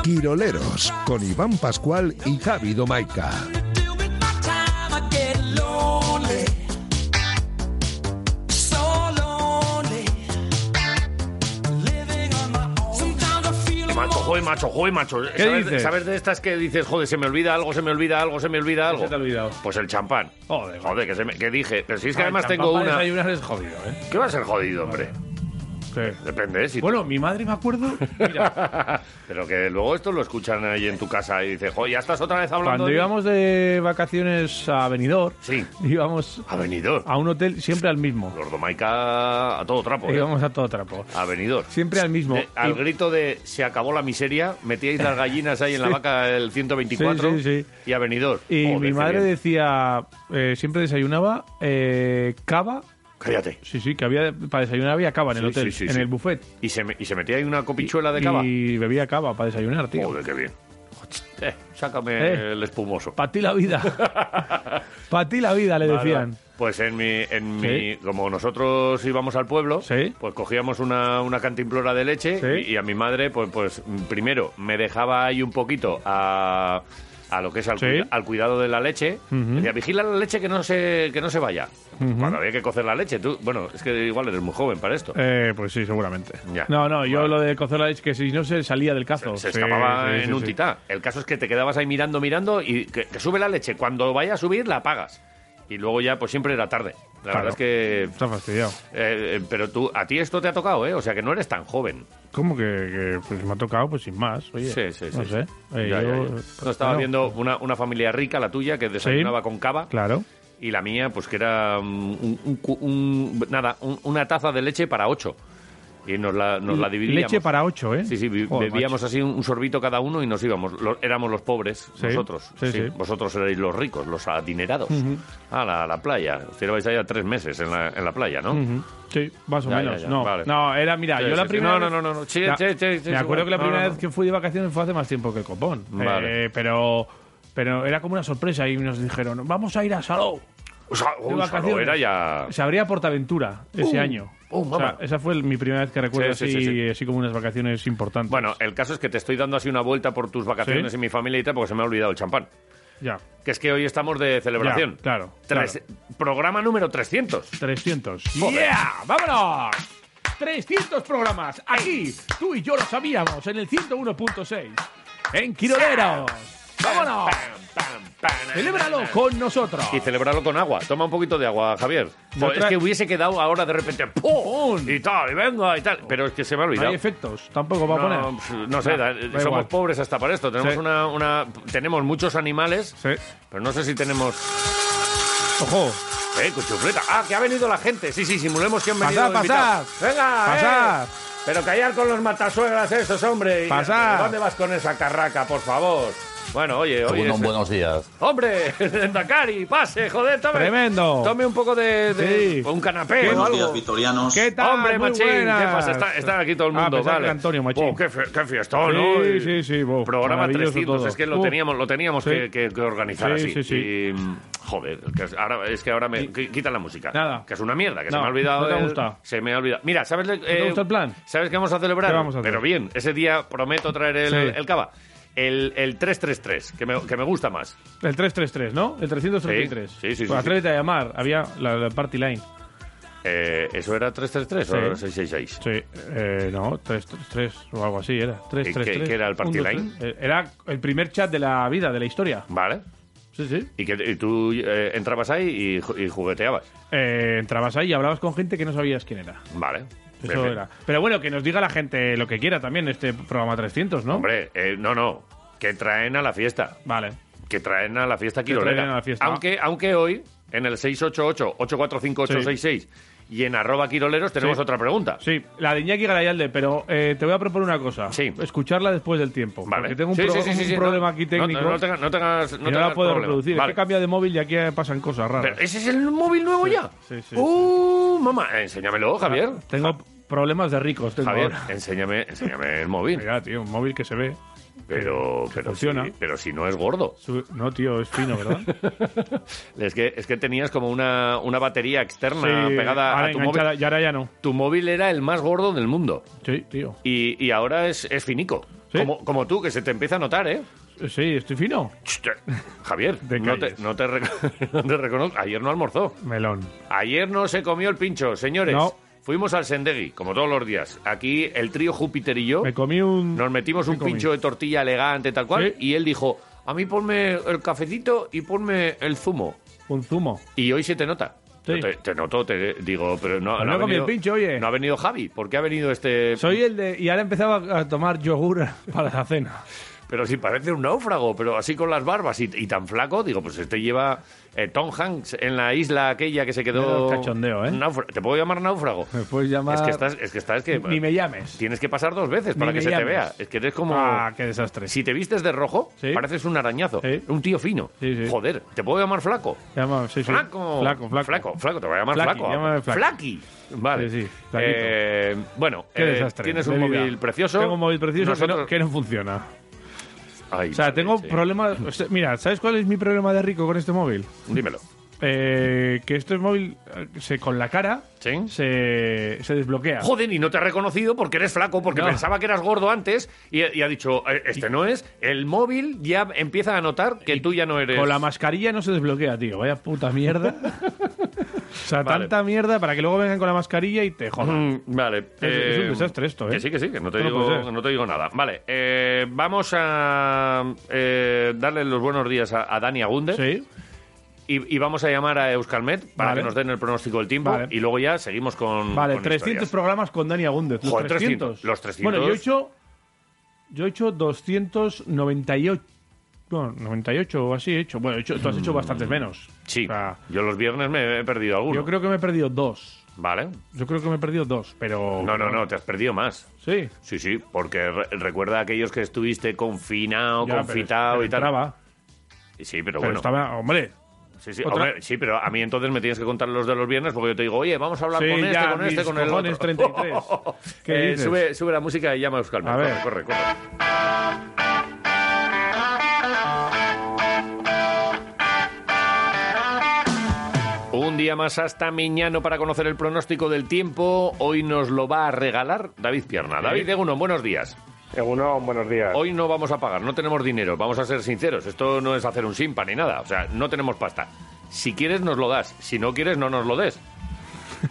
Piroleros con Iván Pascual y Javi Domaica. Macho, joder, macho, joder, macho. ¿Qué ¿Sabes, dices? sabes de estas que dices, joder, se me olvida algo, se me olvida algo, se me olvida algo? se te ha olvidado? Pues el champán. Joder, Joder, que, se me- que dije. Pero si es que Ay, además champán tengo para una. desayunar es jodido, ¿eh? ¿Qué va a ser jodido, hombre? Sí. Depende, ¿eh? Si- Bueno, mi madre me acuerdo, mira, Pero que luego esto lo escuchan ahí en tu casa y dicen, joder, ya estás otra vez hablando. cuando de mí?". íbamos de vacaciones a Benidorm, Sí. íbamos A Benidorm. a un hotel siempre al mismo. Lordomaica a todo trapo. ¿eh? Íbamos a todo trapo. A Benidorm. Siempre al mismo. Eh, al Y- grito de se acabó la miseria, metíais las gallinas ahí en la Sí. vaca el 124 Sí, sí, sí. y a Benidorm. Y Joder, mi qué madre bien. decía, eh, siempre desayunaba eh, cava. Cállate. Sí, sí, que había para desayunar había cava en el Sí, hotel, sí, sí, en sí. el buffet. Y se, me- y se metía ahí una copichuela de cava. Y bebía cava para desayunar, tío. Joder, qué bien. Eh, sácame Eh. el espumoso. Pa' ti la vida. pa' ti la vida, le Vale, decían. vale. Pues en mi, en Sí. mi, como nosotros íbamos al pueblo, Sí. pues cogíamos una, una cantimplora de leche Sí. y, y a mi madre, pues, pues mm, primero me dejaba ahí un poquito a, a lo que es al, Sí. cuida- al cuidado de la leche. Ujú. Decía, vigila la leche que no se, que no se vaya. Cuando había que cocer la leche, tú, bueno, es que igual eres muy joven para esto. Eh, pues sí, seguramente. Ya. No, no, yo Vale. lo de cocerla es que si no se salía del cazo. Se Sí, escapaba sí, sí, en un sí. titá. El caso es que te quedabas ahí mirando, mirando y que, que sube la leche. Cuando vaya a subir, la apagas. Y luego ya, pues siempre era tarde. La Claro. verdad es que Está fastidiado. Eh, eh, pero tú, a ti esto te ha tocado, ¿eh? O sea que no eres tan joven. ¿Cómo que, que, pues me ha tocado? Pues sin más, oye. Sí, sí, sí. No sí. sé. Eh, Ya, ya, yo- ya. No, estaba no. viendo una, una familia rica, la tuya, que desayunaba con cava. Claro. Y la mía, pues que era mm, un, un cu- un- nada, un- una taza de leche para ocho. Y nos la, nos la dividíamos. Leche para ocho, ¿eh? Sí, sí, vi- Joder, bebíamos así un un sorbito cada uno y nos íbamos. Lo- éramos los pobres, Sí, nosotros. sí, sí. Vosotros erais los ricos, los adinerados. a, la, a la playa. Estuvierais ahí a tres meses en la, en la playa, ¿no? Ujú. Sí, más o Ya, menos. ya, ya, No, vale. no, era, mira, Sí, yo sí, la sí. primera No, vez- no, no, no. Sí, Ya, sí, sí, sí, me acuerdo sí, que la no, primera no, no. vez que fui de vacaciones fue hace más tiempo que el copón. Vale. Eh, pero, pero era como una sorpresa y nos dijeron, vamos a ir a Salou. O sea, uy, vacaciones. Salou, era ya. Se abría Portaventura ese Uh, año. uh, O sea, mamá. esa fue el- mi primera vez que recuerdo Sí, sí, así, sí, sí. así como unas vacaciones importantes. Bueno, el caso es que te estoy dando así una vuelta por tus vacaciones Sí. y mi familia y tal, porque se me ha olvidado el champán. ya. Que es que hoy estamos de celebración. Ya, claro, Tres- Programa número 300. 300. Joder. ¡Yeah! ¡Vámonos! 300 programas aquí. Tú y yo lo sabíamos en el 101.6. En Quiroleros. ¡Vámonos! Pam, pam, pam, ¡Celébralo na, na, na. con nosotros! Y celebrarlo con agua. Toma un poquito de agua, Javier. No Joder, tra- Es que hubiese quedado ahora de repente ¡pum! y tal, y venga y tal. Pero es que se me ha No olvidado. hay efectos. Tampoco va a poner. No, pf, no sé, Nah, da- da somos igual. pobres hasta para esto. Tenemos, Sí. una, una- tenemos muchos animales, Sí. pero no sé si tenemos Ojo. Eh, con chufleta. Ah, que ha venido la gente. Sí, sí, simulemos que han venido Pasad, invitados. pasad. Venga, Pasad. eh. Pero callar con los matasuegras estos, hombre. Y- Pasad. ¿Dónde vas con esa carraca, por favor? Bueno, oye, oye. Bueno, ese- buenos días. Hombre, Dakari, pase, joder, tome. Tremendo. Tome un poco de, Sí. de- un canapé o Buenos algo. días, victorianos. ¿Qué tal? Hombre, Muy Machín, ¿qué buenas. pasa? Está, está aquí todo el Ah, mundo, pensaba que vale. era Antonio Machín. Oh, qué, fe- qué fiestón, Sí, ¿no? Y- sí, sí, wow, Programa maravilloso 300, todo. es que lo Uh. teníamos, lo teníamos Sí. que, que- que organizar Sí, así. sí, sí. Y, mm, joder, que es- ahora, es que ahora me qui- quitan la música. Nada. Que es una mierda, que se No, me ha olvidado. no te ha el- gustado. se me ha olvidado. Mira, ¿sabes le- eh, gusta el plan? ¿Sabes qué vamos a celebrar? ¿Qué vamos a hacer? Pero bien, ese día prometo traer el, Sí. el cava. El, el 333, que me, que me gusta más. El 333, ¿no? El 333. Sí, sí, sí, Pues sí. atrévete a llamar. Había la, la party line. Eh, ¿Eso era 333 Sí. o 666? Sí. Eh, no, 333 o algo así era. ¿Y 333. qué- qué era el party Un, dos, line? tres. Eh, Era el primer chat de la vida, de la historia. Vale. Sí, sí. Y que y tú eh, entrabas ahí y, ju- y jugueteabas. Eh, entrabas ahí y hablabas con gente que no sabías quién era. Vale. Pues Eso Perfecto. era. Pero bueno, que nos diga la gente lo que quiera también este programa 300, ¿no? Hombre, eh, no, no. Que traen a la fiesta. Vale. Que traen a la fiesta Que traen quirolera. a la fiesta. Aunque, aunque hoy, en el 688-845-866 y en arroba quiroleros, tenemos Sí. otra pregunta. Sí, la de Iñaki Garayalde, pero eh, te voy a proponer una cosa. Sí. Escucharla después del tiempo. Vale. Porque tengo un, Sí, pro- sí, sí, sí, un sí. problema No, aquí técnico. No, no tengas, no tengas- Y no tengas la puedo problema. reproducir. Vale. Es que cambia de móvil y aquí pasan cosas raras. Pero ¿Ese es el móvil nuevo ya? sí, sí. ¡Uh, mamá! Enséñamelo, Javier. Tengo problemas de ricos. Tengo Javier, eh, ahora. enséñame, enséñame el móvil. Mira, tío, un móvil que se ve. Pero, pero, sí, funciona. pero si no es gordo. Su- No, tío, es fino, ¿verdad? Es que, es que tenías como una, una batería externa Sí, pegada ahora a tu enganchada, móvil. Y ahora ya no. Tu móvil era el más gordo del mundo. Sí, tío. Y, y ahora es, es finico. ¿Sí? Como, como tú, que se te empieza a notar, ¿eh? Sí, estoy fino. Javier, Te no te, calles. no te rec- no te reconozco. Ayer no almorzó. Melón. Ayer no se comió el pincho, señores. No. Fuimos al Sendegui, como todos los días. Aquí el trío Júpiter y yo Me comí un. nos metimos un me comí. pincho de tortilla elegante, tal Sí. cual, y él dijo, a mí ponme el cafecito y ponme el zumo. Un zumo. Y hoy se te nota. Sí. Yo Te, te noto, te digo, pero no, Pues no no ha comí venido, el pincho, oye. no ha venido Javi. ¿Por qué ha venido este...? Soy el de. Y ahora empezaba a tomar yogur para la cena. Pero si parece un náufrago, pero así con las barbas y, y tan flaco, digo, pues este lleva eh, Tom Hanks en la isla aquella que se quedó... Menudo cachondeo, ¿eh? Náufra- ¿Te puedo llamar náufrago? Me puedes llamar- Es que estás... Es que, estás que Ni me llames. Tienes que pasar dos veces Ni para me que se te llames. vea. Es que eres como... Ah, qué desastre. Si te vistes de rojo, Sí. pareces un arañazo. Sí. Un tío fino. Sí, sí. Joder, ¿te puedo llamar flaco? Llama- sí, sí. Flaco. Flaco, flaco. Flaco, flaco, te voy a llamar Flaqui, flaco. llámame Flaqui. Flaqui. Vale. Sí, sí, flaquito. eh, bueno, Qué eh, desastre. tienes de un vida. móvil precioso. Tengo un móvil precioso que no- Nosotros- que, no, funciona. Ay, O sea, madre, tengo sí. problemas. o sea, mira, ¿sabes cuál es mi problema de rico con este móvil? Dímelo. Eh, que este móvil eh, se, con la cara ¿Sí? se, se desbloquea. Joder, y no te ha reconocido porque eres flaco, porque No. pensaba que eras gordo antes y, y ha dicho, "Eh, este no es. El móvil ya empieza a notar que tú ya no eres. Con la mascarilla no se desbloquea, tío. Vaya puta mierda. o sea, Vale. tanta mierda para que luego vengan con la mascarilla y te jodan. Mm, Vale. es un desastre esto, ¿eh? Que sí, que sí, que no te, Esto no puede digo, ser. no te digo nada. Vale, eh, vamos a eh, darle los buenos días a, a Dani Agunde Sí. y, y vamos a llamar a Euskalmet para Vale. que nos den el pronóstico del tiempo Vale. y luego ya seguimos con. Mm, Vale, con 300 historias. programas con Dani Agúndez. Los Joder, 300. 300. Los 300. Bueno, yo he hecho. Yo he hecho 298. Bueno, 98 o así he hecho. Bueno, he hecho- tú has Mm. hecho bastantes menos. Sí, O sea, yo los viernes me he perdido alguno. yo creo que me he perdido dos. Vale. Yo creo que me he perdido dos, pero. No, no, no, te has perdido más. Oh, Sí. Sí, sí, porque re- recuerda a aquellos que estuviste confinado, Ya, pero- confitado pero y tal. entraba, Sí, pero, pero bueno. estaba, hombre. Sí, sí, Otra- hombre, sí, pero a mí entonces me tienes que contar los de los viernes porque yo te digo, oye, vamos a hablar Sí, con este, ya, con este, mis con el cojones, otro. 33. ¿Qué Eh, dices? sube, sube la música y llama a Euskal. A corre, ver. corre, corre. Un día más hasta mañana para conocer el pronóstico del tiempo. Hoy nos lo va a regalar David Pierna. David Egunon, buenos días. Eguno, buenos días. Hoy no vamos a pagar, no tenemos dinero, vamos a ser sinceros, esto no es hacer un simpa ni nada, o sea, no tenemos pasta. Si quieres nos lo das, si no quieres no nos lo des.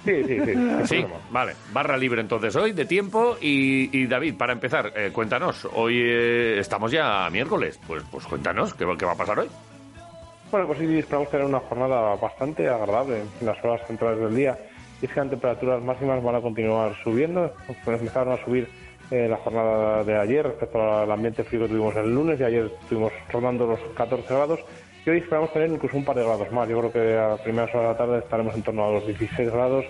Sí, sí, sí. Sí, vale, barra libre entonces hoy de tiempo y, y, David, para empezar, eh, cuéntanos, hoy eh, estamos ya a miércoles, pues, pues cuéntanos, ¿qué, va- ¿qué va a pasar hoy? Bueno, pues sí, esperamos tener una jornada bastante agradable en las horas centrales del día. Y es que las temperaturas máximas van a continuar subiendo. Pues Empezaron a subir eh, la jornada de ayer respecto al ambiente frío que tuvimos el lunes. Y ayer estuvimos rondando los 14 grados. Y hoy esperamos tener incluso un par de grados más. Yo creo que a primeras horas de la tarde estaremos en torno a los 16 grados.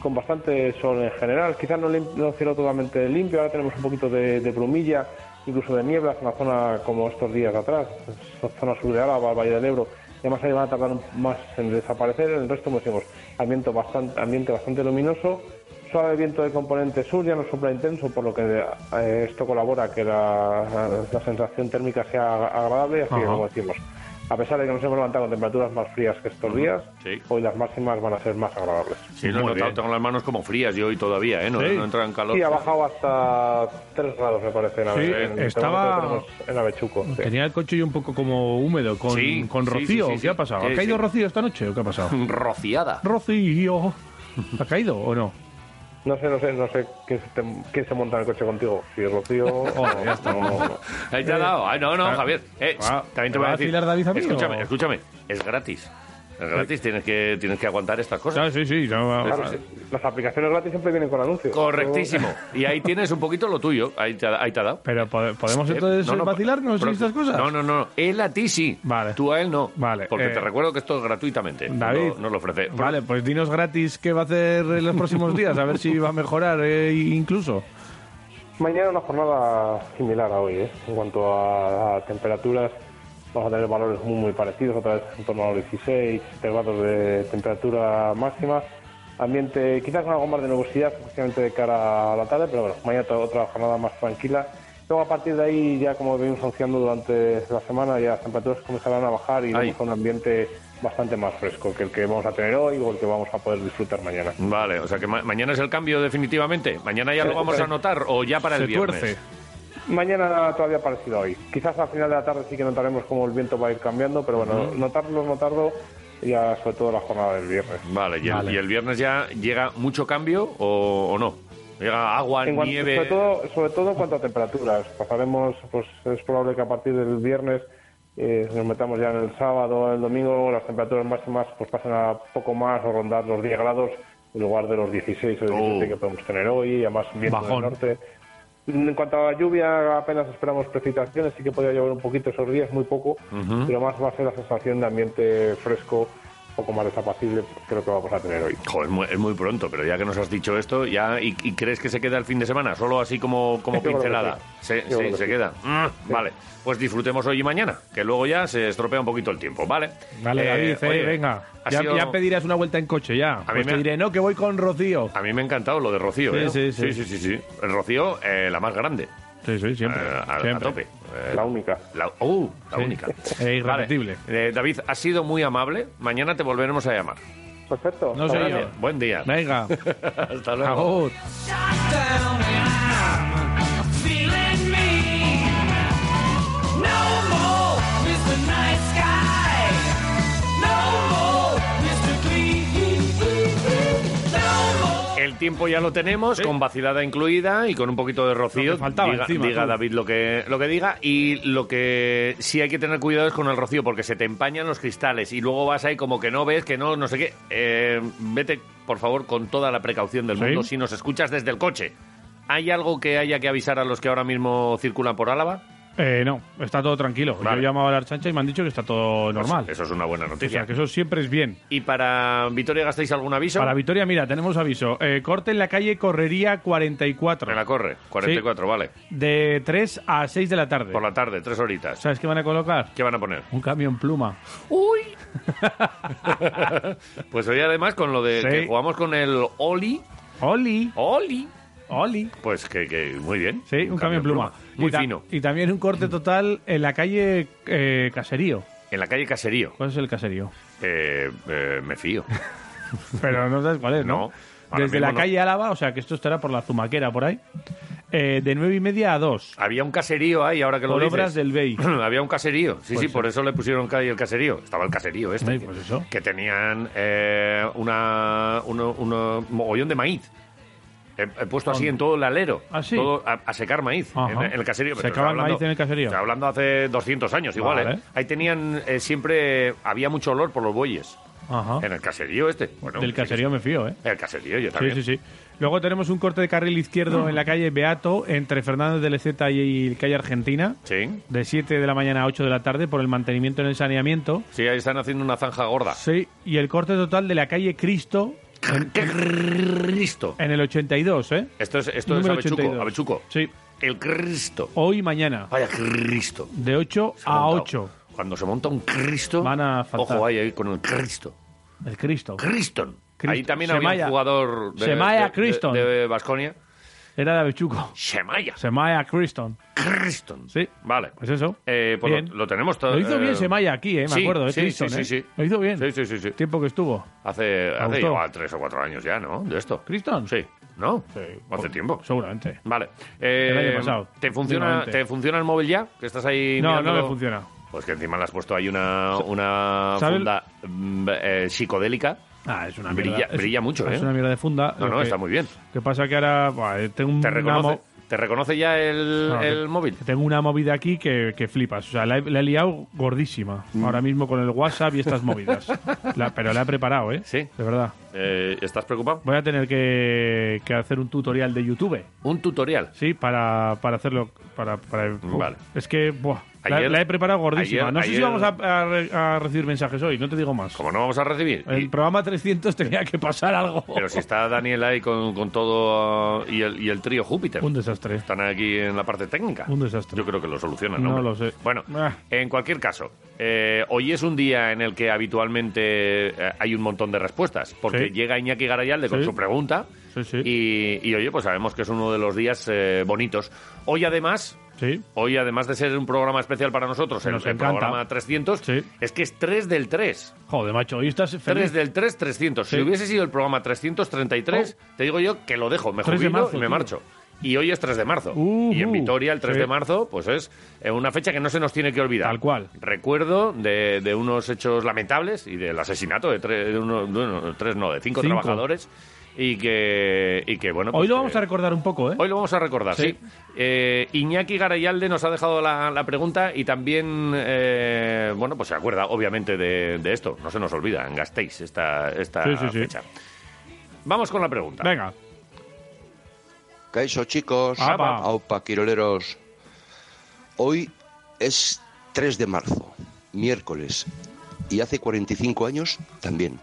Con bastante sol en general, quizás no, lim- no cielo totalmente limpio, ahora tenemos un poquito de, de brumilla, incluso de nieblas en la zona como estos días atrás, zona sur de Álava, el Valle del Ebro, y además ahí van a tardar un- más en desaparecer. En el resto, como decimos, ambiente bastante, ambiente bastante luminoso. Suave viento de componente sur, ya no sopla intenso, por lo que eh, esto colabora a que la, la sensación térmica sea agradable. Así que, Ajá. como decimos, a pesar de que nos hemos levantado con temperaturas más frías que estos días, sí. hoy las máximas van a ser más agradables. Sí, lo he Muy notado, bien. tengo las manos como frías yo hoy todavía, ¿eh? No, Sí. no entra en calor. Sí, ha bajado hasta 3 grados, me parece. En, este Sí, Abe- en- estaba- en Abechuco, En Avechuco. sí. Tenía el coche yo un poco como húmedo, con, Sí, con sí, rocío. sí, sí, sí. ¿Qué ha pasado? Sí, ¿Ha caído sí. rocío esta noche o qué ha pasado? Rociada. rocío. ¿Ha caído o no? No sé, no sé, no sé qué se, te- qué se monta en el coche contigo. Si Rocío. o- Oh, ya está. o- Ahí te ha dado. Ay, no, no, Javier. Eh, Ah, también te ¿me voy va a a decir. tirar David a mí escúchame, o? escúchame. Es gratis. Es gratis, tienes que, tienes que aguantar estas cosas. Ah, sí, sí. no, va- Claro, las aplicaciones gratis siempre vienen con anuncios. Correctísimo. Y ahí tienes un poquito lo tuyo. Ahí te ha, ahí te ha dado. Pero ¿pod- podemos Eh, entonces no, no, vacilarnos en pero- estas cosas. No, no, no. Él a ti sí. Vale. Tú a él no. Vale, Porque eh, te recuerdo que esto es gratuitamente. David. No, no lo ofrece. Vale, pues dinos gratis qué va a hacer en los próximos días, a ver si va a mejorar eh, incluso. Mañana una jornada similar a hoy, ¿eh? En cuanto a, a temperaturas, vamos a tener valores muy, muy parecidos, otra vez en torno a los 16 grados de temperatura máxima. Ambiente quizás con algo más de nubosidad, especialmente de cara a la tarde, pero bueno, mañana otra- otra jornada más tranquila. Luego a partir de ahí, ya como venimos anunciando durante la semana, ya las temperaturas comenzarán a bajar y Ahí. vamos a un ambiente bastante más fresco que el que vamos a tener hoy o el que vamos a poder disfrutar mañana. Vale, o sea que ma- mañana es el cambio definitivamente. Mañana ya lo vamos a anotar o ya para el Se viernes. tuerce. Mañana todavía parecido a hoy. Quizás al final de la tarde sí que notaremos cómo el viento va a ir cambiando, pero bueno, notarlo, notarlo, ya sobre todo la jornada del viernes. Vale, y el, y el viernes ya llega mucho cambio o, o no? Llega agua, En cuanto- nieve. sobre, todo, sobre todo en cuanto a temperaturas. Pasaremos, pues es probable que a partir del viernes eh, nos metamos ya en el sábado, el domingo, las temperaturas máximas pues pasen a poco más o rondar los 10 grados en lugar de los 16 o 17 Oh. que podemos tener hoy, y además viento Bajón. del norte. En cuanto a la lluvia, apenas esperamos precipitaciones, sí que podría llover un poquito esos días, muy poco, pero más va a ser la sensación de ambiente fresco, un poco más desapacible, creo que vamos a tener hoy. Joder, es muy, es muy pronto, pero ya que nos has dicho esto, ya y, y crees que se queda el fin de semana? Solo así como, como Yo creo que pincelada. sí. Se, Yo sí, creo que se sí. queda. Mm, Vale, pues disfrutemos hoy y mañana, que luego ya se estropea un poquito el tiempo, ¿vale? Vale, Eh, David, eh, oye, venga. ha Ya, sido- ya pedirás una vuelta en coche, ya. mí Pues me te ha- diré, no, que voy con Rocío. A mí me ha encantado lo de Rocío, Sí, sí, ¿eh? sí. sí, sí, sí. El Rocío, eh, la más grande. Sí, sí, siempre. eh, a, a siempre. tope. Eh, La única. La, ¡Uh! la Sí. única. Eh, irrepetible. Vale. Eh, David, has sido muy amable. Mañana te volveremos a llamar. Perfecto. No sé Gracias. yo. Gracias. Buen día. Venga, Hasta luego. agur. feeling me. No more Mr. Night Sky. No more Mr. Clean. No more. El tiempo ya lo tenemos, con vacilada incluida y con un poquito de rocío. Lo que faltaba diga encima, diga tú. David lo que, lo que diga. Y lo que sí hay que tener cuidado es con el rocío, porque se te empañan los cristales y luego vas ahí como que no ves, que no, no sé qué. Eh, vete, por favor, con toda la precaución del ¿Sí? mundo si nos escuchas desde el coche. ¿Hay algo que haya que avisar a los que ahora mismo circulan por Álava? Eh, no, está todo tranquilo. Vale. Yo he llamado a la chancha y me han dicho que está todo Pues normal. eso es una buena o sea, noticia. que eso siempre es bien. ¿Y para Vitoria gastáis algún aviso? Para Vitoria, mira, tenemos aviso. Eh, corte en la calle Correría 44. Me la corre, 44, vale. De 3 a 6 de la tarde. Por la tarde, tres horitas. ¿Sabes qué van a colocar? ¿Qué van a poner? Un camión pluma. Pues hoy además con lo de Sí. que jugamos con el Oli. ¡Oli! Oli. ¡Oli! Pues que, que muy bien. Sí, un, camión camión pluma. Muy Y ta- fino. Y también un corte total en la calle eh, Caserío. En la calle Caserío. ¿Cuál es el Caserío? Eh, eh, me fío. Pero no sabes cuál es, No, ¿no? ahora Desde mismo la no. calle Álava, o sea que esto estará por la Zumaquera, por ahí. eh, de nueve y media a 2. Había un caserío ahí, ahora que lo Por dices. obras del BEI. Había un caserío. Sí, Pues sí, sí. por eso le pusieron calle el caserío. Estaba el caserío este. Sí, pues eso. Que tenían eh, una, uno, uno- mogollón de maíz. He, he puesto así en todo el alero. Ah, sí. todo a, a secar maíz Ajá. en, en el caserío. pero ¿Secaban estoy maíz en el caserío? estoy hablando hace 200 años igual, Vale. ¿eh? Ahí tenían eh, siempre... Había mucho olor por los bueyes. Ajá. En el caserío este. Bueno, Del sí que- Caserío me fío, ¿eh? El caserío, yo Sí, también. sí, sí. Luego tenemos un corte de carril izquierdo en la calle Beato, entre Fernández de Lezeta y calle Argentina, Sí. de 7 de la mañana a 8 de la tarde, por el mantenimiento en el saneamiento. Sí, ahí están haciendo una zanja gorda. Sí, y el corte total de la calle Cristo Cristo. en el 82, ¿eh? Esto es, esto es Número Avechuco. 82. Avechuco. Sí, El Cristo. hoy y mañana, Vaya Cristo. de 8 Se ha a montado. 8. Cuando se monta un Cristo. Van a faltar. Ojo ahí, ahí con el Cristo. El Cristo. Criston. Cristo. Ahí también había Semaya. un jugador de, Semaya de- de- Criston. de Basconia. Era de Avechuco. Semaya. Semaya Criston. Criston. Sí. Vale. Pues eso. Eh, pues Bien. lo, lo tenemos todo. Lo hizo eh, bien Semaya aquí, ¿eh? Me sí, acuerdo, ¿eh? sí, Criston, sí, ¿eh? sí, sí. Lo hizo bien. Sí, sí, sí, sí. Tiempo que estuvo. Hace, hace gustó. ya tres o cuatro años ya, ¿no? De esto. ¿Criston? Sí. ¿No? Hace tiempo. Oh, Seguramente. Vale. Eh, El año pasado, ¿te funciona, últimamente. ¿Te funciona el móvil ya? ¿Que estás ahí No, no mirándolo? me funciona. Pues que encima le has puesto ahí una, una ¿Sabe el- funda mm, eh, psicodélica. Ah, es una Brilla- mierda. Es- brilla mucho, es ¿eh? una mierda de funda. No, Lo no, que- está muy bien. ¿Qué pasa? Que ahora buah, eh, tengo, un ¿Te reconoce, amo- ¿te reconoce ya el, No, el que- móvil? que tengo una movida aquí que, que flipas. O sea, la he, la he liado gordísima. Mm. Ahora mismo con el WhatsApp y estas movidas. La- pero la he preparado, ¿eh? Sí. De verdad. Eh, ¿Estás preocupado? Voy a tener que, que hacer un tutorial de YouTube. Un tutorial. Sí, para, para hacerlo. Para, para- Uf, Vale. Es que, buah, la- Ayer- la, he preparado gordísima. ayer- no sé si ayer- vamos a, a re- a recibir mensajes hoy, no te digo más. Como no vamos a recibir. El Y- programa 300 tenía que pasar algo. pero si está Daniel ahí con, con todo uh, y el, y el trío Júpiter. Un desastre. Están aquí en la parte técnica. Un desastre. Yo creo que lo solucionan, No hombre. lo sé. Bueno, Ah. en cualquier caso, eh, hoy es un día en el que habitualmente eh, hay un montón de respuestas, porque Sí. llega Iñaki Garayalde con Sí. su pregunta. Sí, sí. Y, y, oye, pues sabemos que es uno de los días eh, bonitos. Hoy además. Sí. Hoy, además de ser un programa especial para nosotros, el, Nos el encanta. programa 300, Sí. es que es 3 del 3. Joder, macho, hoy estás feliz. 3 del 3, 300. Sí. Oh. Si hubiese sido el programa 333, te digo yo que lo dejo, me 3 de jubilo marzo, y me tío. marcho. y hoy es 3 de marzo. Ujú. y en Vitoria el 3 Uh-huh. Sí. de marzo, pues es eh, una fecha que no se nos tiene que olvidar. Tal cual. Recuerdo de, de unos hechos lamentables y del asesinato de, tres, de uno- de uno- tres, no, de cinco, Cinco. trabajadores y que, y que bueno... Hoy pues, lo vamos eh, a recordar un poco, ¿eh? Hoy lo vamos a recordar, sí. Sí. Eh, Iñaki Garayalde nos ha dejado la, la pregunta y también, eh, bueno, pues se acuerda obviamente de, de esto. No se nos olvida, en Gasteiz esta, esta Sí, sí, sí. fecha. Vamos con la pregunta. Venga. Caixo, chicos. Apa. Aupa, quiroleros. Hoy es 3 de marzo, miércoles, y hace 45 años también.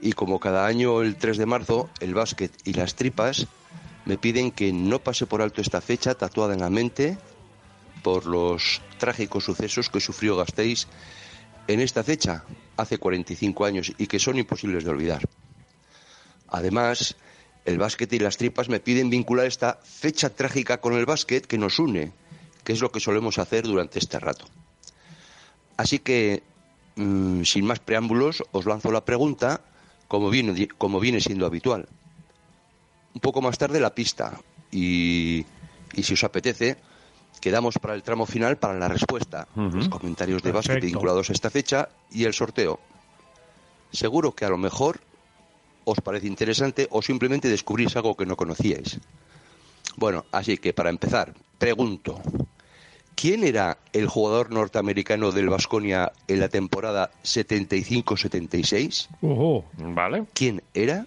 Y como cada año el 3 de marzo, el básquet y las tripas me piden que no pase por alto esta fecha tatuada en la mente por los trágicos sucesos que sufrió Gasteiz en esta fecha, hace 45 años, y que son imposibles de olvidar. Además, el básquet y las tripas me piden vincular esta fecha trágica con el básquet que nos une, que es lo que solemos hacer durante este rato. Así que, mm, sin más preámbulos, os lanzo la pregunta, como viene, como viene siendo habitual. Un poco más tarde la pista, y, y si os apetece, quedamos para el tramo final para la respuesta, los comentarios de básquet Perfecto. vinculados a esta fecha y el sorteo. Seguro que a lo mejor os parece interesante o simplemente descubrís algo que no conocíais. Bueno, así que para empezar, pregunto, ¿quién era el jugador norteamericano del Vasconia en la temporada 75-76? Ojo. ¿Vale? ¿Quién era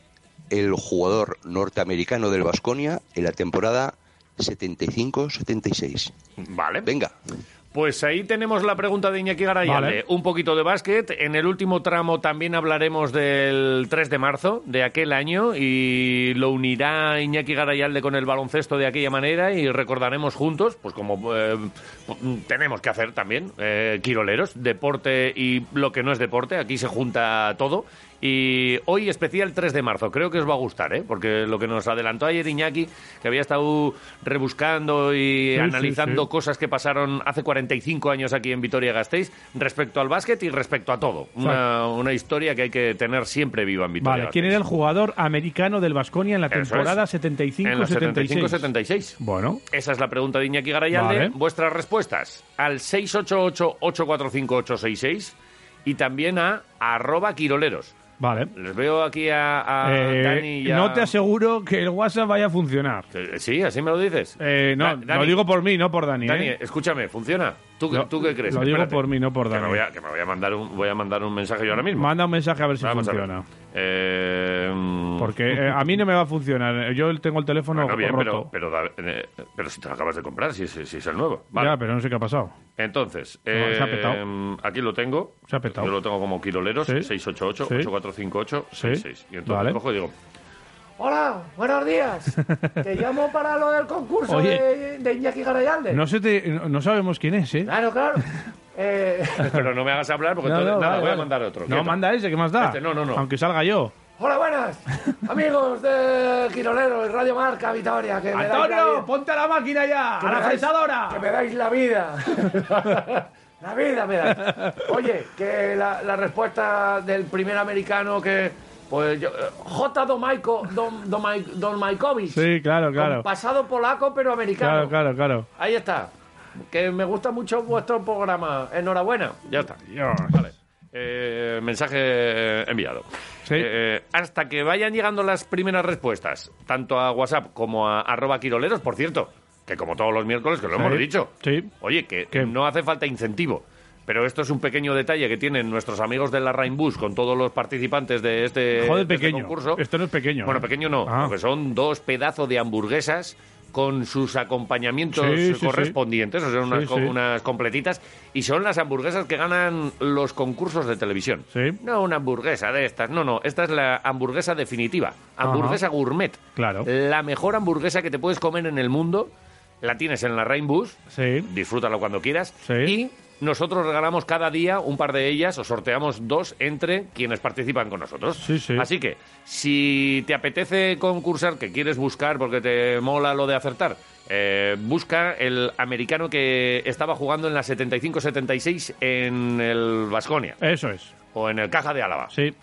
el jugador norteamericano del Vasconia en la temporada 75-76? Vale. Venga, Pues ahí tenemos la pregunta de Iñaki Garayalde. Vale. Un poquito de básquet. En el último tramo también hablaremos del 3 de marzo de aquel año y lo unirá Iñaki Garayalde con el baloncesto de aquella manera y recordaremos juntos, pues como eh, tenemos que hacer también, eh, quiroleros, deporte y lo que no es deporte. Aquí se junta todo. Y hoy especial 3 de marzo, creo que os va a gustar, ¿eh? porque lo que nos adelantó ayer Iñaki, que había estado rebuscando y sí, analizando sí. cosas que pasaron hace 45 años aquí en Vitoria-Gasteiz respecto al básquet y respecto a todo. Una, una historia que hay que tener siempre viva en Vitoria. Vale, ¿quién era el jugador americano del Vasconia en la Eso es. temporada En la 75-76? 75-76. Bueno, Esa es la pregunta de Iñaki Garayalde. Vale. Vuestras respuestas al 688-845-866 y también a arroba quiroleros. vale. Les veo aquí a, a Eh, Ah, Dani y a... No te aseguro que el WhatsApp vaya a funcionar. Eh, Sí, así me lo dices. Eh, no, Da- Dani, lo digo por mí, no por Dani. Dani, ¿eh? escúchame, ¿funciona? ¿Tú, qué- Lo- tú qué crees? lo digo por mí, no por Que Dani. me voy a, que me voy a mandar, un, voy a mandar un mensaje yo ahora mismo. Manda un mensaje a ver si Vamos a ver. funciona. Eh, mm, Porque eh, a mí no me va a funcionar. Yo tengo el teléfono bueno, bien, roto. pero, pero, da- eh, pero si te lo acabas de comprar, si, es- si es el nuevo. Vale. Ya, pero no sé qué ha pasado. Entonces, No, se ha eh, petado. aquí lo tengo. Se ha petado. Yo lo tengo como quiroleros, Sí. 688 Sí. 8458 66. Y entonces Vale. cojo y digo, Hola, buenos días. Te llamo para lo del concurso Oye. de, de Iñaki Garayalde. No, sé te- no- no sabemos quién es, ¿eh? Claro, claro. Eh, pero no me hagas hablar porque No, entonces- no, nada, vale, voy a vale. mandar otro. No, Quieto. manda ese, ¿qué más da? Este, no, no, no. Aunque salga yo. hola, buenas. Amigos de Quirolero y Radio Marca Vitoria. Que me dais la vida- ponte a la máquina ya! que me dais- Que me dais la vida. la vida me dais. Oye, que la, la respuesta del primer americano que... Pues yo... eh, J. Domaico, Dom, Domai- Domaikovic. Sí, claro, claro. Con pasado polaco, pero americano. Claro, claro, claro. Ahí está. Que me gusta mucho vuestro programa. Enhorabuena. Ya está. Vale. Eh, mensaje enviado. Sí. Eh, hasta que vayan llegando las primeras respuestas, tanto a WhatsApp como a arroba quiroleros, por cierto, que como todos los miércoles, que lo Sí. hemos dicho. Sí. Oye, que ¿Qué? no hace falta incentivo. Pero esto es un pequeño detalle que tienen nuestros amigos de la Rainbus con todos los participantes de este, Joder, de este pequeño. concurso. Esto no es pequeño, Bueno, ¿eh? pequeño no, Ah. porque son dos pedazos de hamburguesas con sus acompañamientos Sí, sí, sí. correspondientes, o sea, unas, Sí, co- sí. una- unas completitas y son las hamburguesas que ganan los concursos de televisión. Sí. No una hamburguesa de estas, no, no, esta es la hamburguesa definitiva, hamburguesa gourmet. Claro. La mejor hamburguesa que te puedes comer en el mundo, la tienes en la Rainbus, Sí. disfrútalo cuando quieras Sí. y nosotros regalamos cada día un par de ellas o sorteamos dos entre quienes participan con nosotros. Sí, sí. Así que, si te apetece concursar, que quieres buscar porque te mola lo de acertar, eh, busca el americano que estaba jugando en la 75-76 en el Vasconia Eso es. o en el Caja de Álava. Sí.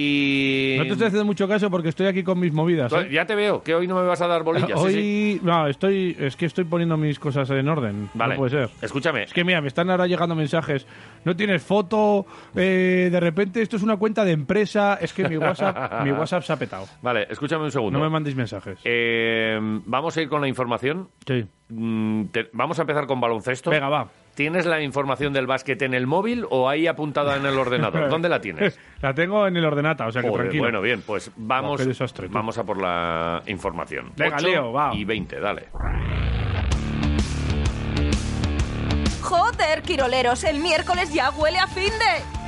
Y. No te estoy haciendo mucho caso porque estoy aquí con mis movidas. ¿eh? Ya te veo, que hoy no me vas a dar bolillas. sí, Hoy sí. no, estoy es que estoy poniendo mis cosas en orden. Vale. No puede ser. Escúchame. Es que mira, me están ahora llegando mensajes. No tienes foto. eh, de repente esto es una cuenta de empresa. Es que mi WhatsApp, mi WhatsApp se ha petado. Vale, escúchame un segundo. No me mandéis mensajes. Eh, vamos a ir con la información. Sí. Mm, te- vamos a empezar con baloncesto. Venga, va. ¿Tienes la información del básquet en el móvil o ahí apuntada en el ordenador? ¿Dónde la tienes? La tengo en el ordenata, o sea que Joder, tranquilo. bueno, bien, pues vamos, Oh, qué desastre, tú. vamos a por la información. Venga, Ocho Leo, va. Y 20, dale. Joder, Quiroleros, el miércoles ya huele a fin de.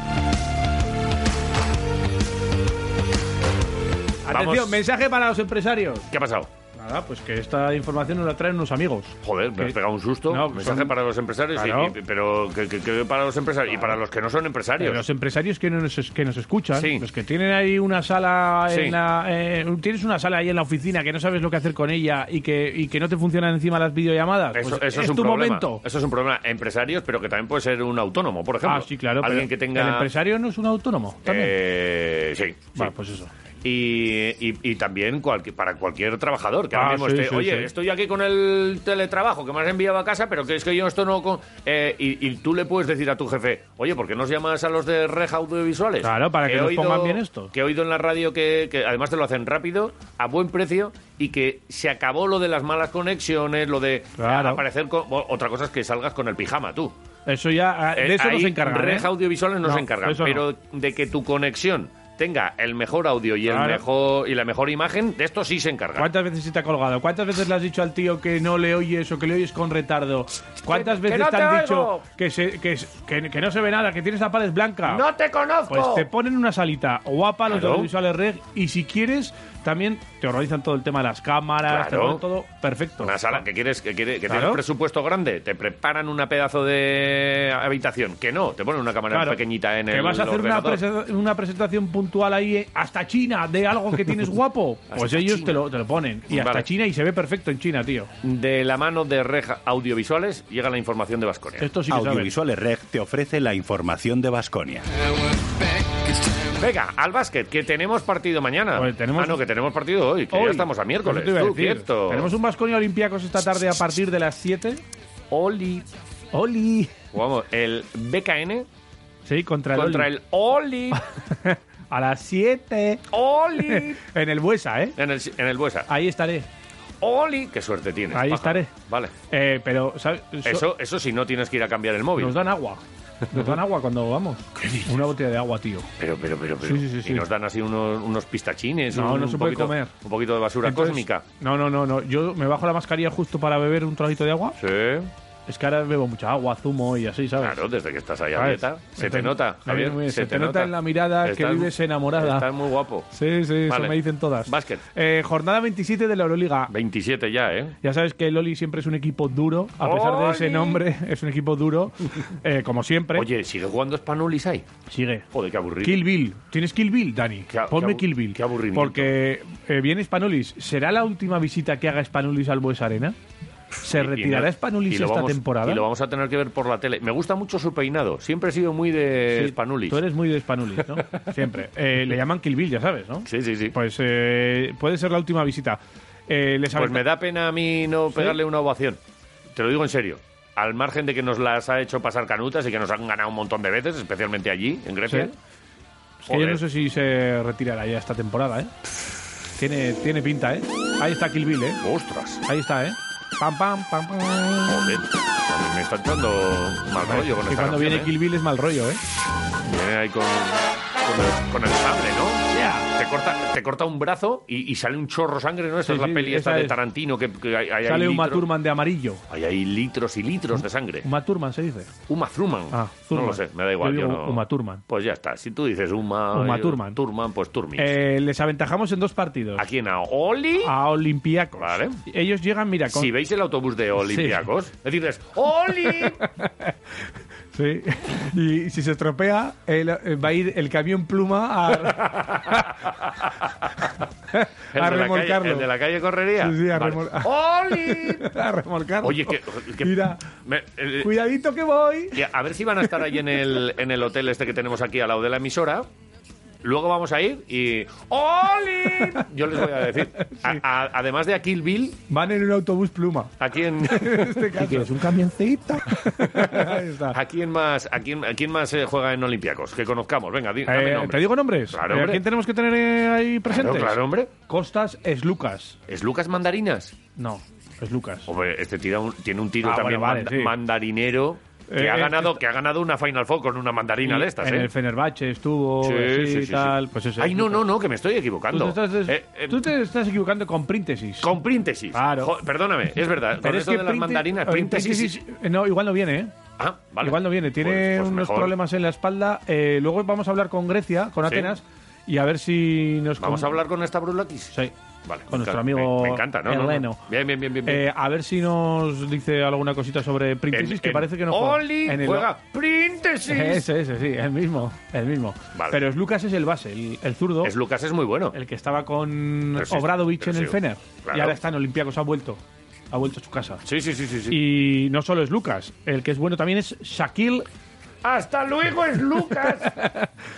Atención, vamos. mensaje para los empresarios. ¿Qué ha pasado? Nada, pues que esta información nos la traen unos amigos. Joder, me ¿Qué? has pegado un susto. No, Mensaje son- para los empresarios, Claro. y- y- pero que, que- que para los empresarios y para los que no son empresarios. Pero los empresarios que nos, que nos escuchan, Sí. los que tienen ahí una sala Sí. en la, eh, tienes una sala ahí en la oficina que no sabes lo que hacer con ella y que, y que no te funcionan encima las videollamadas. Eso, pues eso es, es, un tu problema. momento. Eso es un problema. Empresarios, pero que también puede ser un autónomo, por ejemplo. ah, sí, claro. Alguien pero que tenga. El empresario no es un autónomo también. Eh, sí. Bueno, sí. pues eso. Y, y- y también cualqui- para cualquier trabajador que Ah, ahora mismo sí, esté, sí, oye, sí. estoy aquí con el teletrabajo que me has enviado a casa, pero que es que yo esto no... con-". Eh, y, y tú le puedes decir a tu jefe, oye, ¿por qué nos llamas a los de Reja Audiovisuales? Claro, para que he nos pongan bien esto. Que he oído en la radio que, que además te lo hacen rápido, a buen precio, y que se acabó lo de las malas conexiones, lo de Claro. aparecer con... o- Otra cosa es que salgas con el pijama, tú. Eso ya. ah, De Eh, eso ahí nos encargan. Reja ¿eh? Audiovisuales no, No, se encargan, eso no. pero de que tu conexión tenga el mejor audio y el Claro. mejor y la mejor imagen, de esto sí se encargan. ¿Cuántas veces se te ha colgado? ¿Cuántas veces le has dicho al tío que no le oyes o que le oyes con retardo? ¿Cuántas Que- que veces no te te han oigo. dicho que, se- que, se- que- que no se ve nada, que tienes la pared blanca? ¡No te conozco! Pues te ponen una salita guapa, los de Claro. audiovisuales red, y si quieres, también te organizan todo el tema de las cámaras, te organizan Claro. este todo perfecto. Una sala que quieres que, quiere, que Claro. tienes presupuesto grande, te preparan una pedazo de habitación, que no, te ponen una cámara Claro. pequeñita en ¿Que el vas a hacer una, ordenador. prese- una presentación puntual ahí eh, hasta China de algo que tienes guapo? Pues Hasta ellos China. te lo, te lo ponen. Y hasta Vale. China y se ve perfecto en China, tío. De la mano de Reja Audiovisuales llega la información de Vasconia. Esto sí que saben. Audiovisuales Reg te ofrece la información de Basconia. Venga, al básquet, que tenemos partido mañana. Pues tenemos- Ah, no, que tenemos partido hoy, que ya Hoy. estamos a miércoles. Eso te iba a Tú, decir. cierto. Tenemos un Vasconia Olympiacos esta tarde a partir de las 7. Oli. Oli. Jugamos el BKN Sí, contra el contra Oli. el Oli. A las 7. Oli. en el Buesa, ¿eh? En el, en el Buesa. Ahí estaré. Oli. Qué suerte tienes. Ahí pájaro. estaré. Vale. Eh, pero, ¿sabes? Eso, eso sí, no tienes que ir a cambiar el móvil. Nos dan agua. Nos dan agua cuando vamos. Una botella de agua, tío. Pero, pero, pero, pero. Sí, sí, sí, Y sí. nos dan así unos, unos pistachines. No, un, no un se puede poquito, comer. Un poquito de basura Entonces, cósmica. No, no, no, no. Yo me bajo la mascarilla justo para beber un trocito de agua. Sí. Es que ahora bebo mucha agua, zumo y así, ¿sabes? Claro, desde que estás ahí a ¿Sabes? dieta. Se te Entonces, nota, me Javier. viene muy bien. Se te nota en la mirada que vives enamorada. Estás muy guapo. Sí, sí, Vale. eso me dicen todas. Básquet. Eh, jornada 27 de la Euroliga. 27 ya, ¿eh? Ya sabes que el Oli siempre es un equipo duro, a pesar de ese ¡Oli! nombre, es un equipo duro, eh, como siempre. Oye, ¿sigue jugando Spanulis ahí? sigue. Joder, qué aburrido. Kill Bill. ¿Tienes Kill Bill, Dani? Qué a- qué Ponme abu- Kill Bill. qué aburrimiento. Porque eh, viene Spanulis. ¿Será la última visita que haga Spanulis al Bues Arena? ¿Se Y- y retirará no- Spanulis y lo esta vamos- temporada? Y lo vamos a tener que ver por la tele. Me gusta mucho su peinado. Siempre he sido muy de Sí, Spanulis. Tú eres muy de Spanulis, ¿no? Siempre. Eh, le llaman Kill Bill, ya sabes, ¿no? Sí, sí, sí. Pues, Pues eh, puede ser la última visita. Eh, les aventa- Pues me da pena a mí no pegarle una ovación. Te lo digo en serio. Al margen de que nos las ha hecho pasar canutas y que nos han ganado un montón de veces, especialmente allí, en Grecia. Sí. Es que yo Joder. no sé si se retirará ya esta temporada, ¿eh? Tiene, tiene pinta, ¿eh? Ahí está Kill Bill, ¿eh? ¡Ostras! Ahí está, ¿eh? Pam, pam, pam, pam. Joder. A mí Me está echando mal rollo con que cuando esta canción, viene ¿eh? Kill Bill es mal rollo, ¿eh? Viene ahí con, con el, con el sable, ¿no? Te corta, te corta un brazo y, y sale un chorro sangre, ¿no? Sí, Esa es la sí, peli esa esta de es. Tarantino que, que hay, hay Sale un litros- Maturman de amarillo. Hay ahí litros y litros de sangre. Uma Thurman se dice. Uma Thurman. Ah, Thurman. No lo sé, me da igual. Yo Yo digo no- Uma Thurman. Pues ya está. Si tú dices Uma, Uma yo- Thurman. Thurman, pues Turmis. Eh, les aventajamos en dos partidos. ¿A quién? ¿A Oli? A Olympiacos. Vale. Ellos llegan, mira, con... Si veis el autobús de Olympiacos, decirles ¡Oli! Sí. Y si se estropea, el- eh, va a ir el camión pluma a... A El de la calle- remolcarlo. el de la calle Correría. Sí, sí, a Vale. remol- ¡Oli! a remolcar. Oye, que... que- Mira, me- eh, cuidadito que voy. que a ver si van a estar ahí en el, en el hotel este que tenemos aquí al lado de la emisora. Luego vamos a ir y. ¡Oli! Yo les voy a decir. A- a- además de a Kill Bill, Van en un autobús pluma. ¿a quién, En este caso. ¿Quieres un camioncito? Ahí está. a quién más, a quién, a quién más eh, juega en Olympiacos? Que conozcamos. Venga, di- dame Eh, nombres. ¿Te digo nombres? Claro, Eh, ¿A hombre. quién tenemos que tener eh, ahí Claro, presentes? claro, hombre. Costas es Lucas. ¿Es Lucas Mandarinas? No, es Lucas. Hombre, este tira un- tiene un tiro Ah, también bueno, vale, mand- sí. mandarinero que, Eh, ha eh, ganado, que ha ganado una Final Four con una mandarina de estas, en ¿eh? el Fenerbahce estuvo, Sí, así, sí, sí, sí. tal. Pues ese Ay, es no, Lucas. no, no, que me estoy Tú equivocando. te, estás, Eh, eh, tú te estás equivocando con príntesis. Con príntesis. Claro. Jo- perdóname, es verdad. con eso de las prínte- mandarinas, eh, príntesis. príntesis- eh, No, igual no viene, ¿eh? Ah, vale. Igual no viene. Tiene Pues- pues unos mejor. problemas en la espalda. Eh, luego vamos a hablar con Grecia, con Sí. Atenas, y a ver si nos... Vamos con- a hablar con esta Brulakis. Sí. Vale, Con me nuestro encanta, amigo Me, me encanta, ¿no? no, no. Heleno. Bien, bien, bien, bien. bien. Eh, a ver si nos dice alguna cosita sobre príntesis, En- que en- parece que no juega. ¡Oli! En el- ¡Juega! ¡Príntesis! Ese, ese, sí, el mismo, el mismo. Vale. Pero es Lucas es el base, el, el zurdo, Es Lucas, es muy bueno. el que estaba con Pero sí, Obradovich pero en el sí, Fener. claro. Y ahora está en Olympiacos, ha vuelto. Ha vuelto a su casa. Sí, sí, sí, sí. sí. Y no solo es Lucas, el que es bueno también es Shaquille, ¡Hasta luego, es Lucas!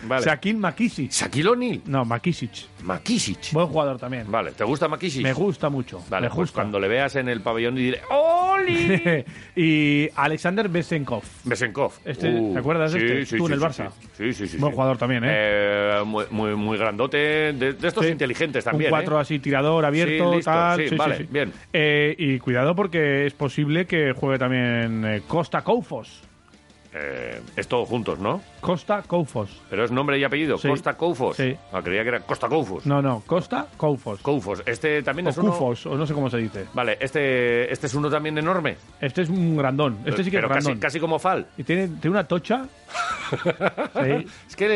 vale. Shaquille Makisic. Shaquille O'Neal. No, Makisic. Makisic. Buen jugador también. Vale, ¿te gusta Makisic? Me gusta mucho. Vale, me pues gusta. cuando le veas en el pabellón y "Oh, diré ¡Oli! y Alexander Besenkov. Besenkov. Este, ¿te acuerdas de este? Tú en el Barça. Uh, Sí, sí, sí. Buen sí. jugador también, Eh, muy, muy, muy grandote, de, de estos Sí. inteligentes también. Un 4 ¿eh? así, tirador, abierto, Sí, listo, tal. sí, vale, bien. Eh, y cuidado porque es posible que juegue también eh, Costa Koufos. Eh, es todo juntos, ¿no? Costa Koufos. Pero es nombre y apellido. Sí. Costa Koufos. Sí. Ah, creía que era Costa Koufos. No, no, Costa Koufos. Koufos. Este también o es uno... Koufos, o no sé cómo se dice. Vale, este, este es uno también enorme. Este es un grandón. Este sí que Pero es casi, grandón. casi como Fal. Y tiene, tiene una tocha. Sí. Es que...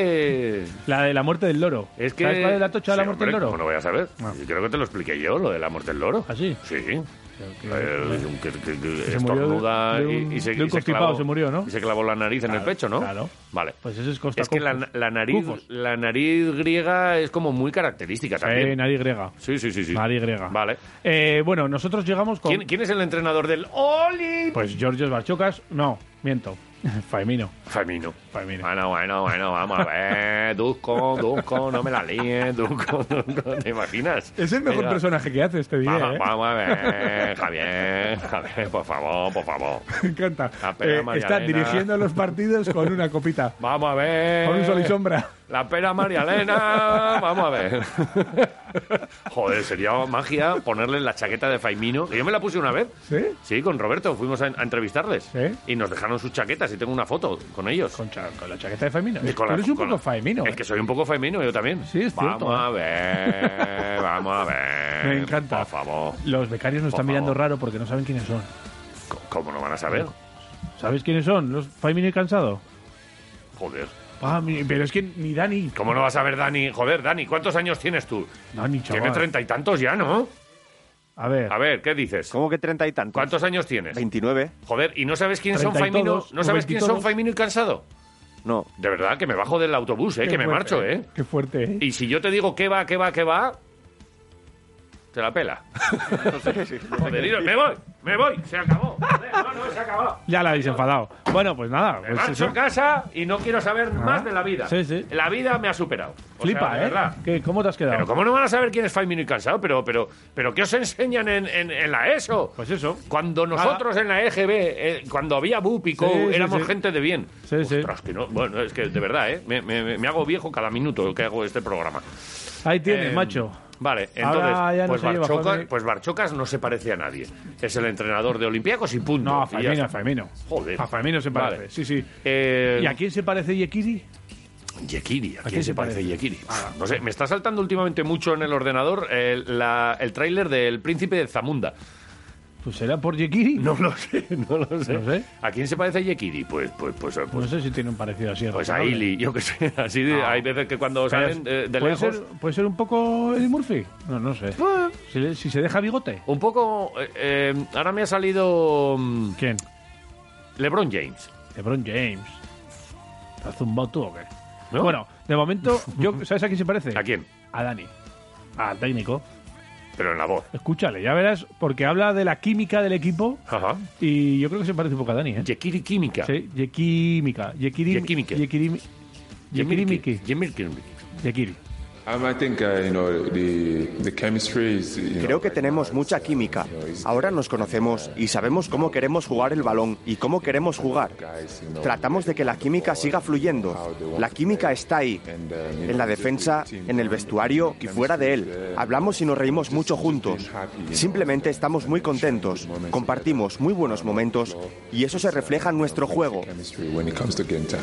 eh, La de la muerte del loro. Es que... ¿Sabes cuál es la tocha de la Sí, muerte hombre, del ¿Cómo loro? no voy a saber? Ah. Yo creo que te lo expliqué yo, lo de la muerte del loro. ¿Ah, sí? Sí. Que- Eh, que- que- que Se murió estornuda de- de un- y, y se, de un y se constipado clavó, se murió, ¿no? Y se clavó la nariz en el Claro, pecho, ¿no? claro. Vale. Pues ese es Costa es que la, Koufos. la nariz, Koufos. la nariz griega es como muy característica Eh, también. nadie griega. Sí, sí, sí, sí. Nadie griega. Vale. Eh, bueno, nosotros llegamos con. ¿Quién, quién es el entrenador del Oli? Pues Giorgio Barchocas. No, miento. Faimino. Femino. Femino. Bueno, bueno, bueno, vamos a ver. Duco, Duco, no me la líes. Duco, Duco, ¿te imaginas? Es el mejor Venga. personaje que haces, te diré. Vamos, ¿eh? vamos a ver, Javier, Javier, por favor, por favor. Me encanta. La pera Eh, está Magdalena. dirigiendo los partidos con una copita. Vamos a ver. Con un sol y sombra. La pera María Elena, vamos a ver. Joder, sería magia ponerle la chaqueta de Faimino. que Yo me la puse una vez. ¿Sí? Sí, con Roberto, fuimos a, a entrevistarles. ¿Sí? Y nos dejaron sus chaquetas y tengo una foto con ellos. Con, cha- con la chaqueta de Faimino. Y Pero con la- es un con poco la- Faimino. Es ¿eh? que soy un poco Faimino yo también. Sí, es Vamos cierto, ¿eh? a ver, vamos a ver. Me encanta. Eh, Por favor. Los becarios nos Por están mirando favor. raro porque no saben quiénes son. C- ¿Cómo no van a saber? ¿Sabéis quiénes son? ¿Los Faimino y Cansado? Joder. Ah, mi- pero es que ni Dani. ¿Cómo no vas a ver, Dani? Joder, Dani, ¿cuántos años tienes tú? Dani, chaval. Tienes treinta y tantos ya, ¿no? A ver. A ver, ¿qué dices? ¿Cómo que treinta y tantos? ¿Cuántos años tienes? 29. Joder, ¿y no sabes quién son Treinta y Faimino? todos, ¿No sabes quién son veintitodos. Faimino y Cansado? No. De verdad, que me bajo del autobús, ¿eh? Qué que me fuerte, marcho, ¿eh? Qué fuerte, ¿eh? Y si yo te digo que va, que va, que va, te la pela. Joder, iros, me voy, me voy, se acabó. Joder, No, no, se acabó. Ya la habéis enfadado. Bueno, pues nada. Me pues marcho eso. a casa y no quiero saber Ah. más de la vida. Sí, sí. La vida me ha superado. O Flipa, sea, de ¿eh? verdad. ¿Qué- ¿Cómo te has quedado? Pero cómo no van a saber quién es Faimino y Cansado, pero, pero, pero ¿qué os enseñan en, en- en la ESO? Pues eso. Cuando nosotros en la EGB, eh, cuando había BUP y COU, Sí, sí, éramos sí. gente de bien. Sí, sí. Ostras, que no- bueno, es que de verdad, ¿eh? Me, me- me hago viejo cada minuto que hago este programa. Ahí tienes, Eh, macho. Vale, Ahora entonces, ya no pues, se lleva, Barchoca- Fabián. pues Barchocas no se parece a nadie. Es el entrenador de Olympiacos y punto. No, a Y ya Faimino, está. a Faimino. Joder. A Faimino se parece, Vale. sí, sí. Eh, ¿Y a quién se parece Yekiri? Yekiri, ¿a quién quién se se parece parece? Yekiri? No sé, me está saltando últimamente mucho en el ordenador el, la- el tráiler del Príncipe de Zamunda. Pues será por Yekiri. No lo sé, no lo sé. No sé. ¿A quién se parece Yekiri? Pues, pues, pues, pues, No sé si tiene un parecido así. pues a razonable. Ili, yo qué sé. Así de- hay veces que cuando Ah. Pero salen eh, de ¿puede lejos... Ah. Ser, ¿Puede ser un poco Eddie Murphy? No, no sé. Si, le- si se deja bigote. Un poco... eh, eh, ahora me ha salido mm, ¿Quién? LeBron James. LeBron James. ¿Te has zumbado tú o qué? ¿No? Bueno, de momento, yo, ¿sabes a quién se parece? ¿A quién? A Dani. Al técnico. Pero en la voz. Escúchale, ya verás, porque habla de la química del equipo Ajá. y yo creo que se parece un poco a Dani, ¿eh? Yekiri Química. Sí, Yekímica. Yekirim- Yekímica. Yekirim- Yekirimiki. Yemirki. Yemirki. Yakiri. Um, I think uh, you know the the chemistry is you know, Creo que tenemos mucha química. Ahora nos conocemos y sabemos cómo queremos jugar el balón y cómo queremos jugar. Tratamos de que la química siga fluyendo. La química está ahí, en la defensa, en el vestuario y fuera de él. Hablamos y nos reímos mucho juntos. Simplemente estamos muy contentos, compartimos muy buenos momentos y eso se refleja en nuestro juego. when it comes to game time.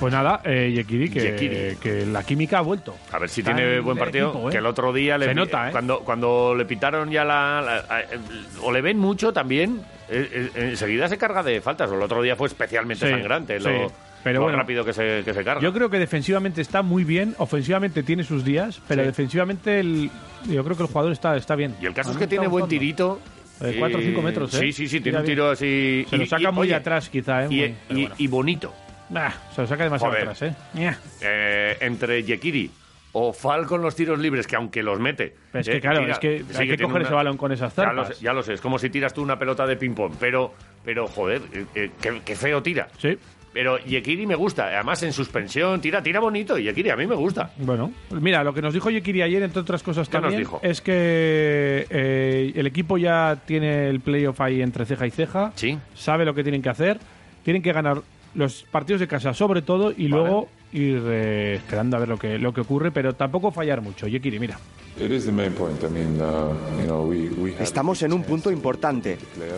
Pues nada, eh, Yekiri, que, Yekiri. que la química ha vuelto. A ver si Está tiene en buen el partido. equipo, ¿eh? Que el otro día le Se pi- nota, ¿eh? cuando, cuando le pitaron ya la, la- eh, O le ven mucho también. eh, eh, enseguida se carga de faltas. El otro día fue especialmente Sí, sangrante. sí. Lo, Pero lo bueno. rápido que se, que se carga. Yo creo que defensivamente está muy bien, ofensivamente tiene sus días, pero Sí. defensivamente el, yo creo que el jugador está, está bien. Y el caso A es mí que me tiene está buen gustando. tirito. Eh, cuatro o eh, cinco metros, ¿eh? Sí, sí, sí, tiene Mira un bien. tiro así. Se lo saca muy oye, atrás, quizá, ¿eh? Y, Muy- pero y- bueno. y bonito. Bah, se lo saca demasiado Joder. atrás, ¿eh? Ña. Eh, entre Yekiri o Fal con los tiros libres, que aunque los mete. Pero es eh, que claro, tira- es que sí, hay que tiene coger ese balón con esas Ya lo, zarpas. sé, ya lo sé, es como si tiras tú una pelota de ping-pong, pero, pero joder, eh, eh, qué, qué feo tira. Sí. Pero Yekiri me gusta, además en suspensión, tira, tira bonito, Yekiri a mí me gusta. Bueno, pues mira, lo que nos dijo Yekiri ayer, entre otras cosas ¿Qué nos también, dijo? es que eh, el equipo ya tiene el playoff ahí entre ceja y ceja, Sí. sabe lo que tienen que hacer, tienen que ganar los partidos de casa sobre todo y luego ir eh, esperando a ver lo que, lo que ocurre, pero tampoco fallar mucho. Yekiri, mira. It is the main point. I mean, uh, you know, we we have Estamos en un punto importante.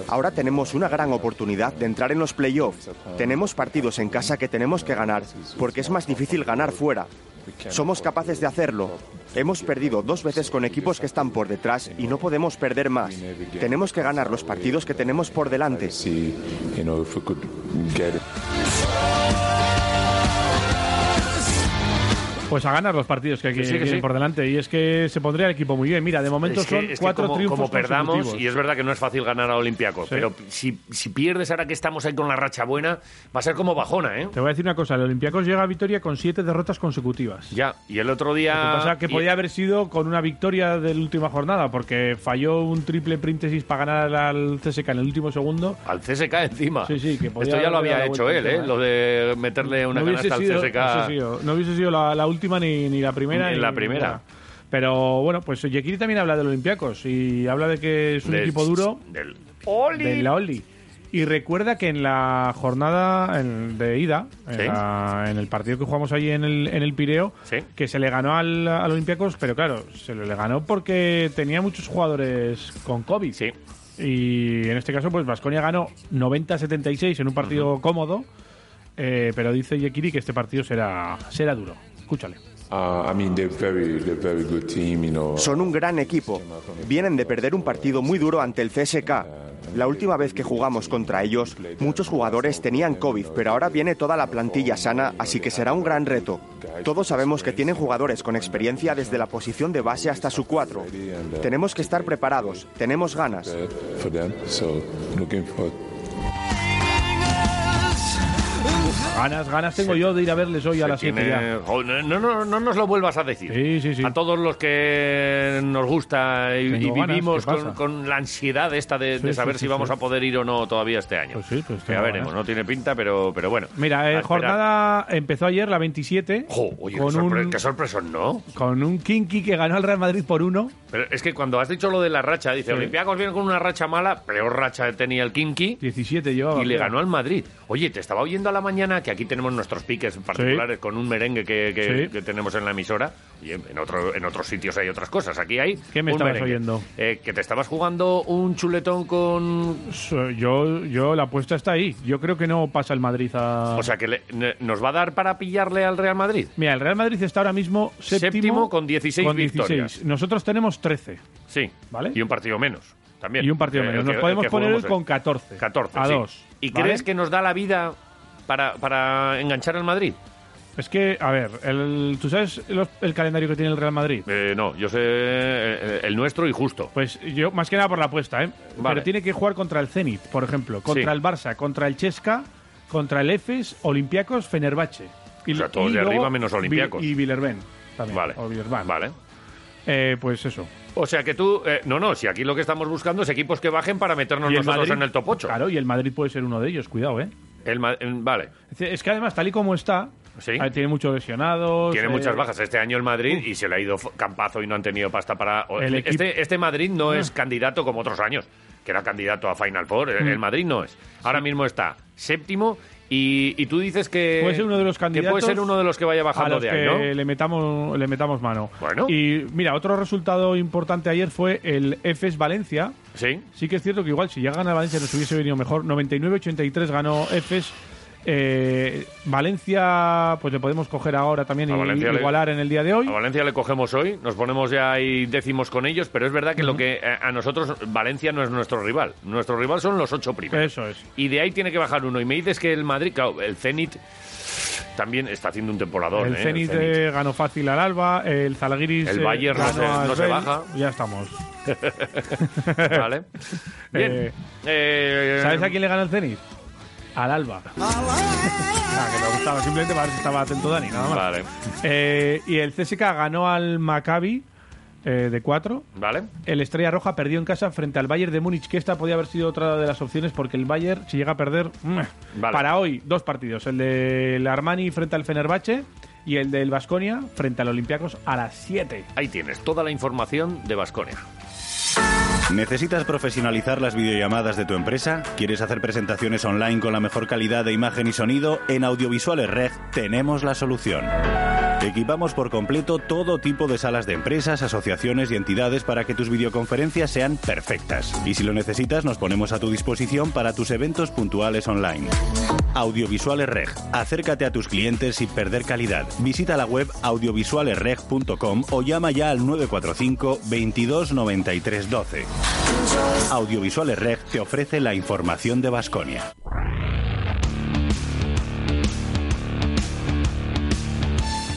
Ahora tenemos una gran oportunidad de entrar en los playoffs. Tenemos partidos en casa que tenemos que ganar, porque es más difícil ganar fuera. Somos capaces de hacerlo. Hemos perdido dos veces con equipos que están por detrás y no podemos perder más. Tenemos que ganar los partidos que tenemos por delante. see, you know, if we could get it. Pues a ganar los partidos que, hay sí, que sí. por delante. Y es que se pondría el equipo muy bien. Mira, de momento Es que- son es que cuatro como, triunfos como perdamos, consecutivos. y es verdad que no es fácil ganar a Olympiacos, Sí. pero si, si pierdes ahora que estamos ahí con la racha buena, va a ser como bajona, ¿eh? Te voy a decir una cosa, el Olympiacos llega a Vitoria con siete derrotas consecutivas. Ya, y el otro Lo día... que pasa es que Ah, y- podía haber sido con una victoria de la última jornada, porque falló un triple príntesis para ganar al CSK en el último segundo. Al CSK encima. Sí, sí, que podía Esto ya lo haber había dado hecho vuelta él, encima, ¿eh? ¿eh? Lo de meterle una canasta sido, al CSK. no hubiese sido- no hubiese sido la, la última ni, ni la primera. Ni la primera. nada. Pero bueno, pues Yekiri también habla del Olympiacos y habla de que es un del- equipo duro. del- de la Oli. Y recuerda que en la jornada en- de ida, en, Sí. la- en el partido que jugamos ahí en el, en el Pireo, Sí. que se le ganó al, al Olympiacos, pero claro, se le ganó porque tenía muchos jugadores con COVID. Sí. Y en este caso, pues Vasconia ganó 90-76 en un partido cómodo, eh, pero dice Yekiri que este partido será, será duro. Escúchale. Uh, I mean, they're very they're very good team. You know, Son un gran equipo. Vienen de perder un partido muy duro ante el CSK. La última vez que jugamos contra ellos, muchos jugadores tenían COVID, pero ahora viene toda la plantilla sana, así que será un gran reto. Todos sabemos que tienen jugadores con experiencia desde la posición de base hasta su 4. Tenemos que estar preparados, tenemos ganas. uh, for them. So looking forward. Ganas, ganas tengo yo de ir a verles hoy a Se las 7 tiene- ya. Joder, No, no, no nos lo vuelvas a decir. Sí, sí, sí. A todos los que nos gusta y, Tengo y ganas, vivimos ¿qué pasa? con, con la ansiedad esta de, Sí, de sí, saber sí, si sí. vamos a poder ir o no todavía este año. Pues sí, pues Que ya tengo veremos, ganas. no tiene pinta, pero, pero bueno. Mira, eh, A esperar. jornada empezó ayer, la 27. Jo, oye, con qué, sorpre- un- qué sorpresón, ¿no? con un Kinky que ganó al Real Madrid por uno. Pero es que cuando has dicho lo de la racha, dice, Sí. Olympiacos viene con una racha mala, peor racha tenía el Kinky. 17 llevaba. Y le ganó al Madrid. Oye, te estaba oyendo a la mañana que aquí tenemos nuestros piques particulares con un merengue que, que- Sí. que tenemos en la emisora. Y en, en otro, en otros sitios hay otras cosas. Aquí hay. ¿Qué me un estabas merengue. oyendo? Eh, que te estabas jugando un chuletón con. So- Yo, yo, la apuesta está ahí. Yo creo que no pasa el Madrid a. O sea, que le- ne- nos va a dar para pillarle al Real Madrid. Mira, el Real Madrid está ahora mismo séptimo, Séptimo con 16 victorias. Nosotros tenemos 13 Sí. Vale. Y un partido menos. También. y un partido Eh, el menos. que- Nos el podemos que poner hoy juguemos con 14. 14. A sí. 2. ¿Y crees que nos da la vida para, para enganchar al Madrid? Es que, a ver, el- ¿tú sabes los- el calendario que tiene el Real Madrid? Eh, no, yo sé eh, el nuestro y justo. Pues yo, más que nada por la apuesta, ¿eh? Vale. Pero tiene que jugar contra el Zenit, por ejemplo, contra Sí. el Barça, contra el Chesca, contra el Efes, Olympiacos, Fenerbahce. Y, O sea, todos de luego arriba menos Vil- Olympiacos. Y Villerben también. Vale. O Villerban. Vale. Eh, pues eso. O sea que tú. eh, no, no, si aquí lo que estamos buscando es equipos que bajen para meternos Y el nosotros Madrid- en el top 8. Claro, y el Madrid puede ser uno de ellos, cuidado, ¿eh? El Ma- el- vale. Es que además, tal y como está, ahí tiene muchos lesionados. Tiene eh, muchas bajas este año el Madrid y se le ha ido f- campazo y no han tenido pasta para. o- El equipo- Ah. este, este Madrid no es candidato como otros años, que era candidato a Final Four. El, Mm. el Madrid no es. Ahora mismo está séptimo y, y tú dices que. Puede ser uno de los que candidatos. puede ser uno de los que vaya a bajando los de que ahí, ¿no? le metamos, le metamos mano. Bueno. Y mira, otro resultado importante ayer fue el EFES Valencia. Sí. Sí que es cierto que igual si ya gana Valencia nos hubiese venido mejor. 99-83 ganó EFES. Eh, Valencia, pues le podemos coger ahora también A y Valencia le- igualar en el día de hoy. A Valencia le cogemos hoy, nos ponemos ya ahí décimos con ellos, pero es verdad que lo Ujú. que eh, a nosotros, Valencia no es nuestro rival. Nuestro rival son los ocho primeros. Eso es. Y de ahí tiene que bajar uno. Y me dices que el Madrid, claro, el Zenit también está haciendo un temporador. El ¿eh? Zenit Zenit. eh, ganó fácil al Alba, el eh, Zalgiris. El Bayern no se- no se baja. Ya estamos. vale. Bien. Eh, Eh, ¿Sabes a quién le gana el Zenit? Al Alba. Ah, que le gustaba, simplemente para ver si estaba atento Dani, nada más. Vale. Eh, y el CSK ganó al Maccabi eh, de 4. Vale. El Estrella Roja perdió en casa frente al Bayern de Múnich, que esta podía haber sido otra de las opciones porque el Bayern, si llega a perder, mm, Vale. para hoy, dos partidos. El del Armani frente al Fenerbahce y el del Vasconia frente al Olympiacos a las 7. Ahí tienes toda la información de Vasconia. ¿Necesitas profesionalizar las videollamadas de tu empresa? ¿Quieres hacer presentaciones online con la mejor calidad de imagen y sonido? En Audiovisuales Red tenemos la solución. Equipamos por completo todo tipo de salas de empresas, asociaciones y entidades para que tus videoconferencias sean perfectas. Y si lo necesitas, nos ponemos a tu disposición para tus eventos puntuales online. Audiovisuales Reg. Acércate a tus clientes sin perder calidad. Visita la web audiovisualesreg.com o llama ya al 945 22 93 12. Audiovisuales Reg te ofrece la información de Vasconia.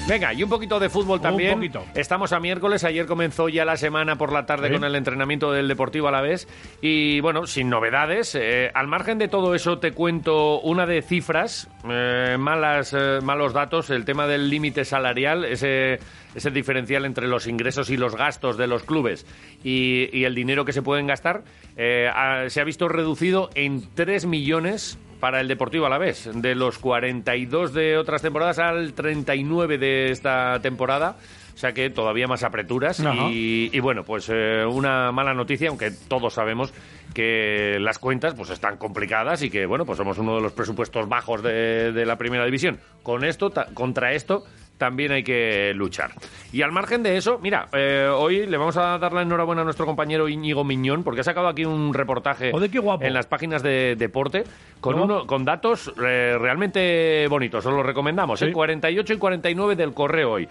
Venga, y un poquito de fútbol también. poquito. Estamos a miércoles, ayer comenzó ya la semana por la tarde con el entrenamiento del Deportivo a la vez. Y bueno, sin novedades. Eh, al margen de todo eso, te cuento una de cifras, eh, malas, eh, malos datos, el tema del límite salarial, ese, ese diferencial entre los ingresos y los gastos de los clubes y, y el dinero que se pueden gastar, eh, ha- se ha visto reducido en 3 millones para el Deportivo a la vez, de los 42 de otras temporadas al 39 de esta temporada. O sea que todavía más apreturas Ajá. y, y bueno, pues eh, una mala noticia, aunque todos sabemos que las cuentas pues están complicadas y que bueno, pues somos uno de los presupuestos bajos de, de la primera división. Con esto, ta- contra esto también hay que luchar. Y al margen de eso, mira, eh, hoy le vamos a dar la enhorabuena a nuestro compañero Íñigo Miñón porque ha sacado aquí un reportaje Joder, qué guapo. en las páginas de deporte con, ¿No? uno, con datos eh, realmente bonitos. Os los recomendamos. El 48 y 49 del correo hoy.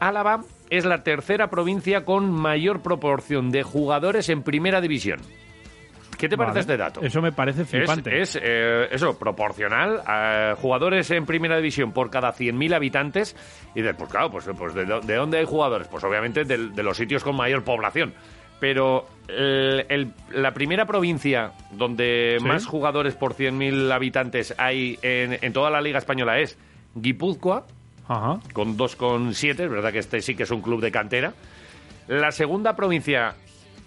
Álava es la tercera provincia con mayor proporción de jugadores en primera división. ¿Qué te Vale. parece este dato? Eso me parece Es- flipante. Es, eh, eso, proporcional a jugadores en primera división por cada 100.000 habitantes. Y de, pues claro, pues, pues de, do- de dónde hay jugadores? Pues obviamente del- de, los sitios con mayor población. Pero el- el- la primera provincia donde Sí. más jugadores por 100.000 habitantes hay en, en toda la Liga Española es Guipúzcoa, Ajá. con 2,7. Es verdad que este sí que es un club de cantera. La segunda provincia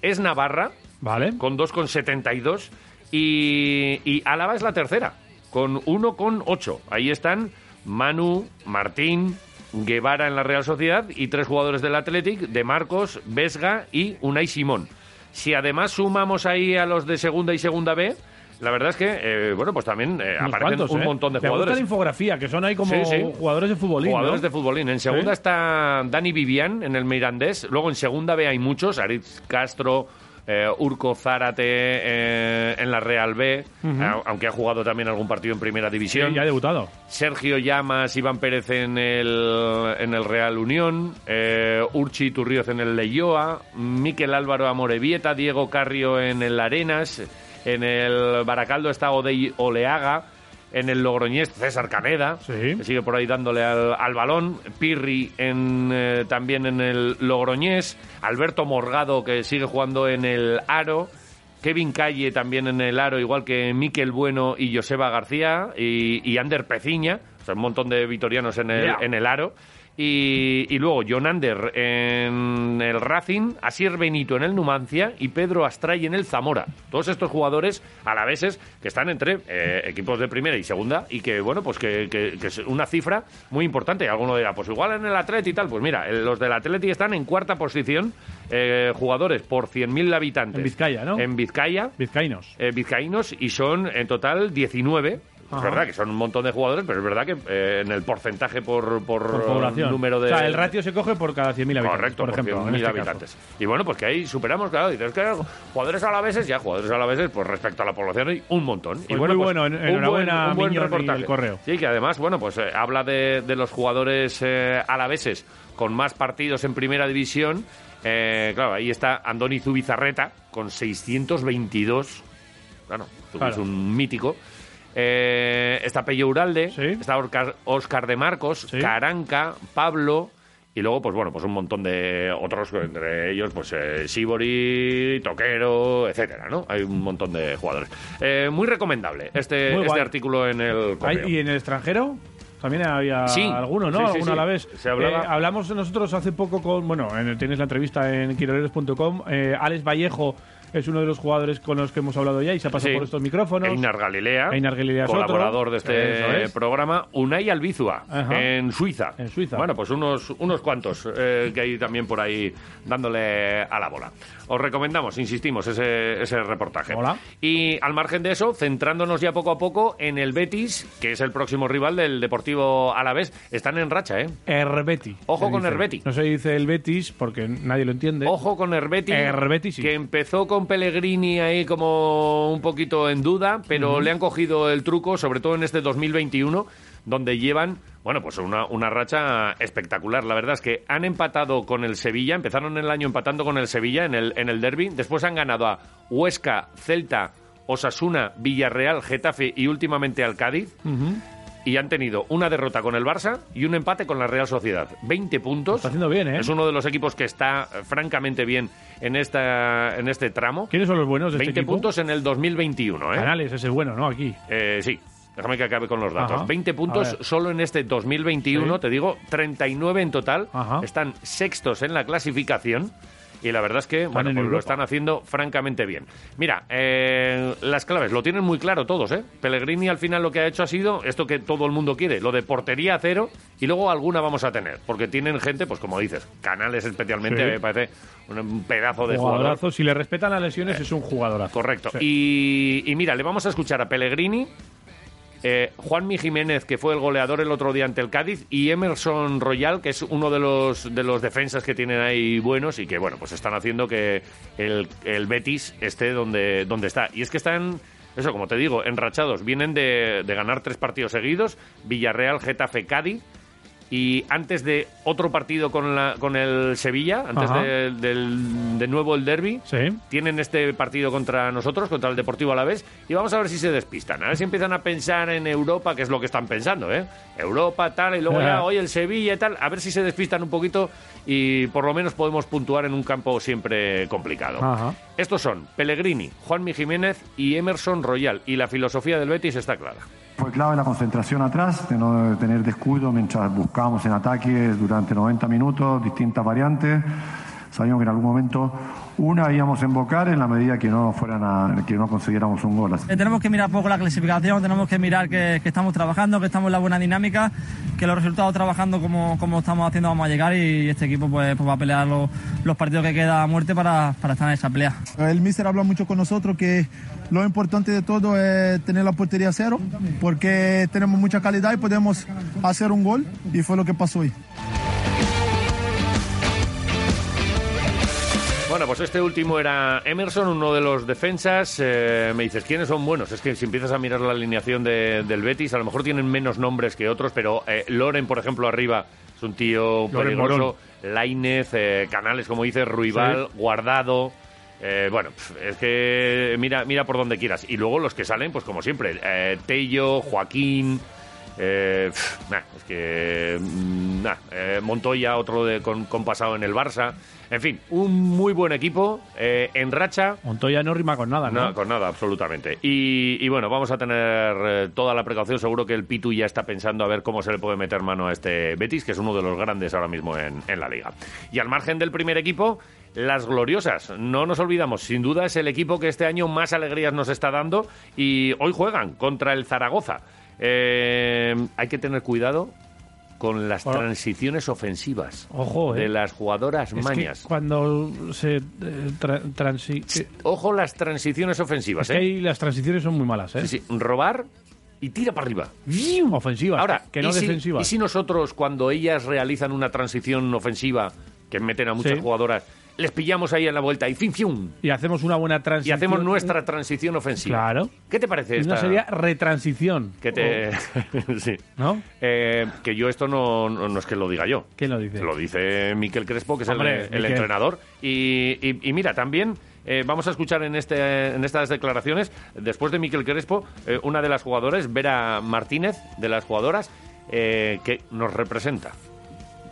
es Navarra, Vale. con 2,72 y, y Álava es la tercera, con 1,8. Ahí están Manu, Martín, Guevara en la Real Sociedad y tres jugadores del Athletic, De Marcos, Vesga y Unai Simón. Si además sumamos ahí a los de segunda y segunda B, la verdad es que, eh, bueno, pues también eh, Unos aparecen cuantos, un ¿eh? montón de Me gusta jugadores. la infografía, que son ahí como Sí, sí. jugadores de futbolín. Jugadores ¿no? de futbolín. En segunda Sí. está Dani Vivian en el Mirandés. Luego en segunda B hay muchos. Aritz Castro, eh, Urco Zárate eh, en la Real B, Ujú. a- aunque ha jugado también algún partido en primera Sí, división. ya ha debutado. Sergio Llamas, Iván Pérez en el, en el Real Unión, eh, Urchi Turrioz en el Leyoa, Miquel Álvaro Amorevieta, Diego Carrio en el Arenas, en el Baracaldo está Odey Oleaga, en el Logroñés César Caneda, Sí. que sigue por ahí dándole al, al balón, Pirri en, eh, también en el Logroñés, Alberto Morgado que sigue jugando en el Aro, Kevin Calle también en el aro, igual que Miquel Bueno y Joseba García y, y Ander Peciña, o sea, un montón de vitorianos en el, Yeah. en el aro. Y, Y, y luego Jonander en el Racing, Asier Benito en el Numancia y Pedro Astray en el Zamora. Todos estos jugadores alaveses que están entre eh, equipos de primera y segunda y que, bueno, pues que, que- que es una cifra muy importante. Alguno dirá, pues igual en el Atleti y tal. Pues mira, el- los del Atleti están en cuarta posición, eh, jugadores por 100.000 habitantes. En Vizcaya, ¿no? En Vizcaya. Vizcaínos. eh, vizcaínos y son en total 19. Ajá. Es verdad que son un montón de jugadores, pero es verdad que eh, en el porcentaje por, por, Por población. número de... O sea, el ratio se coge por cada 100.000 habitantes. Correcto, por ejemplo. en 100.000 este caso. habitantes. Y bueno, pues que ahí superamos, claro, dices que jugadores alaveses, ya jugadores alaveses, pues respecto a la población hay un montón. y Pues bueno, muy pues, bueno, en- un buen- enhorabuena, un buen Miñón, y reportaje. el correo. Sí, que además, bueno, pues eh, habla de, de los jugadores eh, alaveses con más partidos en primera división. Eh, claro, ahí está Andoni Zubizarreta con 622. Claro, tú que Claro. es un mítico. Eh, está Pello Uralde, está Orca- Oscar de Marcos, Caranca, Pablo. Y luego, pues bueno, pues un montón de otros, entre ellos, pues eh, Sibori, Toquero, etcétera, ¿no? Hay un montón de jugadores. Eh, muy recomendable este, Muy este guay. artículo en el Ay, correo. ¿Y en el extranjero? También había Sí. alguno, ¿no? Sí, sí, alguno sí. a la vez. Se hablaba- Eh, hablamos nosotros hace poco con. Bueno, en- tienes la entrevista en quiroleros.com. Eh, Alex Vallejo es uno de los jugadores con los que hemos hablado ya y se ha pasado Sí. por estos micrófonos. Einar Galilea, Einar Galilea es otro. colaborador de este Eso es. programa, Unai Albizua, Ajá. en Suiza. En Suiza. Bueno, pues unos, unos cuantos eh, que hay también por ahí dándole a la bola. Os recomendamos, insistimos, ese, ese reportaje. Y al margen de eso, centrándonos ya poco a poco en el Betis, que es el próximo rival del Deportivo Alavés, están en racha, ¿eh? Herbeti. Ojo se con dice. Herbeti. No se dice el Betis porque nadie lo entiende. Ojo con Herbeti, Herbeti, sí. que empezó con Pellegrini ahí como un poquito en duda, pero Ujú. le han cogido el truco, sobre todo en este 2021, donde llevan, bueno, pues una, una racha espectacular. La verdad es que han empatado con el Sevilla, empezaron el año empatando con el Sevilla en el, en el derby, después han ganado a Huesca, Celta, Osasuna, Villarreal, Getafe y últimamente al Cádiz y han tenido una derrota con el Barça y un empate con la Real Sociedad. 20 puntos. Está haciendo bien, ¿eh? Es uno de los equipos que está eh, francamente bien en, esta, en este tramo. ¿Quiénes son los buenos de este 20 equipo? puntos en el 2021, ¿eh? Canales, ese es bueno, ¿no? Aquí. Eh, sí. Déjame que acabe con los datos. Ajá. 20 A puntos ver. solo en este 2021, Sí. te digo, 39 en total. Ajá. Están sextos en la clasificación y la verdad es que bueno, pues en lo Europa. están haciendo francamente bien. Mira, eh, las claves lo tienen muy claro todos. ¿eh? Pellegrini al final lo que ha hecho ha sido esto que todo el mundo quiere, lo de portería a cero y luego alguna vamos a tener, porque tienen gente, pues como dices, Canales especialmente, Sí. me parece un pedazo de jugador. Jugadorazo. Si le respetan las lesiones, es un jugadorazo. Correcto. Sí. Y, y mira, le vamos a escuchar a Pellegrini, eh, Juanmi Jiménez, que fue el goleador el otro día ante el Cádiz, y Emerson Royal, que es uno de los, de los defensas que tienen ahí buenos y que, bueno, pues están haciendo que el, el Betis esté donde, donde está. Y es que están... Eso, como te digo, enrachados. Vienen de, de ganar tres partidos seguidos. Villarreal, Getafe, Cádiz. Y antes de otro partido con, la, con el Sevilla, antes Ajá. de, del- de nuevo el derby, Sí. tienen este partido contra nosotros, contra el Deportivo Alavés, y vamos a ver si se despistan, a ver si empiezan a pensar en Europa, que es lo que están pensando, ¿eh? Europa, tal, y luego ya hoy el Sevilla y tal, a ver si se despistan un poquito y por lo menos podemos puntuar en un campo siempre complicado. Ajá. Estos son Pellegrini, Juanmi Jiménez y Emerson Royal, y la filosofía del Betis está clara. Fue clave la concentración atrás, de no tener descuido mientras buscábamos en ataque durante 90 minutos distintas variantes. Sabíamos que en algún momento una íbamos a embocar en la medida que no, fueran a- que no consiguiéramos un gol. Así- Eh, Tenemos que mirar poco la clasificación, tenemos que mirar que, que estamos trabajando, que estamos en la buena dinámica, que los resultados trabajando como, como estamos haciendo vamos a llegar y este equipo pues, pues va a pelear los, los partidos que queda a muerte para, para estar en esa pelea. El míster habla mucho con nosotros que lo importante de todo es tener la portería cero, porque tenemos mucha calidad y podemos hacer un gol, y fue lo que pasó hoy. Bueno, pues este último era Emerson, uno de los defensas. Eh, me dices, ¿quiénes son buenos? Es que si empiezas a mirar la alineación de- del Betis, a lo mejor tienen menos nombres que otros, pero eh, Loren, por ejemplo, arriba es un tío Loren peligroso. Lainez, eh, Canales, como dices, Ruibal, Guardado. Eh, bueno, pf, es que mira, mira por donde quieras. Y luego los que salen, pues como siempre, eh, Tello, Joaquín, Eh, pf, nah, es que. mm, nah, eh, Montoya, otro de, con, con pasado en el Barça. En fin, un muy buen equipo, eh, en racha. Montoya no rima con nada, ¿no? No, con nada, absolutamente. Y, y bueno, vamos a tener eh, toda la precaución. Seguro que el Pitu ya está pensando a ver cómo se le puede meter mano a este Betis, que es uno de los grandes ahora mismo en, en la liga. Y al margen del primer equipo, las gloriosas. No nos olvidamos, sin duda es el equipo que este año más alegrías nos está dando y hoy juegan contra el Zaragoza. Eh, hay que tener cuidado con las Bueno. transiciones ofensivas Ojo, eh. de las jugadoras Es que mañas. cuando se eh, tra- transi- Ojo las transiciones ofensivas, Es que ¿eh? ahí las transiciones son muy malas, ¿eh? Sí, sí, robar y tira para arriba. Ofensivas, Ahora, que no ¿y si- defensivas. ¿y si nosotros, cuando ellas realizan una transición ofensiva, que meten a muchas Sí. jugadoras, les pillamos ahí en la vuelta y fin, fin, Y hacemos una buena y transición. hacemos nuestra transición ofensiva? Claro. ¿Qué te parece Una esta? sería retransición. Oh. Que te... sí. ¿No? Eh, que yo esto no, no- no es que lo diga yo. ¿Quién lo dice? Lo dice Miquel Crespo, que es el- Hombre, el, Miquel. entrenador. Y, y- y mira, también eh, vamos a escuchar en, este, en estas declaraciones, después de Miquel Crespo, eh, una de las jugadoras, Vera Martínez, de las jugadoras, eh, que nos representa.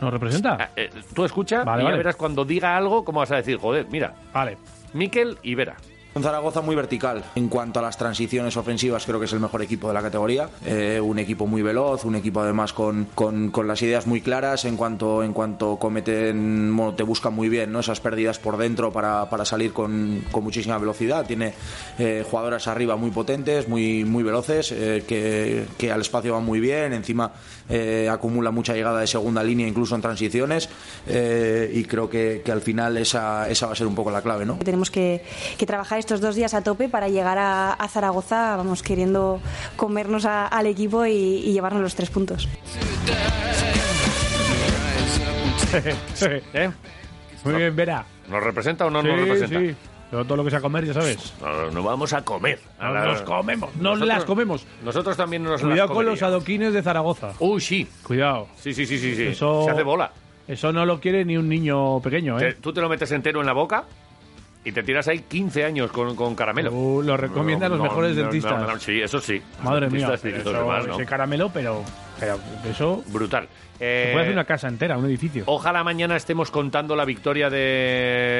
¿Nos representa? Ah, eh, tú escucha Vale, y ya vale. verás cuando diga algo, cómo vas a decir, joder, mira. Vale. Miquel y Vera. Un Zaragoza muy vertical. En cuanto a las transiciones ofensivas, creo que es el mejor equipo de la categoría. Eh, un equipo muy veloz, un equipo además con, con- con las ideas muy claras. En cuanto, en cuanto cometen, bueno, te buscan muy bien ¿no? esas pérdidas por dentro para, para salir con, con muchísima velocidad. Tiene eh, jugadoras arriba muy potentes, muy, muy veloces, eh, que, que al espacio van muy bien. Encima eh, acumula mucha llegada de segunda línea, incluso en transiciones. Eh, y creo que, que al final esa, esa va a ser un poco la clave, ¿no? Tenemos que, que trabajar estos dos días a tope para llegar a, a Zaragoza, vamos, queriendo comernos a- al equipo y, y llevarnos los tres puntos. ¿Eh? Muy bien, Vera. ¿Nos representa o no sí, nos representa? sí. Pero todo lo que sea comer, ya sabes. No, no vamos a comer. No nos comemos, no las comemos. Nosotros también nos Cuidado las con los comeríamos. adoquines de Zaragoza. Uy, sí. Cuidado. Sí, sí, sí, sí. sí. Eso- Se hace bola. Eso no lo quiere ni un niño pequeño, Te- ¿eh? tú te lo metes entero en la boca y te tiras ahí 15 años con, con caramelo. Uh, lo recomiendan los mejores dentistas. sí, eso sí. Madre Los mía. dentistas pero sí, los eso- demás, ¿no? Ese caramelo, pero, pero eso... Brutal. se Eh, puede hacer una casa entera, un edificio. Ojalá mañana estemos contando la victoria de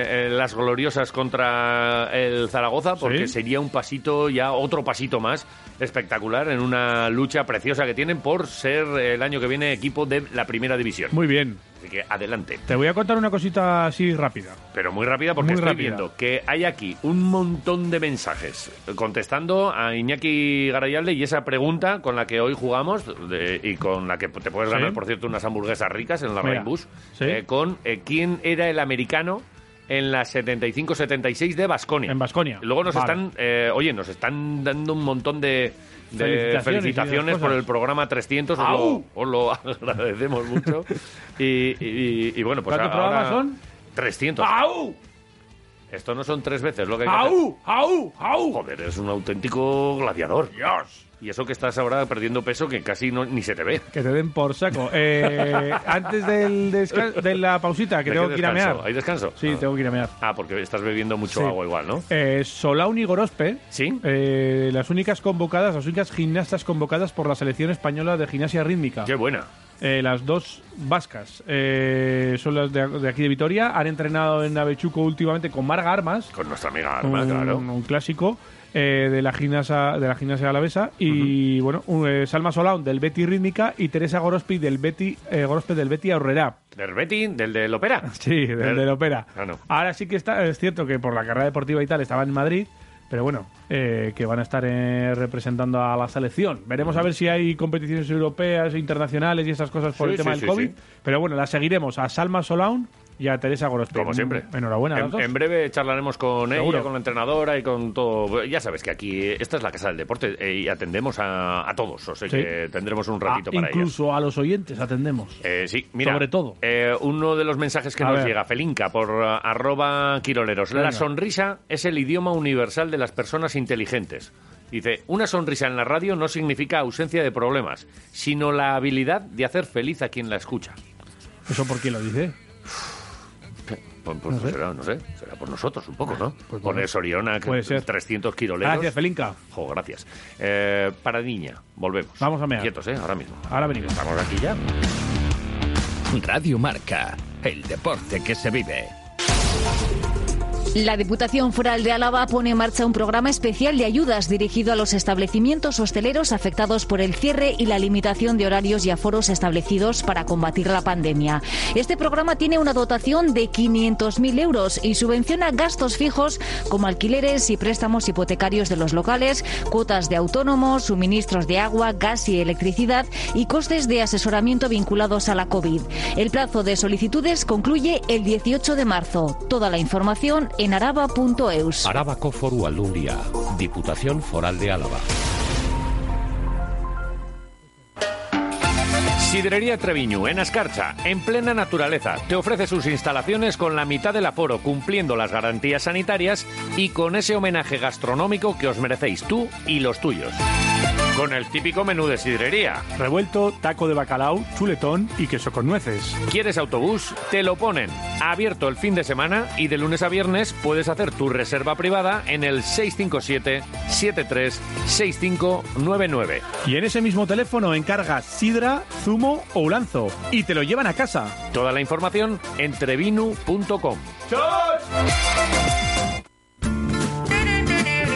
eh, las gloriosas contra el Zaragoza, porque Sí. sería un pasito ya, otro pasito más espectacular en una lucha preciosa que tienen por ser eh, el año que viene equipo de la primera división. Muy bien. Así que adelante. Te voy a contar una cosita así rápida. Pero muy rápida porque Muy estoy rápida. viendo que hay aquí un montón de mensajes contestando a Iñaki Garayalde y esa pregunta con la que hoy jugamos de- y con la que te puedes ganar, Sí. por cierto, unas hamburguesas ricas en la Mira, Rainbus, sí. eh, con eh, quién era el americano en la 75-76 de Basconia. En Basconia. Luego nos Vale. están, eh, oye, nos están dando un montón de, de Felicitaciones felicitaciones, y esas por cosas. el programa 300. Os ¡Au! lo, os lo agradecemos mucho. Y, y- y bueno, pues ¿Cuántos ahora- programas son? 300. ¡Au! Esto no son tres veces lo que hay que hacer. ¡Au! ¡Au! ¡Au! Joder, eres un auténtico gladiador. Dios. Y eso que estás ahora perdiendo peso que casi no, ni se te ve. Que te den por saco. Eh, antes del desca- de la pausita, que ¿De tengo qué que ir a descanso? mear. ¿Hay descanso? Sí, tengo que ir a mear. Ah, porque estás bebiendo mucho Sí. agua igual, ¿no? Eh, Solauni Gorospe, eh, las únicas convocadas, las únicas gimnastas convocadas por la selección española de gimnasia rítmica. Qué buena. Eh, las dos vascas eh, son las de, de aquí de Vitoria. Han entrenado en Avechuco últimamente con Marga Armas. Con nuestra amiga Arma, un, claro. un clásico eh, de la gimnasia de la gimnasia alavesa y bueno un, eh, Salma Solaun del Betty Rítmica y Teresa Gorospi del Betty eh, Gorospe del Betty Aurrera ¿Del Betty? ¿Del del Opera? sí del, Del- del Opera Ah, no. ahora sí que está es cierto que por la carrera deportiva y tal estaba en Madrid pero bueno eh, que van a estar eh, representando a la selección veremos a ver si hay competiciones europeas internacionales y esas cosas por Sí, el tema sí, del sí, covid sí. pero bueno las seguiremos a Salma Solaun y a Teresa Gorospe Como siempre. enhorabuena a las En, dos. en breve charlaremos con ella, Seguro. con la entrenadora y con todo. Ya sabes que aquí eh, esta es la casa del deporte eh, y atendemos a, a todos. O sea Sí. que tendremos un ratito Ah, para ellas. incluso a los oyentes atendemos Eh, sí, mira. Sobre todo. eh, uno de los mensajes que A nos ver. llega, Felinca, por ah, arroba quiroleros. La Venga. sonrisa es el idioma universal de las personas inteligentes. Dice, una sonrisa en la radio no significa ausencia de problemas, sino la habilidad de hacer feliz a quien la escucha. eso por qué lo dice Pues, pues No sé. será, no sé, será por nosotros un poco, ¿no? pues Poner bueno. Soriona, que- Puede ser. 300 kiloleros. Gracias, Felinka. Jo, gracias. Eh, para niña, volvemos. Vamos a mear. Quietos, ¿eh? Ahora mismo. Ahora venimos. Estamos aquí ya. Radio Marca, el deporte que se vive. La Diputación Foral de Álava pone en marcha un programa especial de ayudas dirigido a los establecimientos hosteleros afectados por el cierre y la limitación de horarios y aforos establecidos para combatir la pandemia. Este programa tiene una dotación de 500.000 euros y subvenciona gastos fijos como alquileres y préstamos hipotecarios de los locales, cuotas de autónomos, suministros de agua, gas y electricidad y costes de asesoramiento vinculados a la COVID. El plazo de solicitudes concluye el 18 de marzo. Toda la información en araba.eus. Arábaco Foru Alumbria, Diputación Foral de Álava. Sidrería Treviñu, en Ascarcha, en plena naturaleza, te ofrece sus instalaciones con la mitad del aforo, cumpliendo las garantías sanitarias y con ese homenaje gastronómico que os merecéis tú y los tuyos. Con el típico menú de sidrería. Revuelto, taco de bacalao, chuletón y queso con nueces. ¿Quieres autobús? Te lo ponen. Abierto el fin de semana y de lunes a viernes puedes hacer tu reserva privada en el 657-736599. Y en ese mismo teléfono encargas sidra, zumo o ulanzo y te lo llevan a casa. Toda la información en trevinu.com.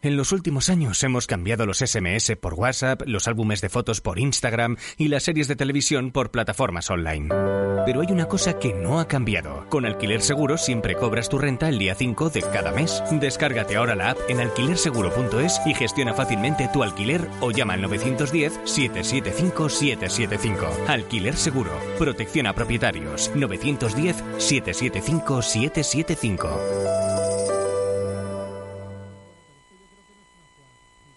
En los últimos años hemos cambiado los SMS por WhatsApp, los álbumes de fotos por Instagram y las series de televisión por plataformas online. Pero hay una cosa que no ha cambiado. Con Alquiler Seguro siempre cobras tu renta el día 5 de cada mes. Descárgate ahora la app en alquilerseguro.es y gestiona fácilmente tu alquiler o llama al 910-775-775. Alquiler Seguro. Protección a propietarios. 910-775-775.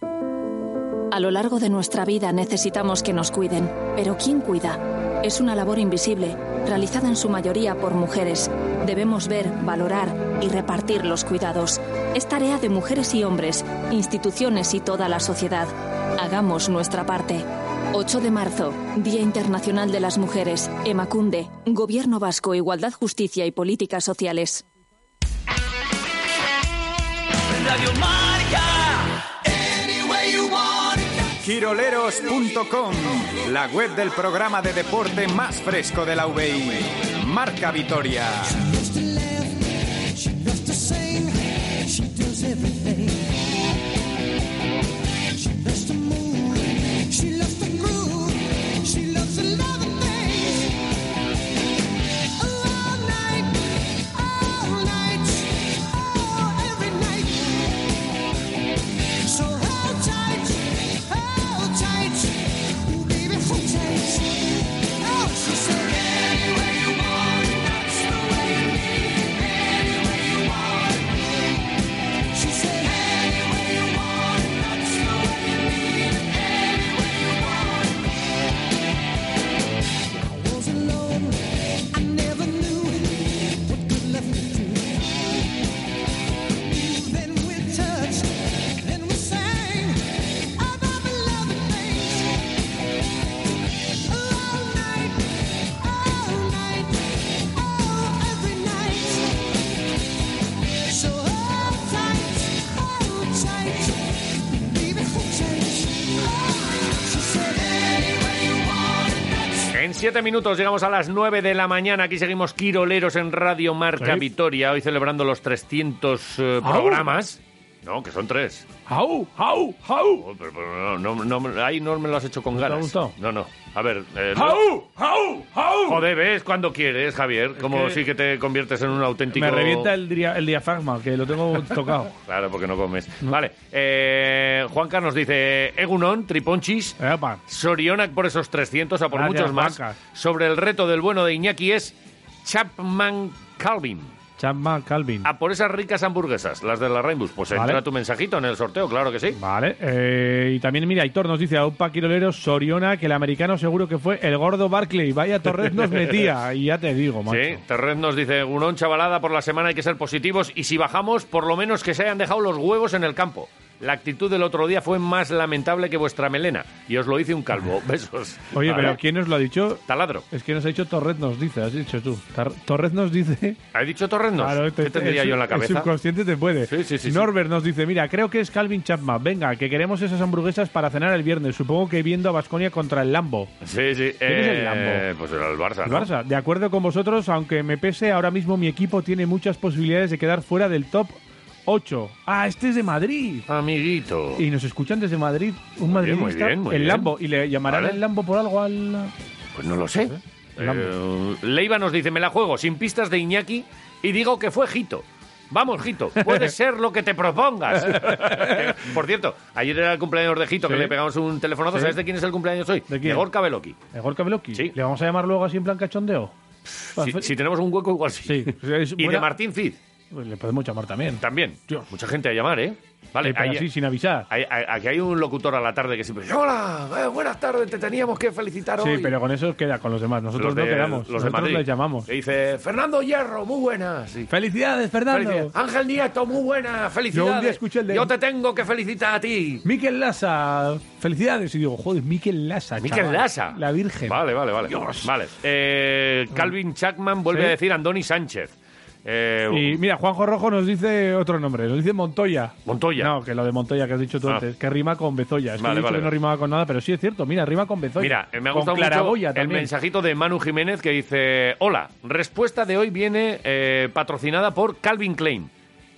A lo largo de nuestra vida necesitamos que nos cuiden, pero ¿quién cuida? Es una labor invisible, realizada en su mayoría por mujeres. Debemos ver, valorar y repartir los cuidados. Es tarea de mujeres y hombres, instituciones y toda la sociedad. Hagamos nuestra parte. 8 de marzo, Día Internacional de las Mujeres, Emacunde, Gobierno Vasco, Igualdad, Justicia y Políticas Sociales. Radio Marca. Any way you want it. Quiroleros.com, la web del programa de deporte más fresco de la UBI. Marca Vitoria. She left, she loves to sing, she does everything. She loves to move, she loves to groove, she loves a lot of things. All night, all night, oh, every night. So hold tight, hold tight, ooh, baby, hold tight. Oh, she said, any way you want it, that's the way you need it. Any way you want it. She said, any way you want it, that's the way you need it. Any way you want it. I was alone, I never knew what good love could do. Ooh, Then we touched, then we sang about the loving things. Oh, all night. En siete minutos llegamos a las nueve de la mañana. Aquí seguimos Quiroleros en Radio Marca Sí. Vitoria. Hoy celebrando los 300 eh, Au. programas. No, que son tres. ¡Au! ¡Au! ¡Au! pero, pero no, no, no, ahí no me lo has hecho con ganas. No, no. A ver. eh, no- ¡Jau! ¡Jau! ¡Jau! Joder, ves cuando quieres, Javier. Como que- sí que te conviertes en un auténtico. Me revienta el, dia- el diafragma, que lo tengo tocado. Claro, porque no comes. Vale. Eh, Juanca nos dice Egunon, Triponchis, Sorionac por esos 300, a por Gracias, muchos más. Juanca. Sobre el reto del bueno de Iñaki es Chapman Calvin. Chapman Calvin. Ah, por esas ricas hamburguesas, las de la Rainbow. Pues Vale. entra tu mensajito en el sorteo, claro que sí. Vale. Eh, y también, mira, Aitor nos dice a un paquirolero Soriona que el americano seguro que fue el gordo Barclay. Vaya Torres nos metía. Y ya te digo, macho. Sí, Terrez nos dice, Unón, chavalada, por la semana hay que ser positivos y si bajamos, por lo menos que se hayan dejado los huevos en el campo. La actitud del otro día fue más lamentable que vuestra melena y os lo hice un calvo. Besos. Oye, Vale. pero ¿quién nos lo ha dicho? Taladro. Es que nos ha dicho Torres nos dice, has dicho tú. Tar- Torres nos dice... ¿Ha dicho Torrenos? Claro, este ¿Qué tendría el yo en la sub- el cabeza? subconsciente te puede. Norbert nos dice, mira, creo que es Calvin Chapman. Venga, que queremos esas hamburguesas para cenar el viernes. Supongo que viendo a Basconia contra el Lambo. Sí, sí. ¿Quién es el eh, Lambo? Pues era el Barça. El ¿no? Barça, de acuerdo con vosotros, aunque me pese, ahora mismo mi equipo tiene muchas posibilidades de quedar fuera del top 8. Ah, este es de Madrid. Amiguito. Y nos escuchan desde Madrid, un bien, madridista, muy bien, muy el bien. Lambo. ¿Y le llamarán Vale. el Lambo por algo al...? Pues no lo sé. Eh, Leiva nos dice, me la juego sin pistas de Iñaki y digo que fue Jito. Vamos, Jito, puede ser lo que te propongas. Eh, Por cierto, ayer era el cumpleaños de Jito, que Sí. le pegamos un telefonazo. Sí. ¿Sabes de quién es el cumpleaños hoy? ¿De quién? Gorka Beloki. ¿Mejor que Beloki? ¿Le vamos a llamar luego así en plan cachondeo? Pues Si, si tenemos un hueco, igual sí. es y de buena- Martín Cid. Pues le podemos llamar también. También. Mucha gente a llamar, ¿eh? Vale, Eh, pero ahí- así, sin avisar. ahí- ahí- aquí hay un locutor a la tarde que siempre dice, "Hola, Hola, eh, buenas tardes, te teníamos que felicitar Sí, hoy. pero con eso queda con los demás. Nosotros Los de- no quedamos. los de Nosotros Madrid. les llamamos. Que Eh, dice, Fernando Hierro, muy buenas. ¡Felicidades, Fernando! Felicidades. Ángel Nieto, muy buenas, felicidades. Yo un día escuché el de- Yo te tengo que felicitar a ti. Miquel Lasa, felicidades. Y digo, joder, Miquel Lasa. Miquel chaval. Lasa. La Virgen. Vale, vale, vale. Vale. Eh, Calvin Chapman vuelve Sí. a decir Andoni Sánchez. Eh, Y mira, Juanjo Rojo nos dice otro nombre, nos dice Montoya. Montoya. No, que lo de Montoya que has dicho tú Ah. antes, que rima con Bezoya. Es que he Vale, dicho vale, que no vale. rimaba con nada, pero sí es cierto, mira, rima con Bezoya. Mira, eh, me ha Con gustado Claraboya mucho el también. mensajito de Manu Jiménez que dice, hola, respuesta de hoy viene eh, patrocinada por Calvin Klein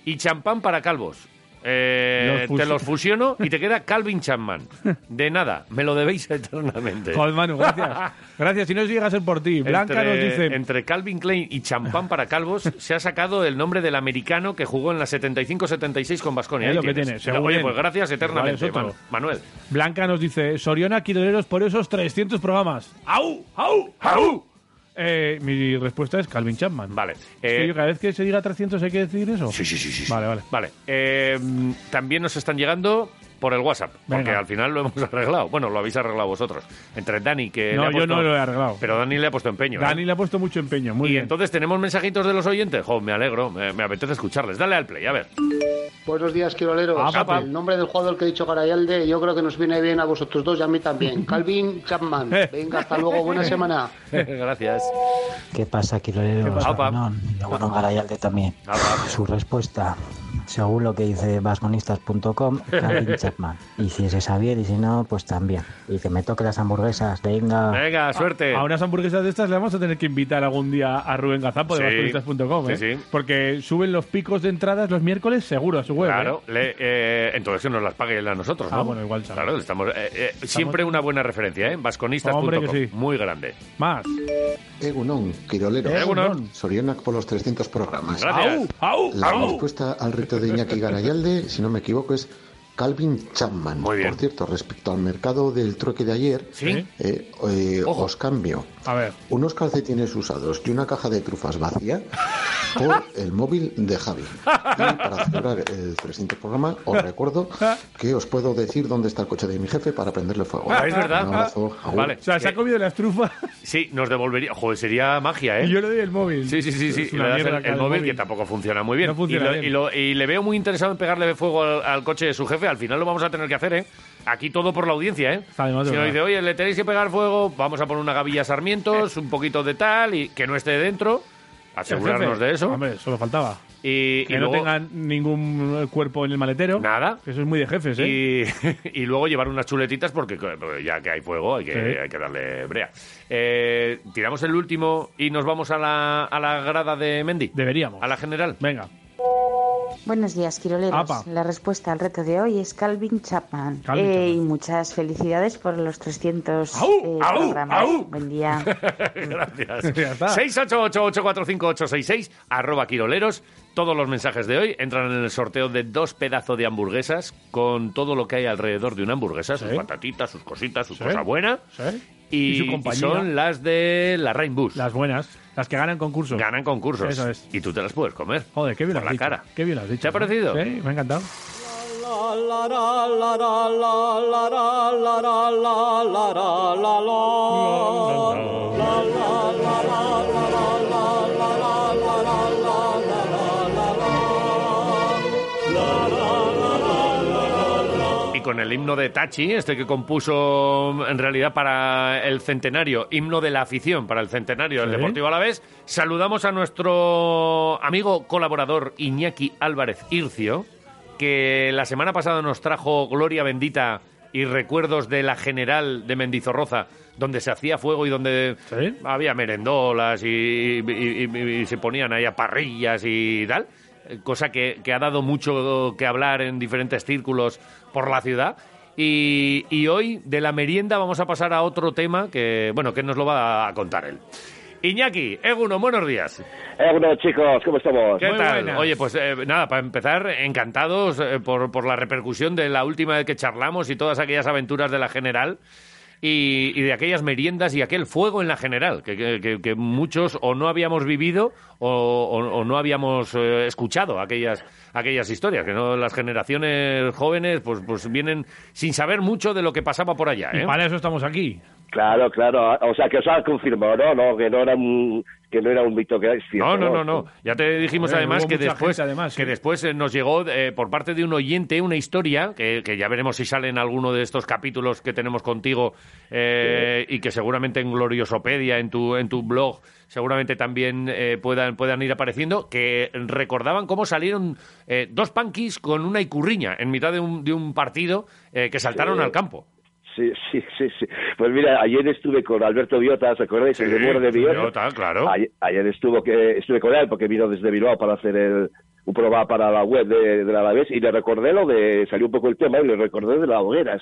y champán para calvos. Eh, Los fus- te los fusiono y te queda Calvin Chapman. De nada, me lo debéis eternamente. Joder, Manu, gracias. gracias, si no llega a ser por ti. Blanca entre, nos dice... entre Calvin Klein y champán para calvos se ha sacado el nombre del americano que jugó en la 75-76 con Vasconia. Es lo que tiene, según Oye, él. pues gracias eternamente, Igual es Man- otro. Manuel. Blanca nos dice, Soriona Quiroleros por esos 300 programas. ¡Au! ¡Au! ¡Au! Eh, mi respuesta es Calvin Chapman. Vale. Es que eh, yo cada vez que se diga 300 hay que decir eso. Sí, sí, sí. sí, sí. Vale, vale. Vale. eh, también nos están llegando por el WhatsApp, porque Venga. al final lo hemos arreglado. Bueno, lo habéis arreglado vosotros. Entre Dani, que. No, le ha yo puesto- no lo he arreglado. Pero Dani le ha puesto empeño. ¿eh? Dani le ha puesto mucho empeño, muy y bien. entonces tenemos mensajitos de los oyentes. Jo, me alegro, me, me apetece escucharles. Dale al play, a ver. Buenos días, Quiroleros. Ah, papá. el nombre del jugador que he dicho, Garayalde, yo creo que nos viene bien a vosotros dos y a mí también. Calvin Chapman. Venga, hasta luego. Buena semana. Gracias. ¿Qué pasa, Quiroleros? ¿Qué pasa? Apa. Unón y Unón Garayalde también. Su respuesta, según lo que dice vasconistas.com, Calvin Chapman. Y si ese Xavier y si no, pues también. Y que me toque las hamburguesas, venga. Venga, suerte. Ah, A unas hamburguesas de estas le vamos a tener que invitar algún día a Rubén Gazapo de Sí. vasconistas.com, ¿eh? Sí, sí. Porque suben los picos de entradas los miércoles seguro a su web. ¿eh? Claro, le- eh, entonces que nos las pague él a nosotros, ¿no? Ah, bueno, igual, chaval. Claro, estamos, eh, eh, siempre una buena referencia, ¿eh? Vasconistas.com. Hombre, que sí. Muy grande. Más. Egunon, Quiroleros. Egunon. Sorionac por los 300 programas. Gracias. ¡Au! La ¡Au! respuesta al reto de Iñaki Garayalde, si no me equivoco, es Calvin Chapman. Por cierto, respecto al mercado del trueque de ayer, Sí. eh, eh, os cambio A ver. unos calcetines usados y una caja de trufas vacía por el móvil de Javi. Y para celebrar el 300 programa, os recuerdo que os puedo decir dónde está el coche de mi jefe para prenderle fuego. Ah, es verdad. Un abrazo. Agur. Vale. O sea, se ha comido las trufas Sí, nos devolvería. Joder, sería magia, ¿eh? y yo le doy el móvil. Sí, sí, sí, sí. Es Y una le das mierda el, cada el móvil que tampoco funciona muy bien. No funciona y, lo- bien. y lo- y le veo muy interesado en pegarle fuego al, al coche de su jefe. Al final lo vamos a tener que hacer, ¿eh? Aquí todo por la audiencia, ¿eh? de madre, si nos ¿verdad? dice, oye, le tenéis que pegar fuego, vamos a poner una gavilla Eh. Sarmientos, un poquito de tal, y que no esté dentro, asegurarnos jefe. de eso. Hombre, solo faltaba. Y, y Que no luego- tengan ningún eh, cuerpo en el maletero. Nada. Eso es muy de jefes, ¿eh? Y, y luego llevar unas chuletitas porque co- pues, ya que hay fuego hay que, Sí. hay que darle brea. Eh, tiramos el último y nos vamos a la, a la grada de Mendy. Deberíamos. A la general. Venga. Buenos días, Quiroleros. Apa. La respuesta al reto de hoy es Calvin Chapman. Calvin Chapman. Eh, Y muchas felicidades por los 300 eh, au, programas. au. Buen día. Gracias. 688-845-866, arroba quiroleros. Todos los mensajes de hoy entran en el sorteo de dos pedazos de hamburguesas con todo lo que hay alrededor de una hamburguesa, sus patatitas, sus cositas, su cosa buena. y, Y su compañía. son las de la Rainbus. Las buenas, las que ganan concursos. Ganan concursos. Eso es. Y tú te las puedes comer. Joder, qué bien Por lo la has dicho. cara. Qué bien lo has dicho. ¿Te ha parecido? Sí, me ha encantado. Y con el himno de Tachi, este que compuso en realidad para el centenario, himno de la afición para el centenario del Sí. Deportivo Alavés, saludamos a nuestro amigo colaborador Iñaki Álvarez Ircio, que la semana pasada nos trajo Gloria Bendita y recuerdos de la General de Mendizorroza, donde se hacía fuego y donde había merendolas y, y- y- y se ponían ahí a parrillas y tal cosa que, que ha dado mucho que hablar en diferentes círculos por la ciudad. Y, y hoy de la merienda vamos a pasar a otro tema que, bueno, que nos lo va a contar él. Iñaki, Eguno, buenos días. Eguno, Eh, chicos, ¿cómo estamos? ¿Qué tal? Oye, pues eh, nada, para empezar, encantados eh, por, por la repercusión de la última vez que charlamos y todas aquellas aventuras de la general y, y de aquellas meriendas y aquel fuego en la general, que, que- que- que muchos o no habíamos vivido o, o- o no habíamos eh, escuchado aquellas, aquellas historias, que no las generaciones jóvenes pues, pues vienen sin saber mucho de lo que pasaba por allá. ¿eh? Y para eso estamos aquí. Claro, claro. O sea, que os ha confirmado, ¿no? no que, no era un, que no era un mito que es cierto, No, no, no, no. Ya te dijimos Joder, además hubo que mucha después, gente, además, que después eh, nos llegó eh, por parte de un oyente una historia que, que ya veremos si sale en alguno de estos capítulos que tenemos contigo eh, y que seguramente en Gloriosopedia, en tu en tu blog, seguramente también eh, puedan puedan ir apareciendo que recordaban cómo salieron eh, dos punkis con una icurriña en mitad de un, de un partido eh, que saltaron Sí. al campo. Sí, sí, sí, sí. Pues mira, ayer estuve con Alberto Biota, ¿os acordáis? el de Muro de Biota. Biota, claro. Ayer, ayer estuvo que, estuve con él porque vino desde Bilbao para hacer el, un programa para la web de, de la Alavés y le recordé lo de, salió un poco el tema y le recordé de las hogueras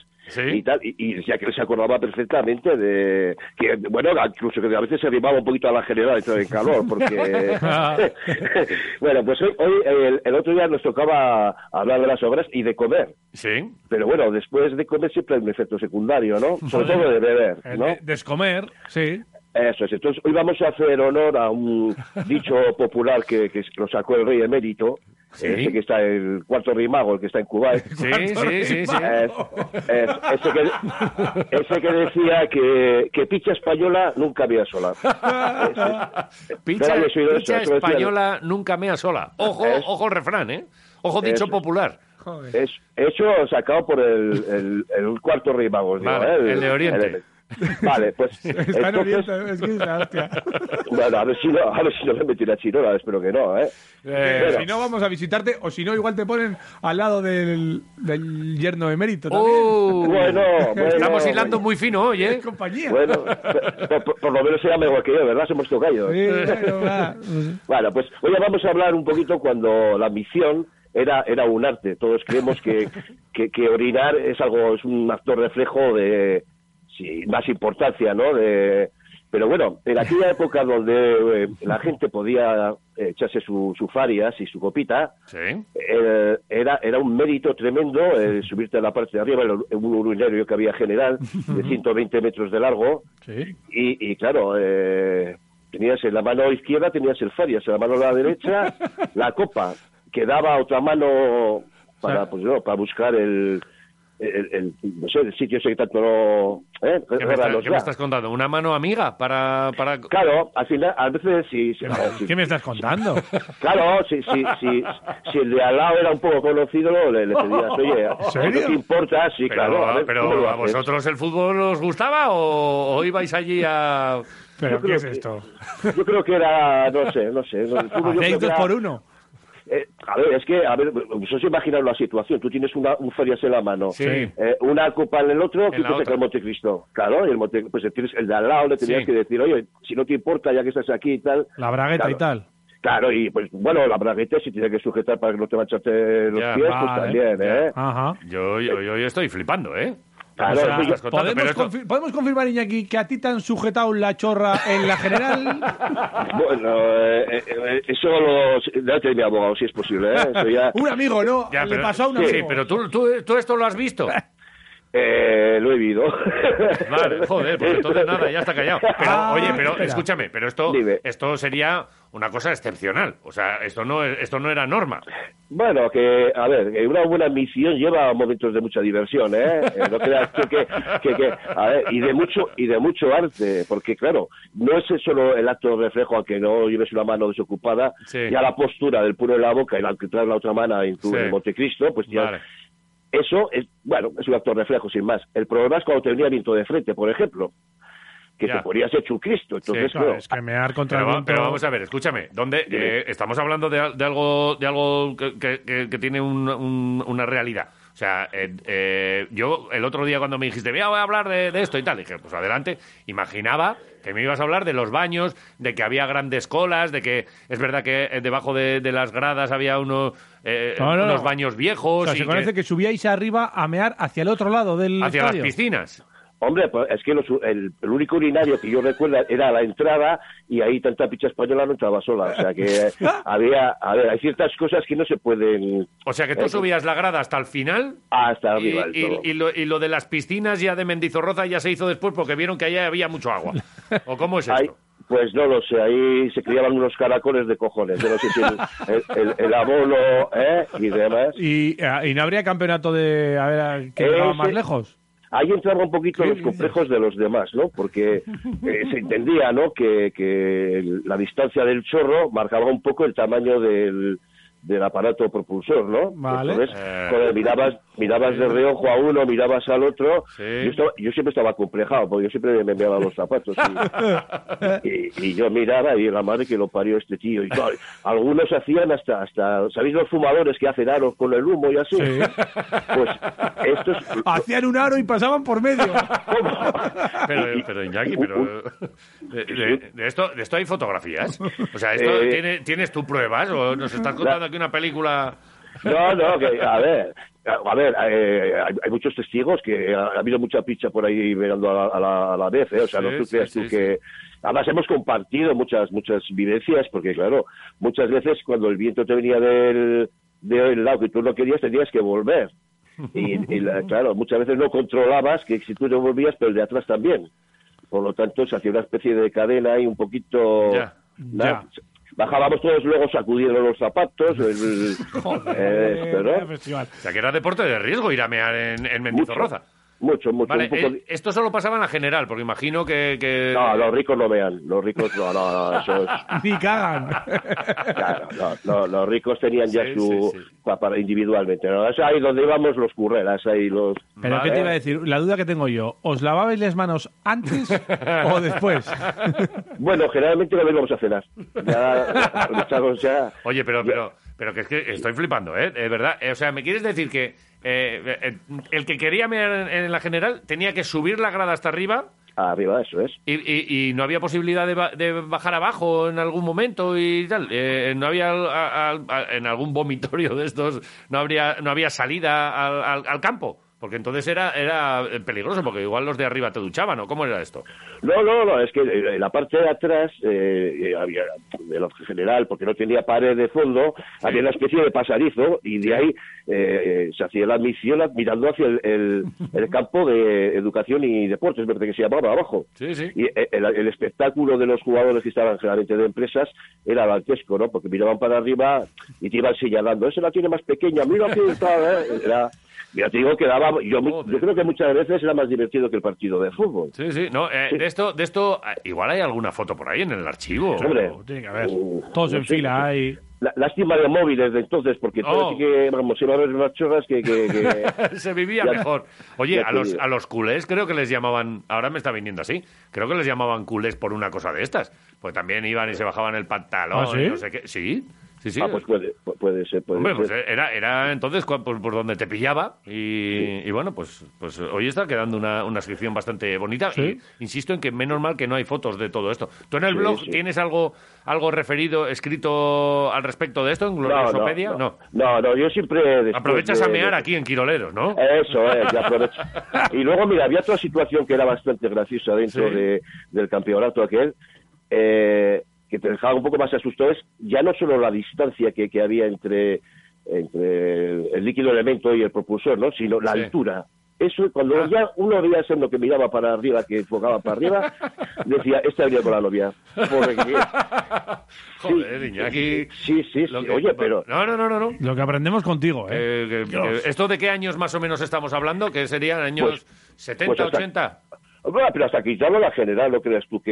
y tal, y, y decía que él se acordaba perfectamente de, que bueno, incluso que a veces se arrimaba un poquito a la general dentro del calor, porque bueno, pues hoy, hoy, el, el otro día nos tocaba hablar de las obras y de comer. Sí. Pero bueno, después de comer siempre hay un efecto secundario, ¿no? Sobre Joder. todo de beber, Eh, ¿no? de- Descomer, sí. Eso es. Entonces, hoy vamos a hacer honor a un dicho popular que, que lo sacó el rey emérito, Sí. ese que está el cuarto rey mago, el que está en Kuwait. Sí, sí, sí, sí. Es- es- ese, que, ese que decía que, que picha española nunca había sola. Picha, Pero habéis oído eso, picha eso lo decía- española nunca mea sola. Ojo, Es- ojo refrán, ¿eh? Ojo dicho Es- popular. Pues. Es hecho sacado por el, el, el cuarto rey mago. digo, Vale, ¿eh? el de Oriente. vale, pues Está en entonces, Oriente, es que es la hostia. bueno, a ver si no, a ver si no me metí la chinola, espero que no, ¿eh? Eh, Pero- si no, vamos a visitarte, o si no, igual te ponen al lado del, del yerno emérito también. Uh, Estamos hilando bueno. muy fino hoy, ¿eh? Oh. Compañía. Bueno, por- por, por lo menos era mejor que yo, ¿verdad? Somos tocayos. bueno, pues hoy vamos a hablar un poquito cuando la misión era, era un arte. Todos creemos que, que, que orinar es algo, es un actor reflejo de sí, más importancia, ¿no? De, pero bueno, en aquella época donde eh, la gente podía eh, echarse su, su farias y su copita, Sí. eh, era, era un mérito tremendo eh, subirte a la parte de arriba, era un urinario que había general de 120 metros de largo, Sí. y, y claro, eh, tenías en la mano izquierda tenías el Farias, en la mano la derecha la copa, que daba a otra mano para, pues, no, para buscar el, el, el- no sé, el sitio ese que tanto no... ¿eh? ¿Qué me, está- Ahora los qué me da. estás contando? ¿Una mano amiga para...? para... Claro, al final, a veces sí... sí, sí. ¿Qué me estás contando? Claro, si, si, si, si el de al lado era un poco conocido, le, le pedías, oye, ¿En ¿no serio? te importa? Sí, Pero, claro. a ver, pero ¿cómo lo ¿a haces? vosotros el fútbol os gustaba o, o ibais allí a...? ¿Pero Yo qué creo es que- esto? Yo creo que era, no sé, no sé. no, el fútbol yo creo Hacéis que dos era- por uno. Eh, a ver, es que, a ver, vosotros imaginaos la situación. Tú tienes una, un ferias en la mano, Sí. eh, una copa en el otro, En ¿qué la te otra. saca el Montecristo? Claro, y el Monte, pues tienes el de al lado, le tenías Sí. que decir, oye, si no te importa, ya que estás aquí y tal. La bragueta Claro. y tal. Claro, y pues bueno, la bragueta si tiene que sujetar para que no te manchate los Ya, pies, pues vale, también, ya. ¿eh? Ajá. Yo, yo, yo estoy flipando, ¿eh? Claro, O sea, sí, estás contando, ¿Podemos, pero esto- confi- podemos confirmar, Iñaki, que a ti te han sujetado la chorra en la general? Bueno, eh, eh, eh, eso lo... Date a mi abogado, si es posible, ¿eh? Eso ya... Un amigo, ¿no? Ya, Le pero- pasó a un sí, amigo. pero tú, tú, tú esto lo has visto. Eh, lo he vivido. Vale, joder, pues entonces nada, ya está callado. Pero, Ah, oye, pero espera. escúchame, pero esto, esto sería una cosa excepcional. O sea, esto no, es- esto no era norma. Bueno, que, a ver, que una buena misión lleva momentos de mucha diversión, ¿eh? Eh, No creas tú que, que, que- a ver, y de mucho, y de mucho arte, porque claro, no es solo el acto de reflejo, aunque no lleves una mano desocupada, Sí. ya pues, la postura del puño en la boca y la que traes la otra mano en tu Sí. en Montecristo, pues ya, Vale. eso es, bueno, es un acto de reflejo, sin más. El problema es cuando te venía viento de frente, por ejemplo, que Ya. te podrías hecho un Cristo, entonces, claro, claro, es que mear contra el Pero, va- viento- pero vamos a ver, escúchame, ¿dónde, Dime. eh, estamos hablando de, al- de algo, de algo que, que- que- que tiene un- un- una realidad. O sea, eh, eh, yo el otro día cuando me dijiste, mira, voy a hablar de, de esto y tal, dije, pues adelante, imaginaba que me ibas a hablar de los baños, de que había grandes colas, de que es verdad que eh, debajo de, de las gradas había uno, eh, No, no, unos no. baños O viejos sea, y se Pues que- conoce que... subíais arriba a mear hacia el otro lado del hacia las estadio. piscinas. Hombre, pues es que los- el, el único urinario que yo recuerdo era la entrada y ahí tanta picha española no entraba sola. O sea que eh, había, a ver, hay ciertas cosas que no se pueden. O sea, que tú eh, subías la grada hasta el final Hasta Y, arriba. del y- todo. y lo, y lo de las piscinas ya de Mendizorroza ya se hizo después porque vieron que allá había mucho agua. ¿O cómo es Ahí- esto? pues no lo sé, ahí se criaban unos caracoles de cojones. Yo no sé si el, el- el- el abono ¿eh? y demás. Y, eh, y no habría campeonato de a ver a- que Ese- llegaba más lejos. Ahí entraba un poquito los complejos de los demás, ¿no? Porque eh, se entendía, ¿no? Que, que el- la distancia del chorro marcaba un poco el tamaño del, del aparato propulsor, ¿no? Vale. Pues, Entonces, Eh. joder, mirabas, mirabas de reojo a uno, mirabas al otro. Sí. Yo, estaba- yo siempre estaba complejado, porque yo siempre me miraba los zapatos. Y, y- y yo miraba y la madre que lo parió este tío. Y claro, algunos hacían hasta, hasta, ¿sabéis los fumadores que hacen aros con el humo y así? Pues estos Hacían un aro y pasaban por medio. Pero, pero Iñaki, pero... De, de- de esto, de esto hay fotografías. O sea, esto Eh. tiene- ¿tienes tú pruebas? ¿O nos estás contando aquí una película...? No, no, que, a ver, a a ver, eh, hay, hay muchos testigos que ha, ha habido mucha picha por ahí mirando a la, a la- a la vez, ¿eh? o sea, Sí, no tú sí, creas sí, tú sí. que... Además hemos compartido muchas, muchas vivencias, porque claro, muchas veces cuando el viento te venía del, del lado que tú no querías, tenías que volver. Y, y la- claro, muchas veces no controlabas que si tú no volvías, pero el de atrás también. Por lo tanto, se hacía una especie de cadena y un poquito... Ya, Nada, Bajábamos todos luego sacudiendo los zapatos. el- eh, esto, ¿no? O sea, que era deporte de riesgo ir a mear en, en Mendizorroza. Mucho, mucho. Vale, un poco eh, esto solo pasaba en la general, porque imagino que... que- de- No, los ricos no vean. Los ricos no, no, no. eso es- Ni cagan. claro, no, no, los ricos tenían ya Sí, su. pa- para- individualmente. ¿no? Eso ahí donde íbamos los currelas, ahí los. ¿eh? Pero ¿qué te iba a decir? La duda que tengo yo, ¿os lavabais las manos antes o después? Bueno, generalmente lo íbamos a cenar. Ya, luchamos ya. Oye, pero, pero, pero que es que estoy flipando, ¿eh? De verdad. Eh, O sea, ¿me quieres decir que eh, eh, el que quería mear en, en la general tenía que subir la grada hasta arriba Arriba, eso es. y, y- y no había posibilidad de, ba- de bajar abajo en algún momento y tal? Eh, ¿No había al- a- al- a- en algún vomitorio de estos, no, habría, no había salida al, al- al campo? Porque entonces era, era peligroso, porque igual los de arriba te duchaban, ¿o cómo era esto? No, no, no, es que en la parte de atrás eh, eh, había, de lo general, porque no tenía pared de fondo, había una especie de pasadizo y de ahí eh, eh, se hacía la misión mirando hacia el, el- el campo de educación y deportes, ¿verdad? Que se llamaba abajo. Sí, sí. Y eh, el, el espectáculo de los jugadores que estaban generalmente de empresas era dantesco, ¿no? Porque miraban para arriba y te iban señalando, esa la tiene más pequeña, mira que está, ¿eh? Era- Mira, te digo que daba, yo, mu- yo creo que muchas veces era más divertido que el partido de fútbol. Sí, sí, no, eh, de esto, de esto, eh, igual hay alguna foto por ahí en el archivo. Hombre. Tiene que haber. Uh, Todos no en sé. fila ahí. La- lástima de móviles de entonces, porque Oh. todo sí que, vamos, iba a haber unas chorras que... que- que- se vivía Ya- mejor. Oye, ya a te los, digo. a los culés creo que les llamaban, ahora me está viniendo así, creo que les llamaban culés por una cosa de estas. Pues también iban y se bajaban el pantalón ¿Ah, sí? y no sé qué. Sí, sí, sí. Ah, pues puede, pu- puede ser, puede Hombre, pues ser. era, era entonces cua- pues, por, por donde te pillaba y, y bueno, pues, pues hoy está quedando una, una sección bastante bonita y insisto en que menos mal que no hay fotos de todo esto. ¿Tú en el Sí, blog sí. tienes algo, algo referido, escrito al respecto de esto en Gloriosopedia? no, no, no, no, yo siempre... después Aprovechas de- a mear de- aquí en Quiroleros, ¿no? Eso es, ya aprovecho. Y luego, mira, había otra situación que era bastante graciosa dentro Sí. de- del campeonato aquel, eh, que te dejaba un poco más asustado, es ya no solo la distancia que, que había entre, entre el, el líquido elemento y el propulsor, ¿no? sino la Sí. altura. Eso, cuando ya uno veía eso en lo que miraba para arriba, que enfocaba para arriba, decía, este ha venido con la novia. Porque- Joder, Iñaki. Sí, sí, sí. Oye, pero... No, no, no, no. no. Lo que aprendemos contigo, ¿eh? Eh, que- Dios. que- ¿Esto de qué años más o menos estamos hablando? ¿Que serían años Pues- 70, pues hasta- 80? Bueno, pero hasta aquí ya no la general, no creas tú que...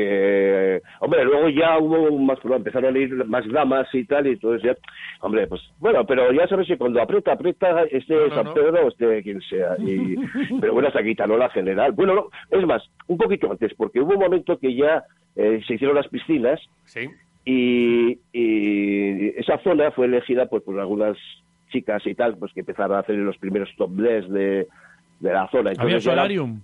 eh, Hombre, luego ya hubo más... bueno, empezaron a ir más damas y tal, y entonces ya... Hombre, pues... Bueno, pero ya sabes que cuando aprieta, aprieta, este No, no, San no. Pedro o este quien sea. Y... pero bueno, hasta aquí ya no la general. Bueno, no, es más, un poquito antes, porque hubo un momento que ya eh, se hicieron las piscinas Sí. y, y esa zona fue elegida pues, por algunas chicas y tal, pues que empezaron a hacer los primeros topless de, de la zona. Había ya era- solarium.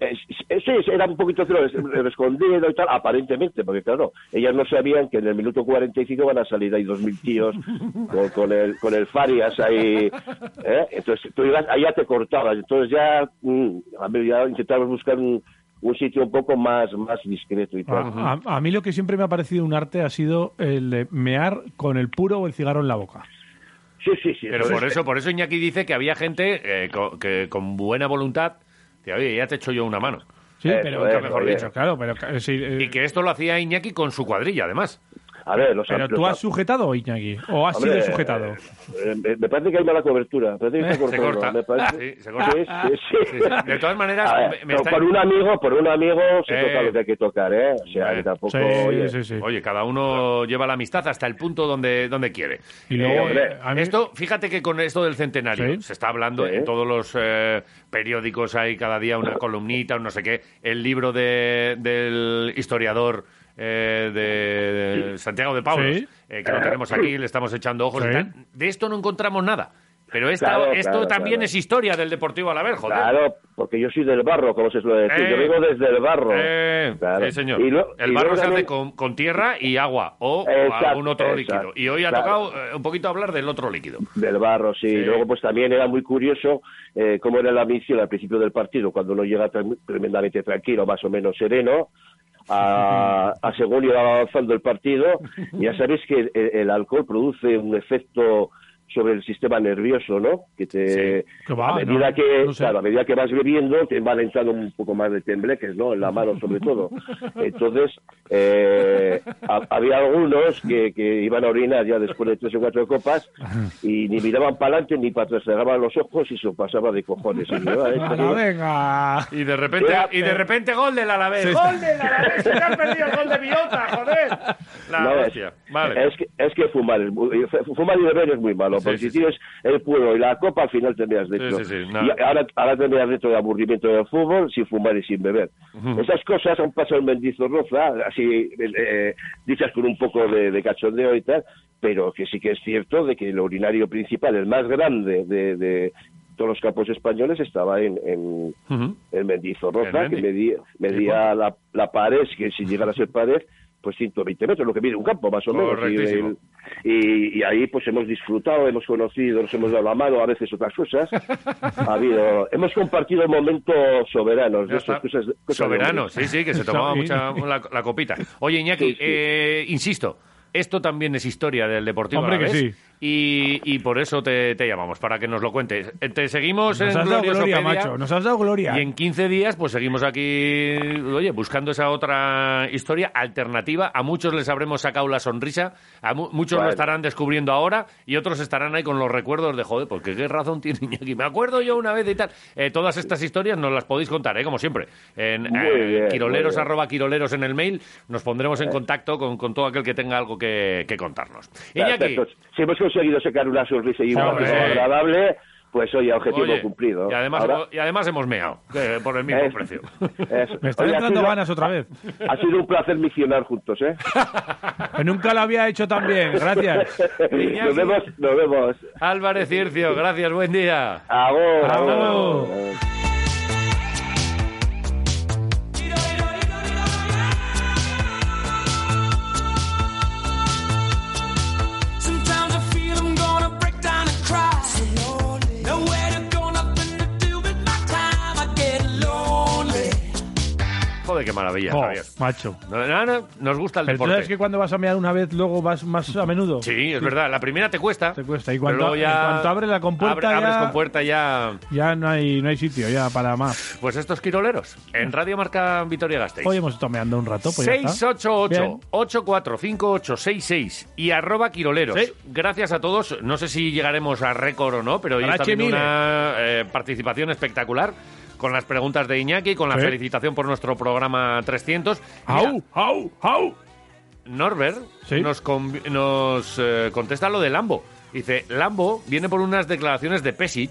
eh, Sí, sí, era un poquito creo, es- escondido y tal, aparentemente, porque claro, ellas no sabían que en el minuto 45 van a salir ahí dos mil tíos con, con el, con el Farias ahí. ¿eh? Entonces tú ibas, ahí ya te cortabas. Entonces ya, mm, a ver, ya intentabas buscar un, un sitio un poco más, más discreto Ah, y tal. A, a- a mí lo que siempre me ha parecido un arte ha sido el de mear con el puro o el cigarro en la boca. Sí, sí, sí. Pero por eso, por eso Iñaki dice que había gente eh, co- que con buena voluntad decía, oye, ya te echo yo una mano. Sí, Eh, pero nunca mejor dicho. claro, pero eh, Y que esto lo hacía Iñaki con su cuadrilla, además. A Eh, ver, los Pero tú has sujetado, Iñaki, o has Hombre, sido sujetado. eh, me- me parece que hay mala cobertura. me parece que Eh, está se cortando, corta. me parece- Sí, se corta. Sí, sí, sí. De todas maneras, A ver, me- me pero está- por un amigo, por un amigo se Eh. toca lo que hay que tocar, ¿eh? O sea, que tampoco. oye, Oye, cada uno lleva la amistad hasta el punto donde, donde quiere. Y luego, Eh, hombre, esto, fíjate que con esto del centenario se está hablando Sí. en todos los eh, periódicos, hay cada día una columnita, un no sé qué. El libro de- del historiador eh, de, de Santiago de Pablos, Sí. eh, que lo tenemos aquí, le estamos echando ojos. Sí. y tal. De esto no encontramos nada. Pero esta- Claro, esto claro, también claro. es historia del Deportivo Alaver, joder. Claro, porque yo soy del barro, como se suele decir. Eh. yo vengo desde el barro. Eh, Claro. Sí, señor. Y lo- el y barro luego se hace también- con, con tierra y agua o Exacto, algún otro exacto. líquido. Y hoy ha Claro. tocado eh, un poquito hablar del otro líquido. Del barro, sí. Y Luego, pues también era muy curioso eh, cómo era la misión al principio del partido, cuando uno llega trem- tremendamente tranquilo, más o menos sereno. A, a según iba avanzando el partido, ya sabéis que el, el alcohol produce un efecto sobre el sistema nervioso, ¿no? Que te, Que va, a Ah, medida no, que no sé. claro, a medida que vas bebiendo te van entrando un poco más de tembleques, ¿no? En la mano sobre todo. Entonces eh, ha- había algunos que, que iban a orinar ya después de tres o cuatro copas y ni miraban para adelante ni para atrás, cerraban los ojos y se pasaba de cojones. Y yo, "Ah, esto no". venga! Y de repente, Era- y de repente gol del Alavés. Sí. ¡Gol del Alavés! ¡Se te has perdido el gol de Biota, joder! La No, es, hostia. Vale. es que, es que fumar, es muy- fumar y beber es muy malo, Sí, porque sí, si tienes el puro y la copa, al final tendrías dentro. sí, sí, nada. Y ahora, ahora tendrías dentro de aburrimiento del fútbol, sin fumar y sin beber. Ujú. Esas cosas han pasado en Mendizorroza, así eh, dichas con un poco de, de cachondeo y tal, pero que sí que es cierto de que el urinario principal, el más grande de, de todos los campos españoles, estaba en, en, en Mendizorroza, En Mendi. que medía, medía la, la pared, que si llegara a ser pared, pues 120 metros, lo que mide un campo más o menos. Y, Correctísimo. y- y ahí pues hemos disfrutado, hemos conocido, nos hemos dado la mano, a veces otras cosas. Ha habido, hemos compartido momentos soberanos. Ya de esas está. cosas- cosas de Soberano, hombres. sí, sí, que se tomaba mucha la, la copita. Oye, Iñaki, Sí, sí. eh, insisto, esto también es historia del Deportivo Hombre que Alavés sí. y, y por eso te, te llamamos, para que nos lo cuentes. Eh, Te Nos seguimos en has dado Gloriosopedia. gloria, macho. Nos has dado gloria. Y en 15 días, pues seguimos aquí, oye, buscando esa otra historia alternativa. A muchos les habremos sacado la sonrisa, a mu- muchos lo Vale. estarán descubriendo ahora y otros estarán ahí con los recuerdos de, joder, porque qué razón tiene Iñaki. Me acuerdo yo una vez y tal. Eh, todas estas historias nos las podéis contar, ¿eh? como siempre. En Muy eh, bien, Eh. muy quiroleros, bien. arroba quiroleros en el mail, nos pondremos en contacto con, con todo aquel que tenga algo que, que contarnos. Iñaki, Perfecto. pues, Si hemos conseguido sacar una sonrisa y un Hombre. momento agradable, pues oye, objetivo Oye, cumplido. y además, Ahora- hemos, y además hemos meado, eh, por el mismo Eh, precio. eso. Me están Oye, ha entrando sido- ganas otra vez. Ha sido un placer misionar juntos, ¿eh? Nunca lo había hecho tan bien. Gracias. nos vemos, nos vemos. Álvarez Circio, gracias, buen día. Agur, Hasta agur. luego. Sometimes I feel I'm gonna break down and cry. Nowhere to go, nothing to do but my time. I get lonely. Joder, qué maravilla, Oh, Javier. macho. No, no, no, nos gusta el Pero tú deporte. sabes que cuando vas a mear una vez, luego vas más a menudo. Sí, es verdad. La primera te cuesta. Te cuesta. Y cuando- en cuanto abres la compuerta ya- Abres compuerta ya... Ya no hay, no hay sitio ya para más. Pues estos quiroleros. En Radio Marca Vitoria Gasteiz. Hoy hemos estado meando un rato, pues ya está. 688 Bien. 845866 y arroba quiroleros. Sí. Gracias a todos. No sé si llegaremos a récord o no, pero hoy Para está habiendo Chemile. una eh, participación espectacular con las preguntas de Iñaki, con la Sí. felicitación por nuestro programa 300. ¡Au! ¡Au! ¡Au! Norbert nos, conv- nos, eh, contesta lo de Lambo. Dice, Lambo viene por unas declaraciones de Pesic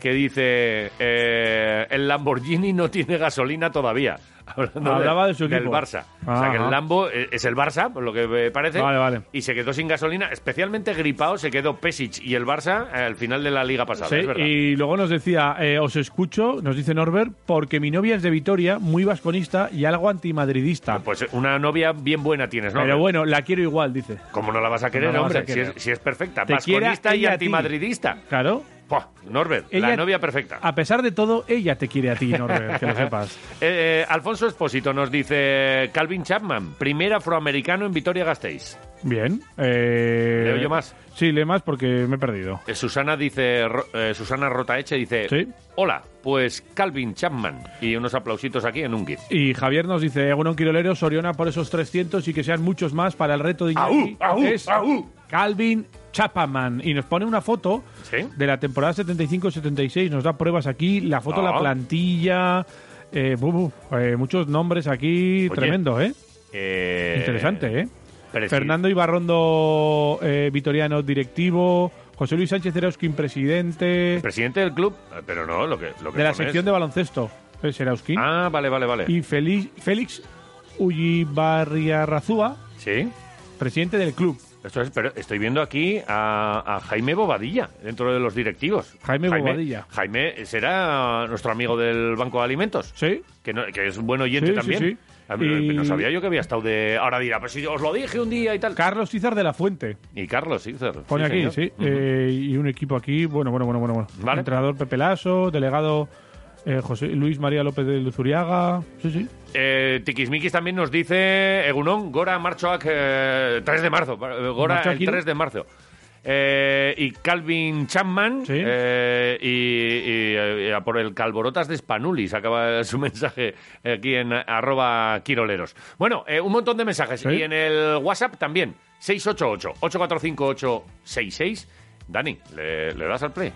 que dice, eh, el Lamborghini no tiene gasolina todavía. Hablando Hablaba de su del equipo. Barça. O sea, que el Ajá. Lambo eh, es el Barça, por lo que eh, parece. Vale, vale. Y se quedó sin gasolina, especialmente gripado se quedó Pesic y el Barça eh, al final de la liga pasada. Sí, es verdad. y luego nos decía, eh, os escucho, nos dice Norbert, porque mi novia es de Vitoria, muy vasconista y algo antimadridista. Pues una novia bien buena tienes, ¿no? Pero bueno, la quiero igual, dice. ¿Cómo no la vas a querer, No la vas hombre? a querer. Si, es, si es perfecta. Te quiera Vasconista y ella a ti. antimadridista. Claro. Buah, Norbert, la Ella- novia perfecta. A pesar de todo, ella te quiere a ti, Norbert, que lo sepas. Eh, eh, Alfonso Espósito nos dice Calvin Chapman, primer afroamericano en Vitoria Gasteiz. Bien. eh, ¿Leo yo más? Sí, lee más porque me he perdido. Eh, Susana dice Ro- eh, Susana Rotaeche dice Sí. Hola, pues Calvin Chapman. Y unos aplausitos aquí en un GIF. Y Javier nos dice, Egunon Quiroleros, Oriona por esos 300 y que sean muchos más para el reto de Iñaki. Aú, aú, es Calvin Chapman. Y nos pone una foto de la temporada 75-76. Nos da pruebas aquí, la foto de Ah. la plantilla, eh, bu, bu, eh, muchos nombres aquí, Oye. tremendo, ¿eh? Eh, Interesante, ¿eh? Pérez- Fernando Ibarrondo, eh, Vitoriano, directivo. José Luis Sánchez Erauskin, presidente Presidente del club, eh, pero no, lo que, lo que de la pone sección es- de baloncesto. Es Erauskin. Ah, vale, vale, vale. Y Félix, Félix Ullibarriarrazúa, Sí. presidente del club. Esto es, pero estoy viendo aquí a, a Jaime Bobadilla dentro de los directivos. Jaime Bobadilla. Jaime será nuestro amigo del Banco de Alimentos. Sí. Que, no- que es un buen oyente Sí, sí, también. sí. A mí- Y- No sabía yo que había estado de. Ahora dirá, pues si os lo dije un día y tal. Carlos Izar de la Fuente. Y Carlos Izer. Pone aquí, señor. sí. Ujú. eh, y un equipo aquí. Bueno, bueno, bueno, bueno. bueno. Vale. Entrenador Pepe Lasso, delegado eh, José Luis María López de Luzuriaga. Sí, sí. Eh, Tiquismiquis también nos dice Egunon, Gora Marchoak, eh, 3 de marzo. eh, Gora el Martxoakin. 3 de marzo. Eh, y Calvin Chapman eh, y, y, eh, a por el Calborotas de Spanulis acaba su mensaje aquí en arroba quiroleros. Bueno, eh, un montón de mensajes. Y en el WhatsApp también, 688-845866. Dani, ¿le, le das al play?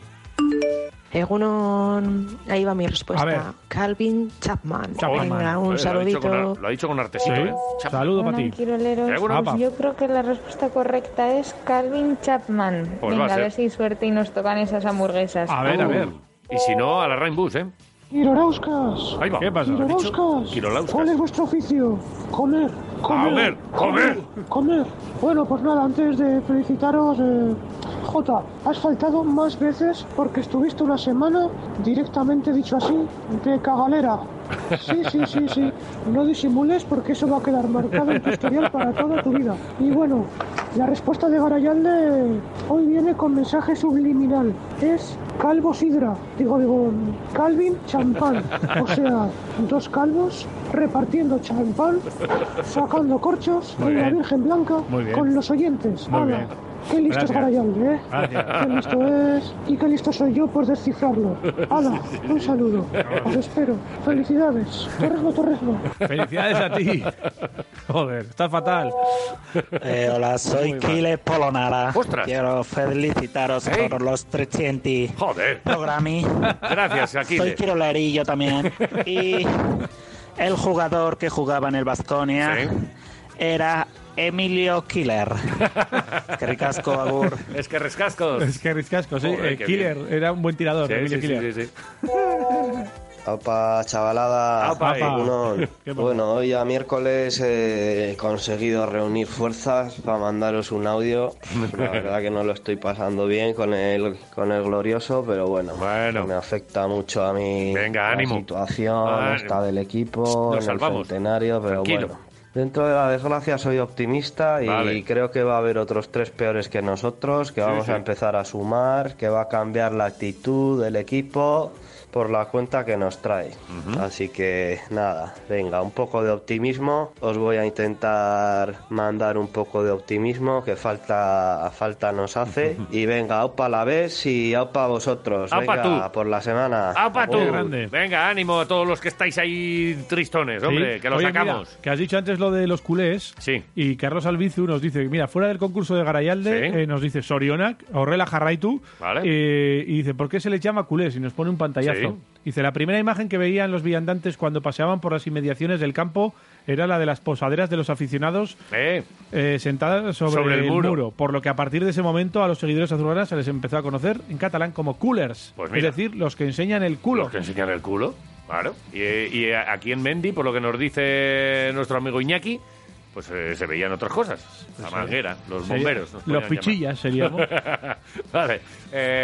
Egunon, ahí va mi respuesta. A ver. Calvin Chapman. Chapman. Venga, un Joder, lo ha dicho con saludito. ar- Lo ha dicho con artesito, Sí. ¿eh? Chapman. Quiroleros. Egunon. Apa. Yo creo que la respuesta correcta es Calvin Chapman. Pues va a Venga, a ser. ver si hay suerte y nos tocan esas hamburguesas. A ver, a ver. Uh. Uh. Y si no, a la Rainbus, ¿eh? Quirolauskas. Ahí va. ¿Qué pasa? Quirolauskas. Quirolauskas. ¿Cuál es vuestro oficio? Comer. Comer. comer. Comer. Bueno, pues nada, antes de felicitaros, eh, Jota, has faltado más veces porque estuviste una semana, directamente dicho así, de cagalera. Sí, sí, sí, sí. No disimules porque eso va a quedar marcado en tu historial para toda tu vida. Y bueno, la respuesta de Garayalde hoy viene con mensaje subliminal. Es calvo sidra. Digo, digo, Calvin champán. O sea, dos calvos repartiendo champán, sacando corchos Muy en la bien. Virgen Blanca Muy bien. con los oyentes. Muy ¡Hala! bien. Qué listo es Gracias. Garayalde, ¿eh? Gracias. Qué listo es y qué listo soy yo por descifrarlo. ¡Hala! Sí, sí, Un sí. saludo. Os espero. Felicidades. Torresmo, Torresmo. Felicidades a ti. Joder, está fatal. Eh, hola, soy Muy mal. Kile Polonara. Ostras. Quiero felicitaros Ey. por los 300. Joder. Programi. Gracias, Akile. Soy Quirolerillo también. Y el jugador que jugaba en el Vasconia era Emilio Killer. Qué ricasco, Agur. Es que rescascos. Es que riscasco, sí. Joder, Eh, qué killer, era un buen tirador. Sí, Emilio sí, sí, Killer. sí, Opa, chavalada. Apa, Apa. eh. Unón. ¿Qué pasa? Bueno, hoy a miércoles eh, he conseguido reunir fuerzas para mandaros un audio. La verdad que no lo estoy pasando bien con el, con el glorioso, pero bueno, me afecta mucho a mí la ánimo. situación, Ánimo. está del equipo, Nos en el salvamos. centenario, pero Tranquilo. bueno. Dentro de la desgracia soy optimista y Vale. creo que va a haber otros tres peores que nosotros, que Sí, vamos sí. a empezar a sumar, que va a cambiar la actitud del equipo, por la cuenta que nos trae. Así que nada, venga, un poco de optimismo. Os voy a intentar mandar un poco de optimismo que falta, falta nos hace. Y venga, aupa la vez y aupa vosotros. Aupa venga, tú. por la semana. ¡Apa tú! Agur. Venga, ánimo a todos los que estáis ahí tristones, hombre, Sí. que lo Oye, sacamos. mira, que has dicho antes lo de los culés. Y Carlos Albizu nos dice, mira, fuera del concurso de Garayalde, eh, nos dice Sorionak, Orrela Jarraitu. eh, y dice, ¿por qué se les llama culés? Y nos pone un pantallazo. Sí. Dice, la primera imagen que veían los viandantes cuando paseaban por las inmediaciones del campo era la de las posaderas de los aficionados eh, sentadas sobre, Sobre el el muro. muro. Por lo que a partir de ese momento a los seguidores azulgranas se les empezó a conocer en catalán como coolers. Pues es mira. decir, los que enseñan el culo. Los que enseñan el culo, claro. Y, eh, y aquí en Mendy, por lo que nos dice nuestro amigo Iñaki, pues eh, se veían otras cosas. La Sí. manguera, los Sería- bomberos. nos los podían pichillas seríamos. vale.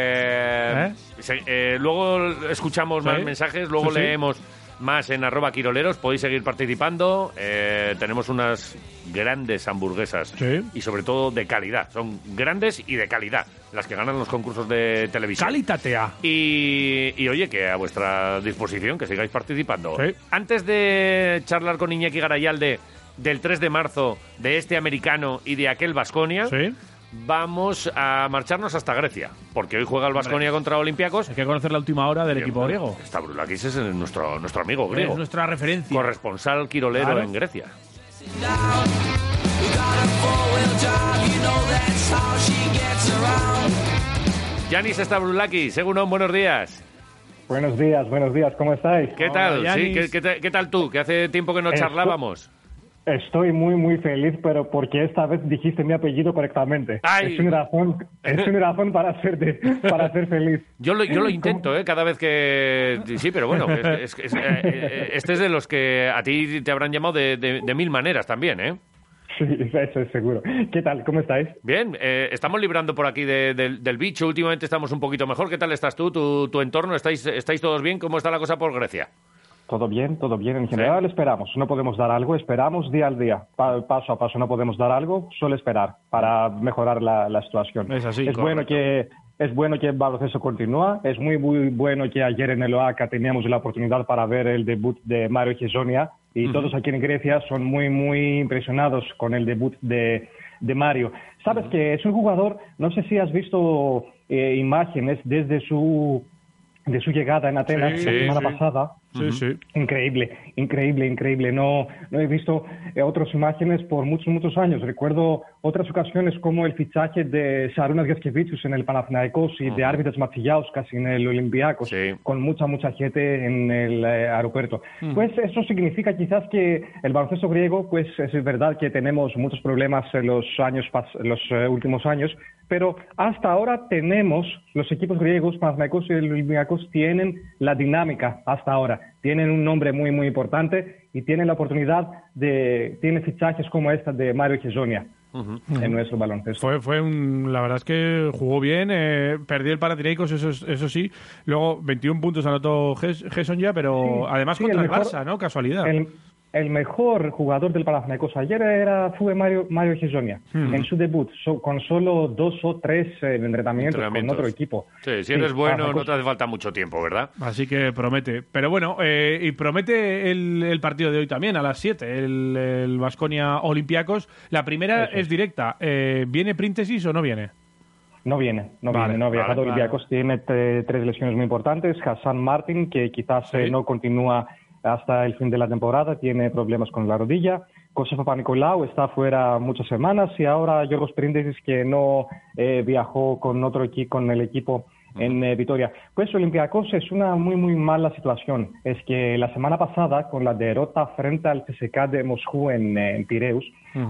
Eh, se- eh, luego escuchamos Sí. más mensajes, luego Sí, sí. leemos más en arroba quiroleros. Podéis seguir participando. Eh, tenemos unas grandes hamburguesas Sí. y sobre todo de calidad. Son grandes y de calidad las que ganan los concursos de televisión. Calitatea. Y, y, oye, que a vuestra disposición, que sigáis participando. Sí. Antes de charlar con Iñaki Garayalde del 3 de marzo, de este americano y de aquel Vasconia, vamos a marcharnos hasta Grecia, porque hoy juega el Vasconia contra Olympiacos. Hay que conocer la última hora del equipo griego. Está Brulakis es el- nuestro, nuestro amigo griego. Es nuestra referencia. Corresponsal quirolero Claro. en Grecia. Yanis Stavrulakis, Según buenos días. Buenos días, buenos días, ¿cómo estáis? ¿Qué tal? Sí, ¿qué, qué tal- qué tal tú? Que hace tiempo Eh, que no Esto- charlábamos. Estoy muy, muy feliz, pero porque esta vez dijiste mi apellido correctamente. Ay. Es una razón, es una razón para ser, de- para ser feliz. Yo lo, yo lo intento, ¿eh? Cada vez que... Sí, pero bueno, es- es- es- eh, eh, este es de los que a ti te habrán llamado de, de- de mil maneras también, ¿eh? Sí, eso es seguro. ¿Qué tal? ¿Cómo estáis? Bien, eh, estamos librando por aquí de- del- del bicho. Últimamente estamos un poquito mejor. ¿Qué tal estás tú? ¿Tu, tu entorno? ¿Estáis, ¿Estáis todos bien? ¿Cómo está la cosa por Grecia? Todo bien, todo bien. En general esperamos, no podemos dar algo, esperamos día al día, pa- paso a paso, no podemos dar algo, solo esperar para mejorar la, la situación. Es así, correcto. bueno que es bueno que el baloncesto continúa, es muy muy bueno que ayer en el OACA teníamos la oportunidad para ver el debut de Mario Gessonia y Ujú. todos aquí en Grecia son muy muy impresionados con el debut de, de Mario. Sabes que es un jugador, no sé si has visto eh, imágenes desde su de su llegada en Atenas Sí, la sí, semana sí. pasada. Sí, sí. Increíble, increíble, increíble. No, no he visto eh, otras imágenes por muchos, muchos años. Recuerdo otras ocasiones como el fichaje de Sarunas Geskevicius en el Panathinaikos y de Árbitas Matsillauskas en el Olympiacos, con mucha, mucha gente en el eh, aeropuerto. Pues eso significa quizás que el baloncesto griego, pues es verdad que tenemos muchos problemas en los, años pas- los eh, últimos años, pero hasta ahora tenemos, los equipos griegos, Panathinaikos y Olympiacos, tienen la dinámica hasta ahora. Tienen un nombre muy, muy importante y tienen la oportunidad de, tienen fichajes como esta de Mario Gesonia en nuestro baloncesto. Fue, fue un, la verdad es que jugó bien, eh, perdió el Panathinaikos, eso, es- eso sí. Luego 21 puntos anotó Ges- Gerson ya, pero Sí, además sí, contra el el, mejor- Barça, ¿no? Casualidad. El, el mejor jugador del Panathinaikos ayer era, fue Mario, Mario Gesonia Hmm. en su debut, so- con solo dos o tres eh, entrenamientos, Entrenamientos. con otro equipo. Sí, si Sí, ah, pues eres bueno no Panathinaikos. te hace falta mucho tiempo, ¿verdad? Así que promete. Pero bueno, eh, y promete el, el partido de hoy también, a las 7, el, el Vasconia Olympiacos. La primera es directa. Eh, ¿Viene Príntesis o no viene? No viene, no Vale, viene, no ha vale, viajado. vale. Olympiacos tiene tre- tres lesiones muy importantes. Hassan Martin, que quizás eh, no continúa hasta el fin de la temporada, tiene problemas con la rodilla. Kosovo Panicolau está fuera muchas semanas y ahora Yorgos Príndesis, que no eh, viajó con otro equi- con el equipo en eh, Vitoria. Pues Olympiacos es una muy, muy mala situación. Es que la semana pasada, con la derrota frente al CSK de Moscú en, eh, en Pireus,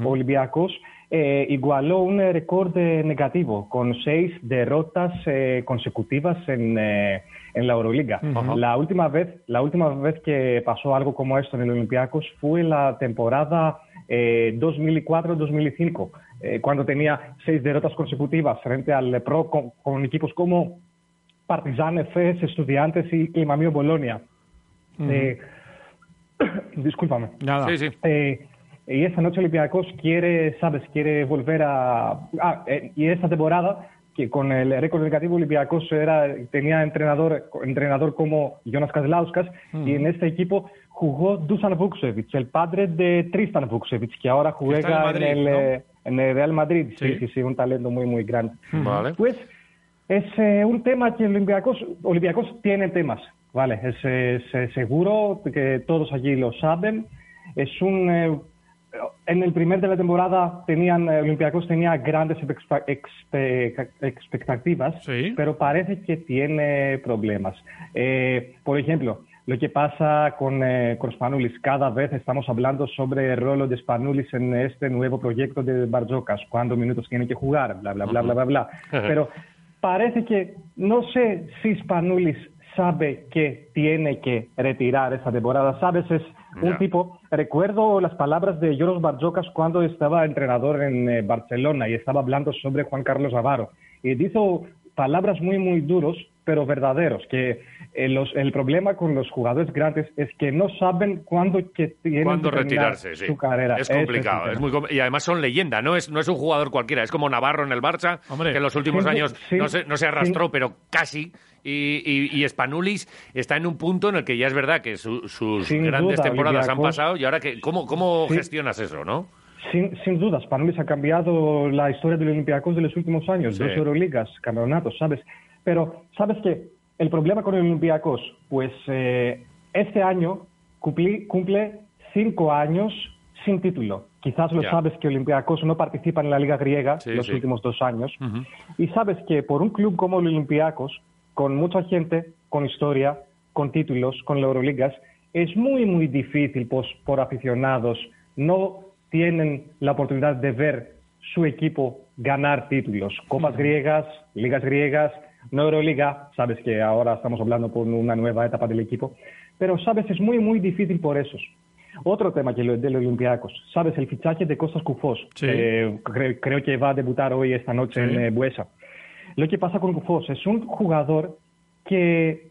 Olympiacos eh, igualó un eh, récord eh, negativo con seis derrotas eh, consecutivas en, eh, en la Euroliga. Ujú. La última vez, la última vez que pasó algo como esto en el Olympiacos fue la temporada eh, 2004-2005, eh, cuando tenía seis derrotas consecutivas frente al Pro con, con equipos como Partizan, Efes, Estudiantes y Climamio Bolonia. Eh, discúlpame. Nada. Sí, sí. ε, y esta noche Olympiacos quiere, sabes, quiere volver a... ah, eh, y esta temporada que con el récord negativo Olympiacos era, tenía entrenador, entrenador como Jonas Kazlauskas Mm. y en este equipo jugó Dusan Vukcevic, el padre de Tristan Vukcevic, que ahora está en juega en, Madrid, el, ¿no? eh, en el Real Madrid. Sí, Sí. sí, sí, un talento muy, muy grande. Vale. Pues es eh, un tema que Olympiacos, Olympiacos tiene temas, ¿vale? Es, eh, se- seguro que todos allí lo saben. Es un... eh, en el primer de la temporada tenían eh, Olympiacos tenía grandes expecta- expe- expectativas, pero parece que tiene problemas. Eh, por ejemplo, lo que pasa con, eh, con Spanulis, cada vez estamos hablando sobre el rol de Spanulis en este nuevo proyecto de Barjocas, cuántos minutos tiene que jugar, bla, bla, bla, bla, bla, bla. Pero parece que no sé si Spanulis sabe que tiene que retirar esa temporada. Sabes, es un Ya. tipo. Recuerdo las palabras de Joros Barjocas cuando estaba entrenador en eh, Barcelona y estaba hablando sobre Juan Carlos Avaro. Y dijo palabras muy, muy duros, pero verdaderos. Que eh, los- el problema con los jugadores grandes es que no saben cuándo que tienen ¿Cuándo que terminar retirarse? Sí. su carrera. Es Ese el complicado. tema. es muy com- y además son leyenda, no es, no es un jugador cualquiera. Es como Navarro en el Barça, que en los últimos Sí, años sí, no, se, no se arrastró, pero casi. Y, y, y Spanulis está en un punto en el que ya es verdad que su- sus Sin grandes duda, temporadas han Olympiacos. pasado y ahora que, ¿cómo, cómo Sí. gestionas eso, no? Sin, sin duda, Spanulis ha cambiado la historia del Olympiacos de los últimos años, Sí. dos Euroligas, campeonatos, ¿sabes? Pero, ¿sabes qué? El problema con el Olympiacos, pues eh, este año cumplí- cumple cinco años sin título. Quizás lo Ya. sabes que Olympiacos no participa en la Liga Griega los sí. últimos dos años. Y sabes que por un club como el Olympiacos, con mucha gente, con historia, con títulos, con la Euroligas, es muy, muy difícil pues, por aficionados. No tienen la oportunidad de ver su equipo ganar títulos. Copas griegas, ligas griegas, no Euroliga. Sabes que ahora estamos hablando por una nueva etapa del equipo. Pero sabes, es muy, muy difícil por esos. Otro tema que lo, del Olympiacos. Sabes, el fichaje de Costas Cufós. Sí. Eh, cre- creo que va a debutar hoy, esta noche, Sí. en eh, Buesa. Lo que pasa con Cufós es un jugador que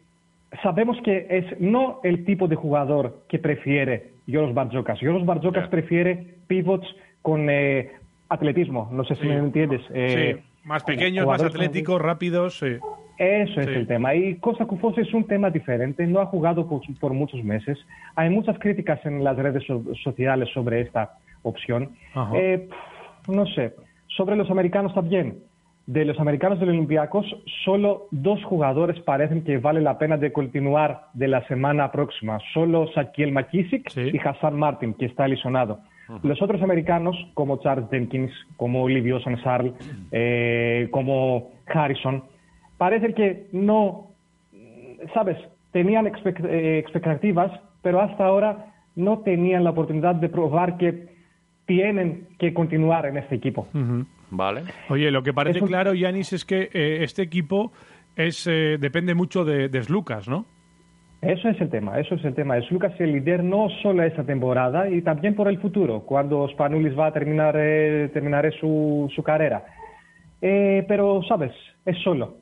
sabemos que es no el tipo de jugador que prefiere Yoros Barjocas. Yoros Barjocas prefiere pivots con eh, atletismo. No sé si me entiendes. Eh, sí, más pequeños, más jugadores como- atléticos, rápidos, sí. eso es Sí. el tema. Y Costa Cufós es un tema diferente, no ha jugado por, por muchos meses. Hay muchas críticas en las redes so- sociales sobre esta opción. Ajá. Eh, pf, no sé, sobre los americanos también. De los americanos del Olympiacos, solo dos jugadores parecen que vale la pena de continuar de la semana próxima. Solo Saquiel McKissick y Hassan Martin, que está lesionado. Los otros americanos, como Charles Jenkins, como Livio Sansarl, eh, como Harrison, parece que no, sabes, tenían expect- eh, expectativas, pero hasta ahora no tenían la oportunidad de probar que tienen que continuar en este equipo. Vale. Oye, lo que parece Es un- claro, Yanis, es que eh, este equipo es eh, depende mucho de, de Lucas, ¿no? Eso es el tema, eso es el tema. Es Lucas el líder no solo esta temporada y también por el futuro, cuando Spanulis va a terminar, eh, terminar su, su carrera. Eh, pero, ¿sabes? Es solo.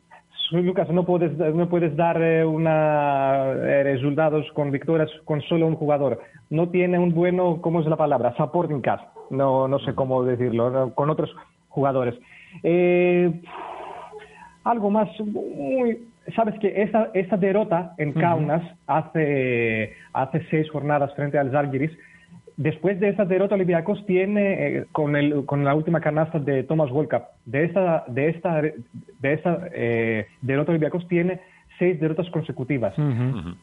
Lucas, no puedes, no puedes dar eh, una, eh, resultados con victorias con solo un jugador. No tiene un bueno, ¿cómo es la palabra? Supporting cast. No, no sé cómo decirlo, ¿no? con otros jugadores. Eh, algo más muy... Sabes que esta, esta derrota en Kaunas hace, hace seis jornadas frente al Zalgiris, después de esta derrota Olympiacos tiene, eh, con, el, con la última canasta de Thomas Wolcap, de esta, de esta, de esta eh, derrota Olympiacos tiene seis derrotas consecutivas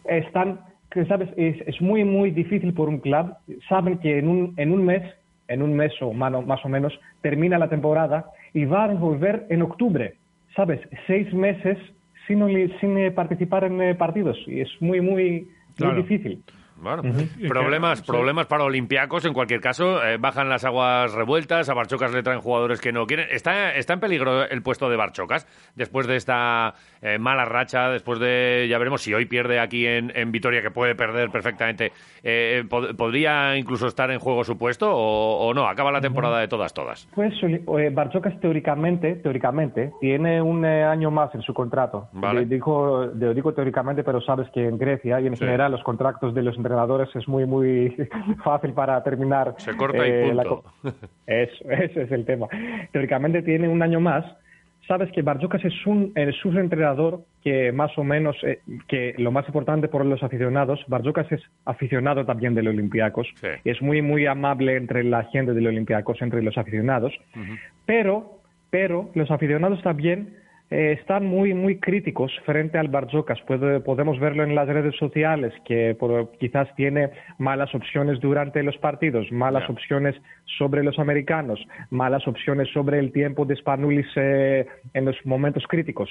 están, que sabes, es, es muy, muy difícil por un club. Saben que en un, en un mes, en un mes o mano- más o menos, termina la temporada y van a volver en octubre. ¿Sabes? Seis meses sin, oli- sin eh, participar en eh, partidos. Y es muy, muy, Claro. muy difícil. Bueno, Ujú. problemas, Sí. problemas para Olympiacos en cualquier caso. eh, bajan las aguas revueltas, a Barchocas le traen jugadores que no quieren. Está, está en peligro el puesto de Barchocas después de esta eh, mala racha, después de, ya veremos si hoy pierde aquí en, en Vitoria, que puede perder perfectamente. eh, pod- ¿Podría incluso estar en juego su puesto o, o no? Acaba la temporada de todas, todas. Pues eh, Barchocas teóricamente, teóricamente, tiene un eh, año más en su contrato. Vale. Di- Dijo, de- digo teóricamente, pero sabes que en Grecia y en Sí. general los contratos de los entrenadores es muy, muy fácil para terminar. Se corta eh, y la punto. co- Eso, ese es el tema. Teóricamente tiene un año más. sabes que Barjucas es un, es un entrenador que más o menos, eh, que lo más importante por los aficionados, Barjucas es aficionado también de los Olympiacos, es muy, muy amable entre la gente de los Olympiacos, entre los aficionados, pero, pero los aficionados también eh, están muy, muy críticos frente al Barjocas. Puede- podemos verlo en las redes sociales, que por- quizás tiene malas opciones durante los partidos, malas Ya. opciones sobre los americanos, malas opciones sobre el tiempo de Spanulis eh, en los momentos críticos.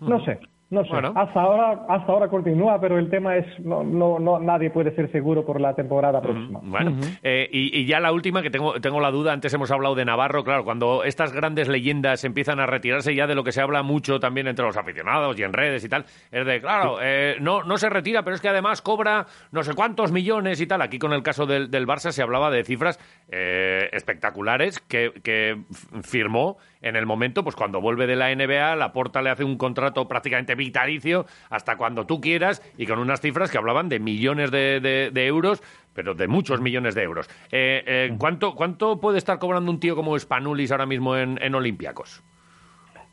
No sé. No sé, Bueno. hasta ahora hasta ahora continúa, pero el tema es no, no, no nadie puede ser seguro por la temporada próxima. Bueno, eh, y, y ya la última, que tengo, tengo la duda, antes hemos hablado de Navarro, claro, cuando estas grandes leyendas empiezan a retirarse ya de lo que se habla mucho también entre los aficionados y en redes y tal, es de, claro, eh, no, no se retira, pero es que además cobra no sé cuántos millones y tal. Aquí con el caso del, del Barça se hablaba de cifras eh, espectaculares que, que f- firmó en el momento, pues cuando vuelve de la NBA, la Porta le hace un contrato prácticamente vitalicio hasta cuando tú quieras y con unas cifras que hablaban de millones de, de- de euros, pero de muchos millones de euros. Eh, eh, ¿cuánto, ¿Cuánto puede estar cobrando un tío como Spanulis ahora mismo en, en Olympiacos?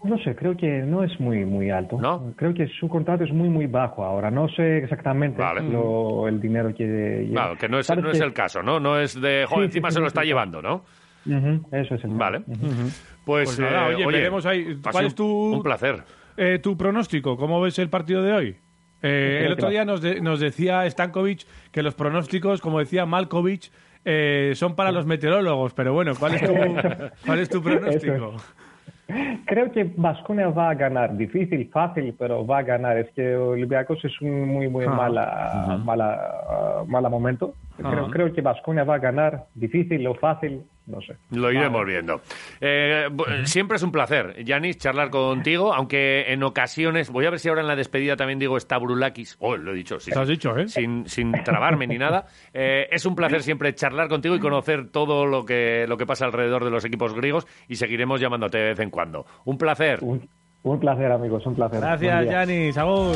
No sé, creo que no es muy muy alto. Creo que su contrato es muy muy bajo ahora. No sé exactamente lo- el dinero que lleva. Claro, que no es, Sabes no es que- el caso, ¿no? No es de, Sí, joder, sí, encima sí, se lo sí, está sí. llevando, ¿no? Ujú, eso es el Vale. Pues, Pues nada, eh, oye, veremos ahí. ha ¿Cuál sido es tu- Un placer. Eh, tu pronóstico, ¿cómo ves el partido de hoy? Eh, Sí, el sí, otro va. día nos, de- nos decía Stankovic que los pronósticos, como decía Malkovich, eh, son para los meteorólogos, pero bueno, ¿cuál es tu, cuál es tu pronóstico? Creo que Vasconia va a ganar. Difícil, fácil, pero va a ganar. Es que Olympiacos es un muy, muy Ah. mala, mala, ah, mala momento. Creo, Ajá. creo que Vasconia va a ganar. Difícil o fácil, no sé. Lo iremos viendo. Eh, bu- siempre es un placer, Yanis, charlar contigo, aunque en ocasiones, voy a ver si ahora en la despedida también digo Stavrulakis, oh, lo he dicho, sí, Lo has dicho, ¿eh? sin, sin trabarme ni nada. Eh, es un placer siempre charlar contigo y conocer todo lo que, lo que pasa alrededor de los equipos griegos y seguiremos llamándote de vez en cuando. Un placer. Uh, Un placer, amigos, un placer. Buen Gracias, día. Yanis. Oh, Agur.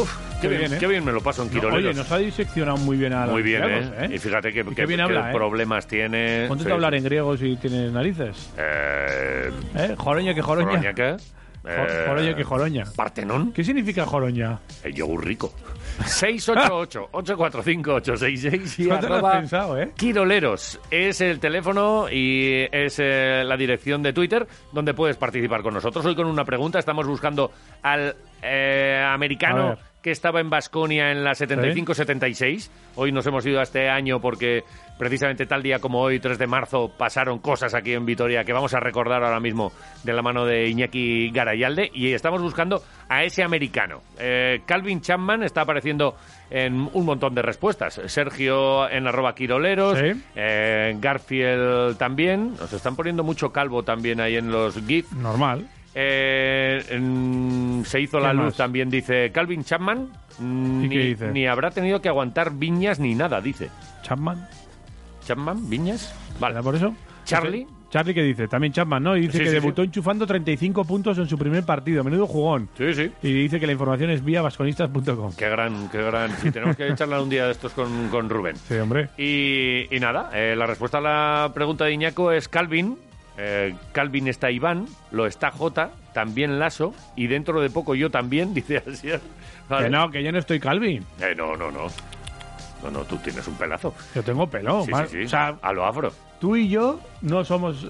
Oh, Qué, bien, qué bien me lo paso en ¿eh? No, oye, Quiroleros. nos ha diseccionado muy bien a los Muy bien, ¿eh? griegos, Y fíjate que, Y qué que- bien qué habla, ¿eh? problemas tiene. Ponte Sí, ¿eh? a hablar sí. en griego si tienes narices. Eh, ¿Eh? Joroña que joroña. Joroña que, eh, Jo- Joroña que joroña. Partenón. ¿Qué significa joroña? El yogur rico. 688-845-866 y No te lo has arroba pensado, ¿eh? Quiroleros. Es el teléfono y es eh, la dirección de Twitter donde puedes participar con nosotros. Hoy con una pregunta estamos buscando al eh, A americano ver. que estaba en Basconia en la 75-76. Hoy nos hemos ido a este año porque precisamente tal día como hoy, 3 de marzo, pasaron cosas aquí en Vitoria que vamos a recordar ahora mismo de la mano de Iñaki Garayalde. Y estamos buscando a ese americano. Eh, Calvin Chapman está apareciendo en un montón de respuestas. Sergio en arroba quiroleros, Sí. eh, Garfield también. Nos están poniendo mucho calvo también ahí en los GIFs. Normal. Eh, mm, se hizo la ¿Qué luz más? también, dice Calvin Chapman. mm, ¿Y qué Ni, dice? ni habrá tenido que aguantar viñas ni nada, dice. Chapman. Chapman, viñas. ¿Será por eso? Charlie. Charlie que dice, también Chapman, ¿no? Y dice Sí, que sí, debutó enchufando 35 puntos en su primer partido. Menudo jugón. Sí, sí. Y dice que la información es vía vasconistas.com. Qué gran, qué gran. Sí, tenemos que charlar un día de estos con, con Rubén. Sí, hombre. Y, y nada, eh, la respuesta a la pregunta de Iñaco es Calvin. Eh, Calvin está Iván, lo está Jota, también Lasso, y dentro de poco yo también, dice así. Que no, que yo no estoy Calvin. Eh, no, no, no. No, no, tú tienes un pelazo. Yo tengo pelo. Sí, más- sí, sí. O sea, a lo afro. tú y yo no somos...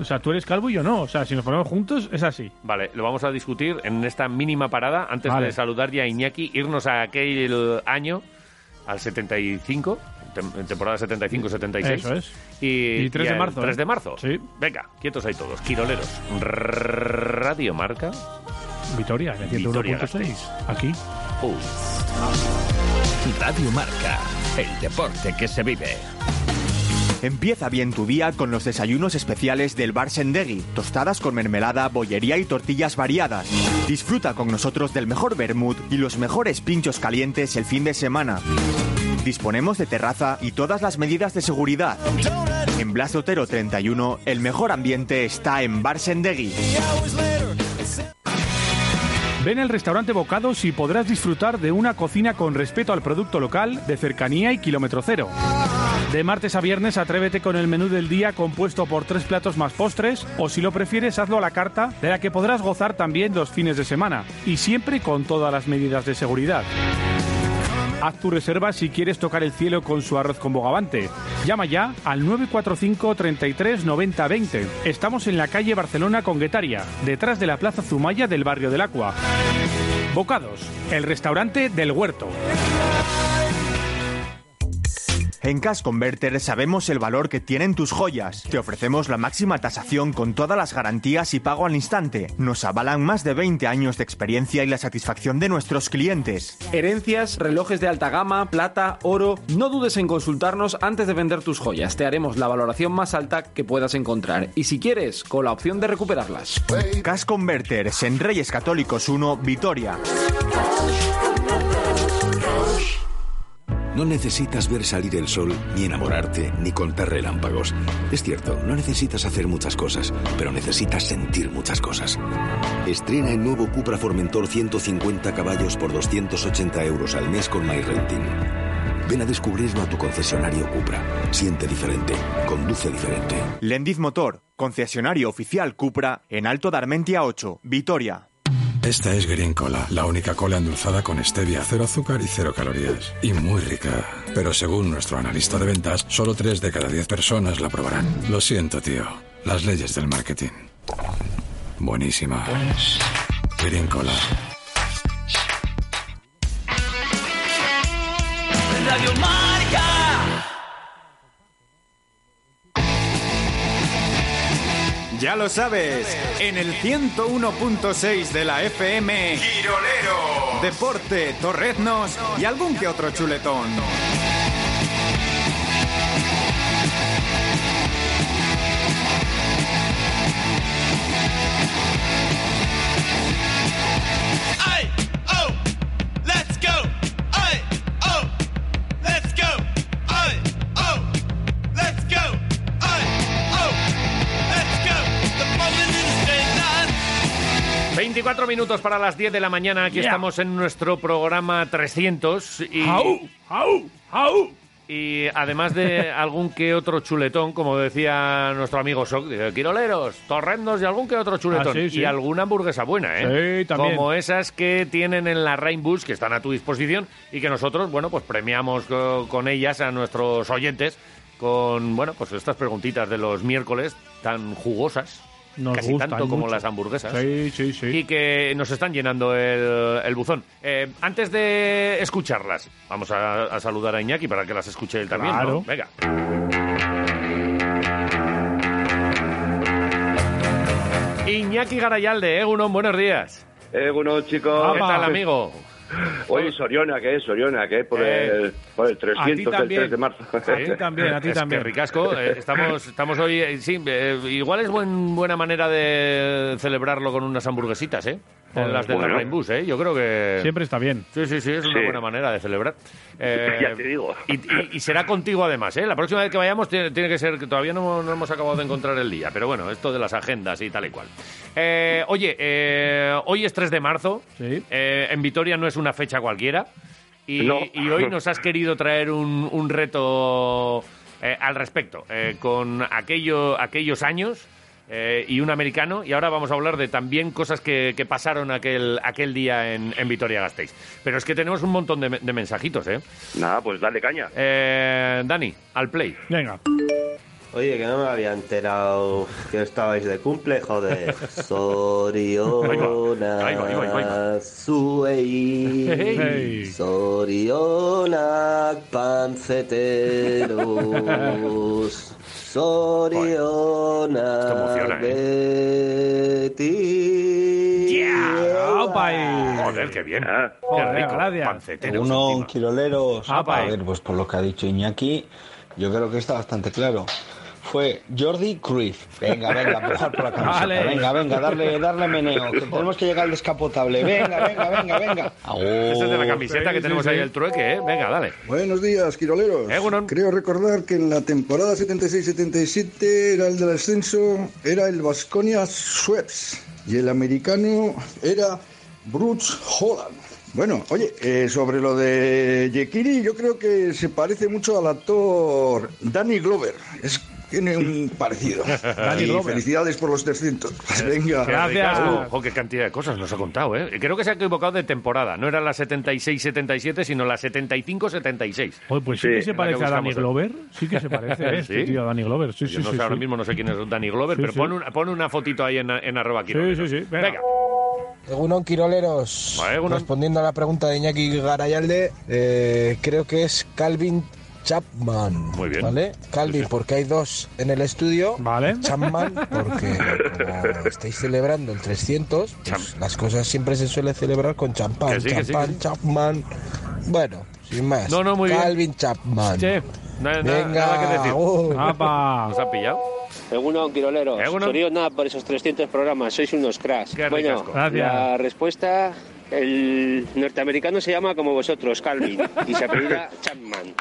O sea, tú eres calvo y yo no. O sea, si nos ponemos juntos, es así. Vale, lo vamos a discutir en esta mínima parada antes Vale. de saludar ya a Iñaki, irnos a aquel año, al 75, tem- temporada 75-76. Eso es. Y, Y 3 y de al marzo, 3 ¿eh? de marzo. Sí. Venga, quietos ahí todos, quiroleros. Radio Marca. Vitoria, en el Vitoria 101.6. Aquí. uh. Radio Marca, el deporte que se vive. Empieza bien tu día con los desayunos especiales del Bar Sendegui, tostadas con mermelada, bollería y tortillas variadas. Disfruta con nosotros del mejor vermut y los mejores pinchos calientes el fin de semana. Disponemos de terraza y todas las medidas de seguridad. En Blas Otero 31, el mejor ambiente está en Barsendegui. Ven al restaurante Bocados y podrás disfrutar de una cocina con respeto al producto local, de cercanía y kilómetro cero. De martes a viernes atrévete con el menú del día compuesto por tres platos más postres o si lo prefieres hazlo a la carta de la que podrás gozar también los fines de semana y siempre con todas las medidas de seguridad. Haz tu reserva si quieres tocar el cielo con su arroz con bogavante. Llama ya al 945 33 90 20. Estamos en la calle Barcelona con Guetaria, detrás de la Plaza Zumaya del barrio del Acua. Bocados, el restaurante del huerto. En Cash Converter sabemos el valor que tienen tus joyas. Te ofrecemos la máxima tasación con todas las garantías y pago al instante. Nos avalan más de 20 años de experiencia y la satisfacción de nuestros clientes. Herencias, relojes de alta gama, plata, oro. No dudes en consultarnos antes de vender tus joyas. Te haremos la valoración más alta que puedas encontrar. Y si quieres, con la opción de recuperarlas. Cash Converters en Reyes Católicos 1, Vitoria. No necesitas ver salir el sol, ni enamorarte, ni contar relámpagos. Es cierto, no necesitas hacer muchas cosas, pero necesitas sentir muchas cosas. Estrena el nuevo Cupra Formentor 150 caballos por 280 euros al mes con MyRenting. Ven a descubrirlo a tu concesionario Cupra. Siente diferente, conduce diferente. Lendiz Motor, concesionario oficial Cupra en Alto de Armentia 8, Vitoria. Esta es Green Cola, la única cola endulzada con stevia, cero azúcar y cero calorías. Y muy rica. Pero según nuestro analista de ventas, solo 3 de cada 10 personas la probarán. Lo siento, tío. Las leyes del marketing. Buenísima. Green Cola. Radio Marca. Ya lo sabes, en el 101.6 de la FM, Girolero, Deporte, Torreznos y algún que otro chuletón. Ay, oh, let's go. Ay, oh, let's go. Ay, oh, let's go. Ay, oh, let's go. The moment is midnight. 24 minutos para las 10 de la mañana. Aquí Yeah. estamos en nuestro programa 300. Y, Au, y además de algún que otro chuletón, como decía nuestro amigo Sok, dice, Quiroleros, torrendos y algún que otro chuletón. Ah, sí, sí. Y alguna hamburguesa buena, ¿eh? Sí, también. Como esas que tienen en la Rainbus, que están a tu disposición y que nosotros, bueno, pues premiamos co- con ellas a nuestros oyentes con, bueno, pues estas preguntitas de los miércoles tan jugosas. Nos casi gustan tanto como mucho. las hamburguesas Sí, sí, sí. y que nos están llenando el, el buzón. Eh, antes de escucharlas, vamos a, a saludar a Iñaki para que las escuche él también. Claro. ¿no? Venga. Iñaki Garayalde, Egunon, buenos días. Egunon, Eh, chicos. ¿Qué tal, amigo? Oye, Soriona, que es Soriona, que es por, Eh, el, por el 300 del también. 3 de marzo. Eh, es que ricasco, eh, estamos, estamos hoy... eh, sí, eh, igual es buen, buena manera de celebrarlo con unas hamburguesitas, ¿eh? Con las de la Bueno. Rainbus, ¿eh? Yo creo que... Siempre está bien. Sí, sí, sí, es una Sí. buena manera de celebrar. Ya te digo. Y, y- y será contigo además, ¿eh? La próxima vez que vayamos tiene, tiene que ser que todavía no, no hemos acabado de encontrar el día, pero bueno, esto de las agendas y tal y cual. Eh, oye, eh, hoy es 3 de marzo, Eh, en Vitoria no es una fecha cualquiera, y, No. y hoy nos has querido traer un, un reto eh, al respecto, eh, con aquello, aquellos años. eh, y un americano, y ahora vamos a hablar de también cosas que, que pasaron aquel, aquel día en, en Vitoria-Gasteiz. Pero es que tenemos un montón de, me- de mensajitos, ¿eh? Nada, pues dale caña. Eh, Dani, al play. Venga. Oye, que no me había enterado que estabais de cumple, joder. Soriona, Hey. suei, Soriona, panceteros, Soriona, Betis. Joder, qué bien. Joder, qué rico. gracias. Panceteros. Uno, quiloleros. Ah, pa. A ver, pues por lo que ha dicho Iñaki, yo creo que está bastante claro. fue Jordi Cruyff. Venga, venga, empujar por la camiseta. Vale. Venga, venga, darle, darle meneo. Que tenemos que llegar al descapotable. Venga, venga, venga, venga. Esa es de la camiseta sí, que sí, tenemos sí. ahí el trueque, ¿eh? Venga, dale. Buenos días, Quiroleros. Eh, Creo recordar que en la temporada 76-77 era el del ascenso, era el Vasconia Schweppes y el americano era Bruce Holland. Bueno, oye, eh, sobre lo de Yekiri, yo creo que se parece mucho al actor Danny Glover. Es, tiene un parecido. Danny Y Glover. felicidades por los 300. Venga. Ricardo. Jo, qué cantidad de cosas nos ha contado, ¿eh? Creo que se ha equivocado de temporada. No era la 76-77, sino la 75-76. Joder, pues sí, que se parece a Danny Glover. Sí que se parece a este, ¿eh? ¿Sí? Pues tío, a Danny Glover. Sí, Yo sí, no sí, sé, ahora sí. mismo no sé quién es Danny Glover, Sí, pero sí. Pon, una, pon una fotito ahí en, en arroba Quiroleros. sí, sí, Venga. Egunon Quiroleros, Egunon. respondiendo a la pregunta de Iñaki Garayalde, eh, creo que es Calvin Chapman. Muy bien. ¿Vale? Calvin, porque hay dos en el estudio. Vale. Chapman, porque como estáis celebrando el 300, pues, las cosas siempre se suele celebrar con champán. Que sí, que sí, champán, que sí. Chapman. Bueno, sin más. No, no, muy bien. Calvin Chapman. Che, nada, nada- Venga, nada que decir. agur. ¿Nos ha pillado? Egunon, Quiroleros. Egunon. Querido nada por esos 300 programas. Sois unos cracks. Qué bueno, ricasco. Gracias. la respuesta... El norteamericano se llama como vosotros, Calvin, y se apellida Chapman.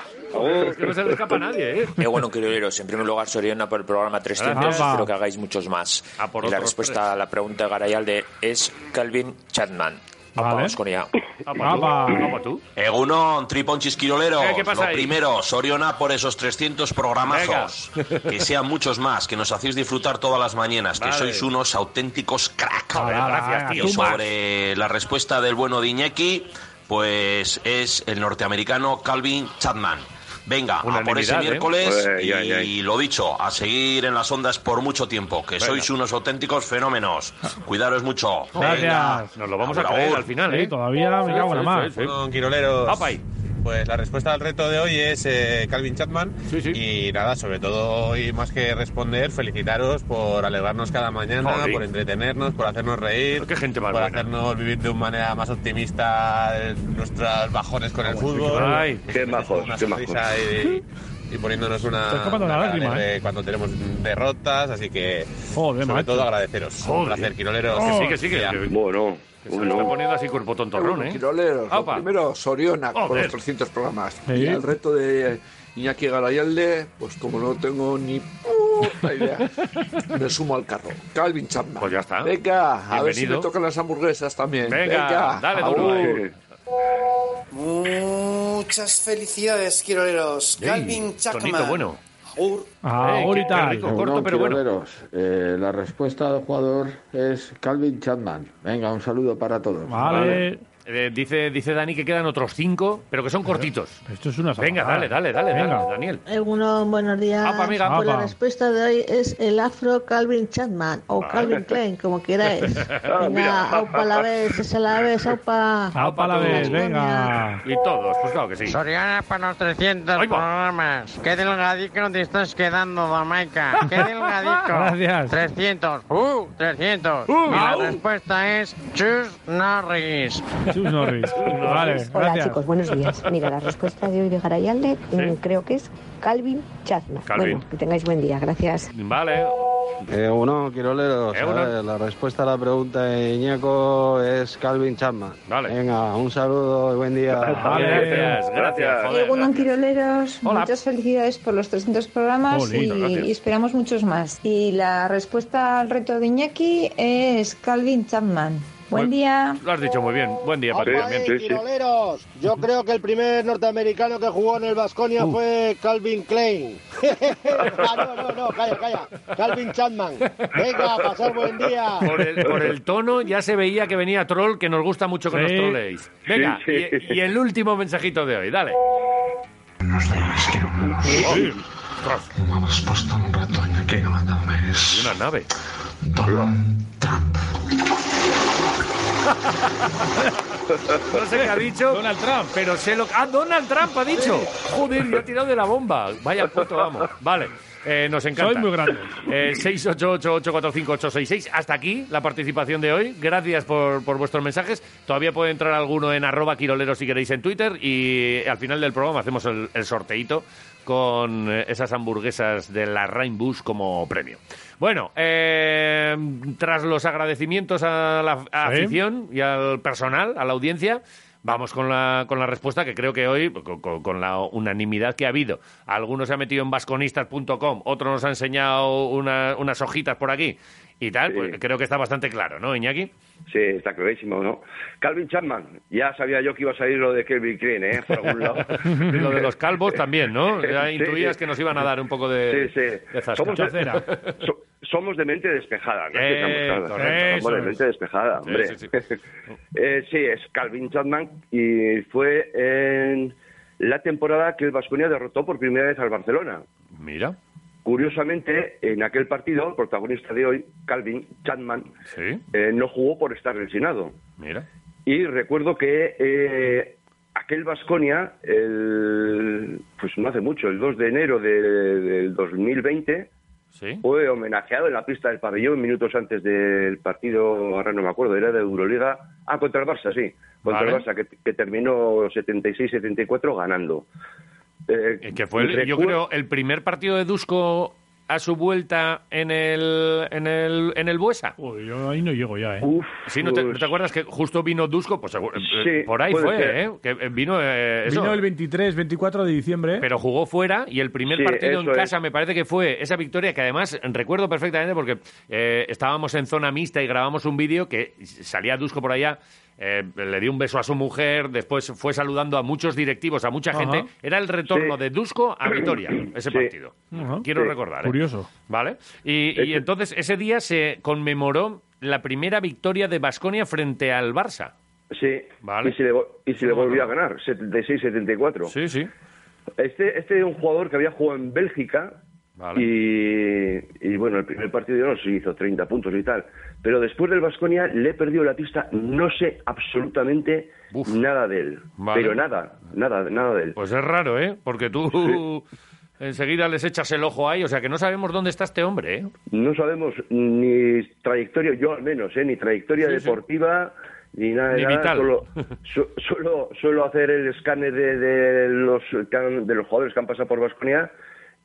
Es que no se le escapa a nadie, ¿eh? Eh, bueno, queridos, en primer lugar, Soriana por el programa 300. Gracias. Espero que hagáis muchos más. y la otros respuesta a la pregunta de Garayalde es Calvin Chapman. Vamos con ella. Apa tú, apa tú. Egunon, triponchis quiroleros. Eh, ¿qué pasa Lo ahí? primero, Soriona por esos 300 programazos. Que sean muchos más, que nos hacéis disfrutar todas las mañanas, que Vale. sois unos auténticos crack. Joder, gracias, tío. Y Tú más. sobre la respuesta del bueno de Iñaki, pues es el norteamericano Calvin Chapman. Venga, a por ese Unanimidad, ¿eh? miércoles Ay, y ay, ay. lo dicho, a seguir en las ondas por mucho tiempo, que Venga. sois unos auténticos fenómenos. Cuidaros mucho. Gracias. Venga. Nos lo vamos a Agur, creer agur. al final, Sí, ¿eh? todavía me cago en la mar. Con Quiroleros. Apa ahí. Pues la respuesta al reto de hoy es eh, Calvin Chapman. Y nada, sobre todo, y más que responder, felicitaros por alegrarnos cada mañana, Jolín. por entretenernos, por hacernos reír, por hacernos vivir de una manera más optimista nuestros bajones con el Pues fútbol. Ay, qué majos, qué majos. Y, y poniéndonos Está una, escapando la cara lágrima, alegre eh. cuando tenemos derrotas, así que Joder, sobre macho. todo agradeceros. Un placer, Quiroleros. Que sí, que sí, que- que- Bueno, Se le está poniendo así cuerpo tontorrón, ¿eh? Quiroleros. Lo Apa. primero, Soriona por Joder. los 300 programas. Sí. Y el reto de Iñaki Garayalde, pues como no tengo ni puta idea, me sumo al carro. Calvin Chapman. Pues ya está. Venga, a ver si Bienvenido. me tocan las hamburguesas también. Venga, Venga, dale agur. duro. Muchas felicidades, Quiroleros. Ey, Calvin Chapman. tonito bueno. Agur. ahorita. corto, pero bueno. Quiroleros, eh, la respuesta del jugador es Calvin Chapman. Venga, un saludo para todos. Eh, dice, dice Dani que quedan otros cinco, pero que son cortitos. Esto es una Venga, dale, dale, dale, Venga. dale, Daniel. Algunos buenos días. Apa, amiga. Pues la Apa. respuesta de hoy es el afro Calvin Chapman o Vale. Calvin Klein, como queráis. Ah, mira. Venga, aupa a la vez, esa a la vez, aupa. Apa la vez, venga. Y todos, pues claro que sí. Soriana para los 300 programas. Qué delgadico te estás quedando, Jamaica. Qué delgadico. Gracias. 300. Uh, 300. Uh, Y la au. respuesta es Chus Norris. Chus Norris. Vale, Hola gracias. chicos, buenos días. Mira, la respuesta de hoy de Garayalde mm, creo que es Calvin Chapman. Calvin. Bueno, que tengáis buen día, gracias. Vale. Eh, uno, Quiroleros. Eh, uno. a ver, La respuesta a la pregunta de Iñaco es Calvin Chapman. Venga, un saludo y buen día. Gracias, gracias. joder. Egunon Quiroleros, Hola. muchas felicidades por los 300 programas Jolín, y, muchas gracias. y esperamos muchos más. Y la respuesta al reto de Iñaki es Calvin Chapman. Buen Muy- día. Lo has dicho muy bien. Buen día para ti eh, también. Quiroleros, yo creo que el primer norteamericano que jugó en el Vasconia fue Calvin Klein. ah, no, no, no, calla, calla. Calvin Chapman. Venga, pasar buen día. Por el, por el tono ya se veía que venía troll, que nos gusta mucho que Sí. nos troleéis. Venga, Sí, sí. Y, y el último mensajito de hoy, dale. Sí. Una respuesta un rato en que ganándome es. Una nave. Donald Trump. No sé qué ha dicho. Donald Trump. Pero sé lo Ah, Donald Trump ha dicho. Joder, me ha tirado de la bomba. Vaya puto, vamos. Vale. Eh, nos encanta. Soy muy grande. Eh, 688-845-866. Hasta aquí la participación de hoy. Gracias por, por vuestros mensajes. Todavía puede entrar alguno en arroba quirolero si queréis en Twitter. Y al final del programa hacemos el, el sorteíto con eh, esas hamburguesas de la Rainbus como premio. Bueno, eh, tras los agradecimientos a la a Sí. afición y al personal, a la audiencia, vamos con la, con la respuesta que creo que hoy, con, con- con la unanimidad que ha habido. Algunos se han metido en vasconistas.com, otros nos han enseñado una- unas hojitas por aquí y tal. Pues creo que está bastante claro, ¿no, Iñaki? Sí, está clarísimo, ¿no? Calvin Chapman, ya sabía yo que iba a salir lo de Kelvin Crane, ¿eh? Por algún lado. Lo de los calvos también, ¿no? Ya Sí, intuías sí. que nos iban a dar un poco de, Sí, sí. de zasca. Somos de, so- somos de mente despejada, gracias Eh, a vosotros. correcto. Somos de Eso mente es. despejada, Sí, hombre. sí, sí. Eh, sí, es Calvin Chapman y fue en la temporada que el Vasconia derrotó por primera vez al Barcelona. Mira. Curiosamente, en aquel partido, el protagonista de hoy, Calvin Chapman, eh, no jugó por estar lesionado. Mira. Y recuerdo que eh, aquel Vasconia, pues no hace mucho, el 2 de enero de- del 2020, fue homenajeado en la pista del pabellón minutos antes del partido, ahora no me acuerdo, era de Euroliga. Ah, contra el Barça, sí. Contra el Vale. Barça, que, que terminó 76-74 ganando. Eh, Que fue, el- yo recuer- creo, el primer partido de Dusko a su vuelta en el, en el, en el Buesa. Yo ahí no llego ya, ¿eh? Sí, ¿no te, no te acuerdas que justo vino Dusko? Pues seguro- eh, Sí, por ahí puede fue, ser. ¿eh? Que eh, vino, eh, eso. Vino el 23, 24 de diciembre. Pero jugó fuera y el primer Sí, partido en eso es. casa me parece que fue esa victoria que además recuerdo perfectamente porque eh, estábamos en zona mixta y grabamos un vídeo que salía Dusko por allá, eh, le dio un beso a su mujer, después fue saludando a muchos directivos, a mucha Ajá. gente. Era el retorno de Dusko a Vitoria, ese partido. Ajá. Quiero Sí. recordar. ¿eh? Curioso. ¿Vale? Y, y entonces ese día se conmemoró la primera victoria de Basconia frente al Barça. Sí, Vale. y se le, vo- y se le no me volvió a ganar, 76-74. Sí, sí. Este, este es un jugador que había jugado en Bélgica y, y, bueno, el primer partido yo no sé si hizo 30 puntos y tal, pero después del Vasconia le perdió la pista, no sé absolutamente nada de él, Vale. pero nada, nada, nada de él. Pues es raro, ¿eh? Porque tú enseguida les echas el ojo ahí, o sea que no sabemos dónde está este hombre, ¿eh? No sabemos ni trayectoria, yo al menos, ¿eh? ni trayectoria Sí, sí. deportiva, ni nada. de Ni nada, vital. Solo, su- solo, solo hacer el escáner de, de los, que han- de los jugadores que han pasado por Vasconia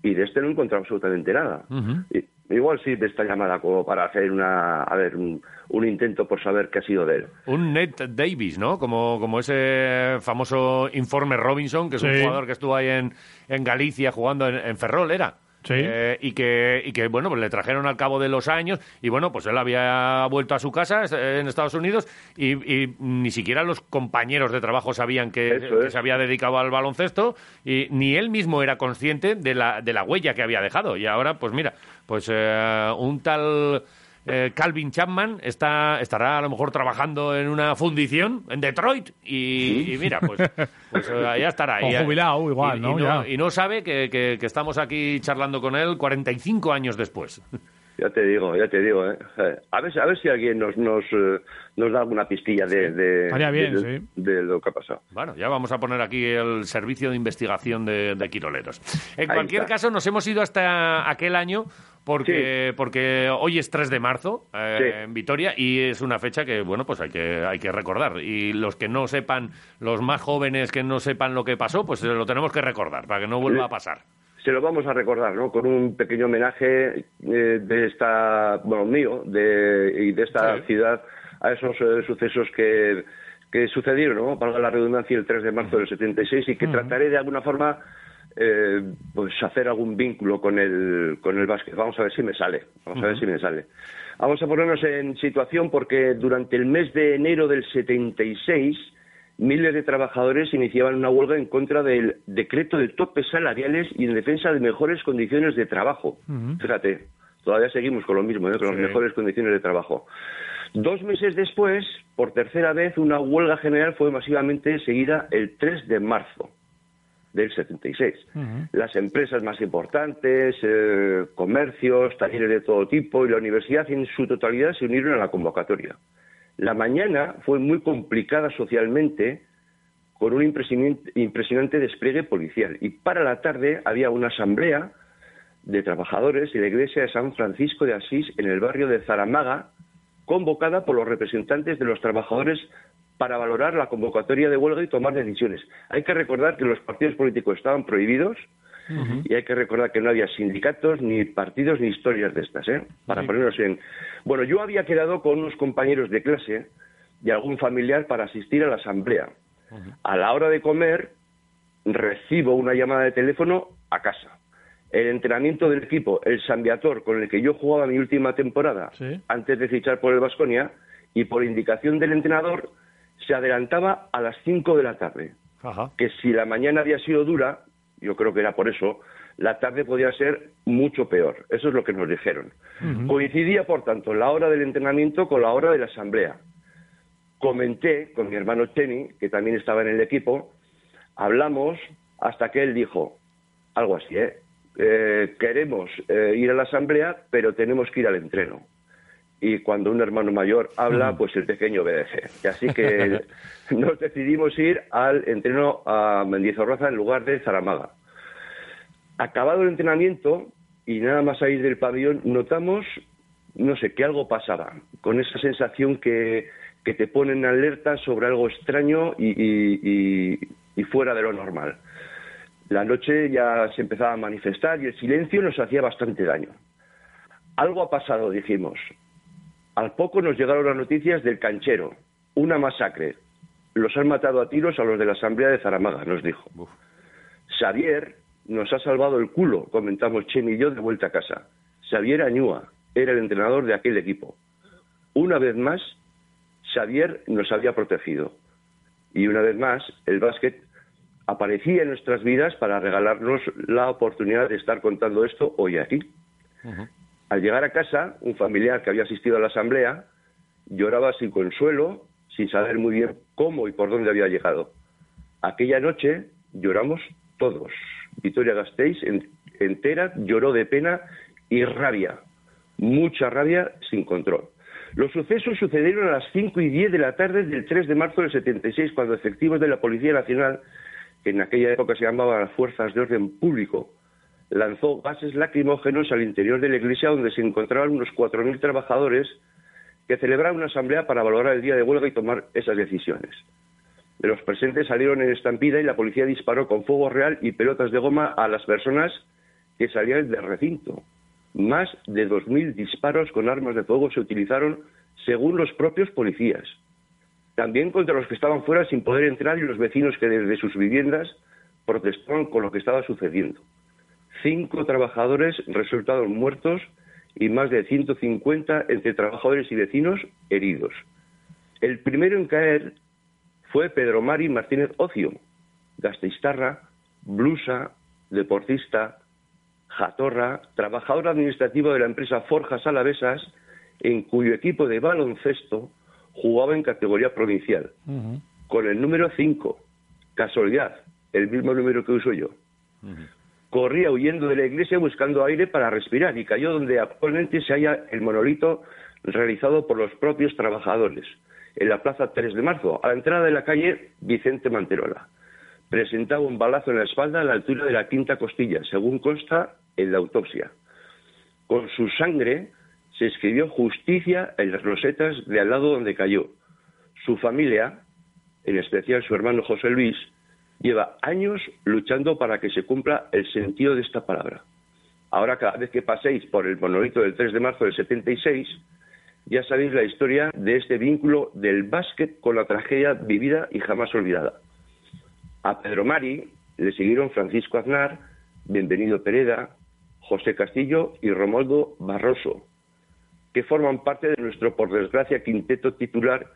y de este no he encontrado absolutamente nada. I- Igual sí de esta llamada como para hacer una, a ver, un, un intento por saber qué ha sido de él. Un Ned Davis, ¿no? Como, como ese famoso informe Robinson, que es un Sí. jugador que estuvo ahí en, en Galicia jugando en, en Ferrol, ¿era? Sí. Eh, y, que, y que, bueno, pues le trajeron al cabo de los años y, bueno, pues él había vuelto a su casa eh, en Estados Unidos y, y ni siquiera los compañeros de trabajo sabían que, Eso que es. se había dedicado al baloncesto y ni él mismo era consciente de la, de la huella que había dejado. Y ahora, pues mira, pues eh, un tal... Eh, Calvin Chapman está, estará a lo mejor trabajando en una fundición en Detroit y, y mira, pues, pues eh, ya estará. O Y, eh, jubilado, igual, y- y ¿no? Ya. y no sabe que, que- que estamos aquí charlando con él 45 años después. Ya te digo, ya te digo. ¿eh? Eh, A ver, si- a ver si alguien nos, nos, eh, nos da alguna pistilla de, de- Estaría bien, de- sí. de lo que ha pasado. Bueno, ya vamos a poner aquí el servicio de investigación de, de Quiroleros. En Ahí cualquier está. caso, nos hemos ido hasta aquel año porque, porque hoy es 3 de marzo eh, Sí. en Vitoria y es una fecha que, bueno, pues hay que, hay que recordar. Y los que no sepan, los más jóvenes que no sepan lo que pasó, pues eh, lo tenemos que recordar para que no Eh, vuelva a pasar. se lo vamos a recordar, ¿no? Con un pequeño homenaje eh, de esta, bueno, mío, de, y de esta ciudad a esos eh, sucesos que, que sucedieron, ¿no? Para la redundancia, el 3 de marzo del 76 y que trataré de alguna forma, eh, pues, hacer algún vínculo con el, con el básquet. Vamos a ver si me sale, vamos a ver si me sale. Vamos a ponernos en situación porque durante el mes de enero del 76 miles de trabajadores iniciaban una huelga en contra del decreto de topes salariales y en defensa de mejores condiciones de trabajo. Fíjate, todavía seguimos con lo mismo, ¿eh? con Sí. las mejores condiciones de trabajo. Dos meses después, por tercera vez, una huelga general fue masivamente seguida el 3 de marzo del 76 las empresas más importantes, eh, comercios, talleres de todo tipo y la universidad en su totalidad se unieron a la convocatoria. La mañana fue muy complicada socialmente con un impresionante, impresionante despliegue policial y para la tarde había una asamblea de trabajadores de la iglesia de San Francisco de Asís en el barrio de Zaramaga, convocada por los representantes de los trabajadores para valorar la convocatoria de huelga y tomar decisiones. Hay que recordar que los partidos políticos estaban prohibidos y hay que recordar que no había sindicatos, ni partidos, ni historias de estas, ¿eh? Para Sí. ponernos en. Bueno, yo había quedado con unos compañeros de clase y algún familiar para asistir a la asamblea. A la hora de comer, recibo una llamada de teléfono a casa. El entrenamiento del equipo, el Sambiator, con el que yo jugaba mi última temporada, antes de fichar por el Vasconia, y por indicación del entrenador, se adelantaba a las 5 de la tarde. Que si la mañana había sido dura, yo creo que era por eso, la tarde podía ser mucho peor. Eso es lo que nos dijeron. Mm. Coincidía, por tanto, la hora del entrenamiento con la hora de la asamblea. Comenté con mi hermano Cheni, que también estaba en el equipo, hablamos hasta que él dijo algo así, ¿eh? Eh, queremos eh, ir a la asamblea, pero tenemos que ir al entreno. Y cuando un hermano mayor habla, pues el pequeño obedece. Y así que nos decidimos ir al entreno a Mendizorroza en lugar de Zaramaga. Acabado el entrenamiento y nada más salir del pabellón, notamos, no sé, que algo pasaba, con esa sensación que, que te pone en alerta sobre algo extraño y, y- y- y fuera de lo normal. La noche ya se empezaba a manifestar y el silencio nos hacía bastante daño. Algo ha pasado, dijimos. Al poco nos llegaron las noticias del canchero, una masacre. Los han matado a tiros a los de la Asamblea de Zaramaga, nos dijo. Xavier nos ha salvado el culo, comentamos Chen y yo de vuelta a casa. Xavier Añúa era el entrenador de aquel equipo. Una vez más, Xavier nos había protegido. Y una vez más, el básquet aparecía en nuestras vidas para regalarnos la oportunidad de estar contando esto hoy aquí. Al llegar a casa, un familiar que había asistido a la asamblea lloraba sin consuelo, sin saber muy bien cómo y por dónde había llegado. Aquella noche lloramos todos. Victoria Gasteiz en- entera lloró de pena y rabia, mucha rabia sin control. Los sucesos sucedieron a las 5 y 10 de la tarde del 3 de marzo del 76, cuando efectivos de la Policía Nacional, que en aquella época se llamaban las Fuerzas de Orden Público, lanzó gases lacrimógenos al interior de la iglesia donde se encontraban unos 4.000 trabajadores que celebraban una asamblea para valorar el día de huelga y tomar esas decisiones. De los presentes salieron en estampida y la policía disparó con fuego real y pelotas de goma a las personas que salían del recinto. Más de 2.000 disparos con armas de fuego se utilizaron según los propios policías. También contra los que estaban fuera sin poder entrar y los vecinos que desde sus viviendas protestaban con lo que estaba sucediendo cinco trabajadores resultaron muertos y más de 150 entre trabajadores y vecinos heridos. El primero en caer fue Pedro Mari Martínez Ocio, gasteiztarra, blusa, deportista, jatorra, trabajador administrativo de la empresa Forjas Alavesas, en cuyo equipo de baloncesto jugaba en categoría provincial, con el número 5, casualidad, el mismo número que uso yo corría huyendo de la iglesia buscando aire para respirar y cayó donde actualmente se halla el monolito realizado por los propios trabajadores, en la plaza 3 de marzo, a la entrada de la calle Vicente Manterola. Presentaba un balazo en la espalda a la altura de la quinta costilla, según consta en la autopsia. Con su sangre se escribió justicia en las rosetas de al lado donde cayó. Su familia, en especial su hermano José Luis, lleva años luchando para que se cumpla el sentido de esta palabra. Ahora, cada vez que paséis por el monolito del 3 de marzo del 76, ya sabéis la historia de este vínculo del básquet con la tragedia vivida y jamás olvidada. A Pedro Mari le siguieron Francisco Aznar, Bienvenido Pereda, José Castillo y Romoldo Barroso, que forman parte de nuestro, por desgracia, quinteto titular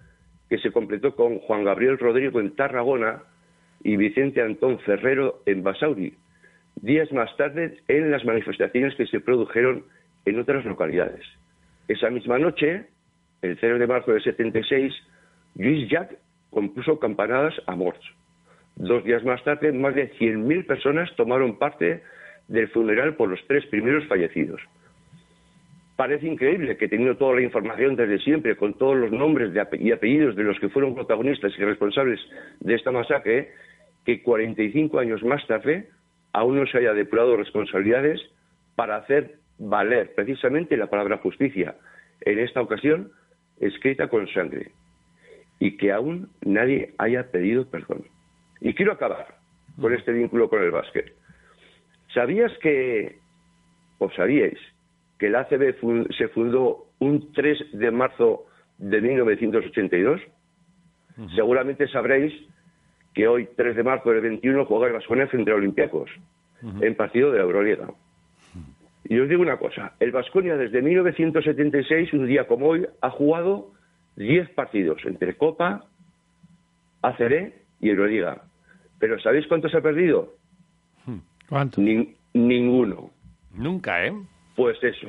que se completó con Juan Gabriel Rodrigo en Tarragona y Vicente Antón Ferrero en Basauri, días más tarde en las manifestaciones que se produjeron en otras localidades. Esa misma noche, el 0 de marzo del 76, Luis Jacques compuso campanadas a Morts. Dos días más tarde, más de 100.000 personas tomaron parte del funeral por los tres primeros fallecidos. Parece increíble que teniendo toda la información desde siempre, con todos los nombres de ape- y apellidos de los que fueron protagonistas y responsables de esta masacre, que 45 años más tarde aún no se haya depurado responsabilidades para hacer valer precisamente la palabra justicia, en esta ocasión escrita con sangre, y que aún nadie haya pedido perdón. Y quiero acabar con este vínculo con el básquet. ¿Sabías que, o sabíais, que el ACB fun- se fundó un 3 de marzo de 1982? Seguramente sabréis que hoy, 3 de marzo del 21, juega el Vasconia frente a Olympiacos, en partido de la Euroliga. Y os digo una cosa, el Vasconia desde 1976, un día como hoy, ha jugado 10 partidos entre Copa, ACB y Euroliga. Pero ¿sabéis cuántos ha perdido? ¿Cuántos? ninguno. Nunca, ¿eh? Pues eso.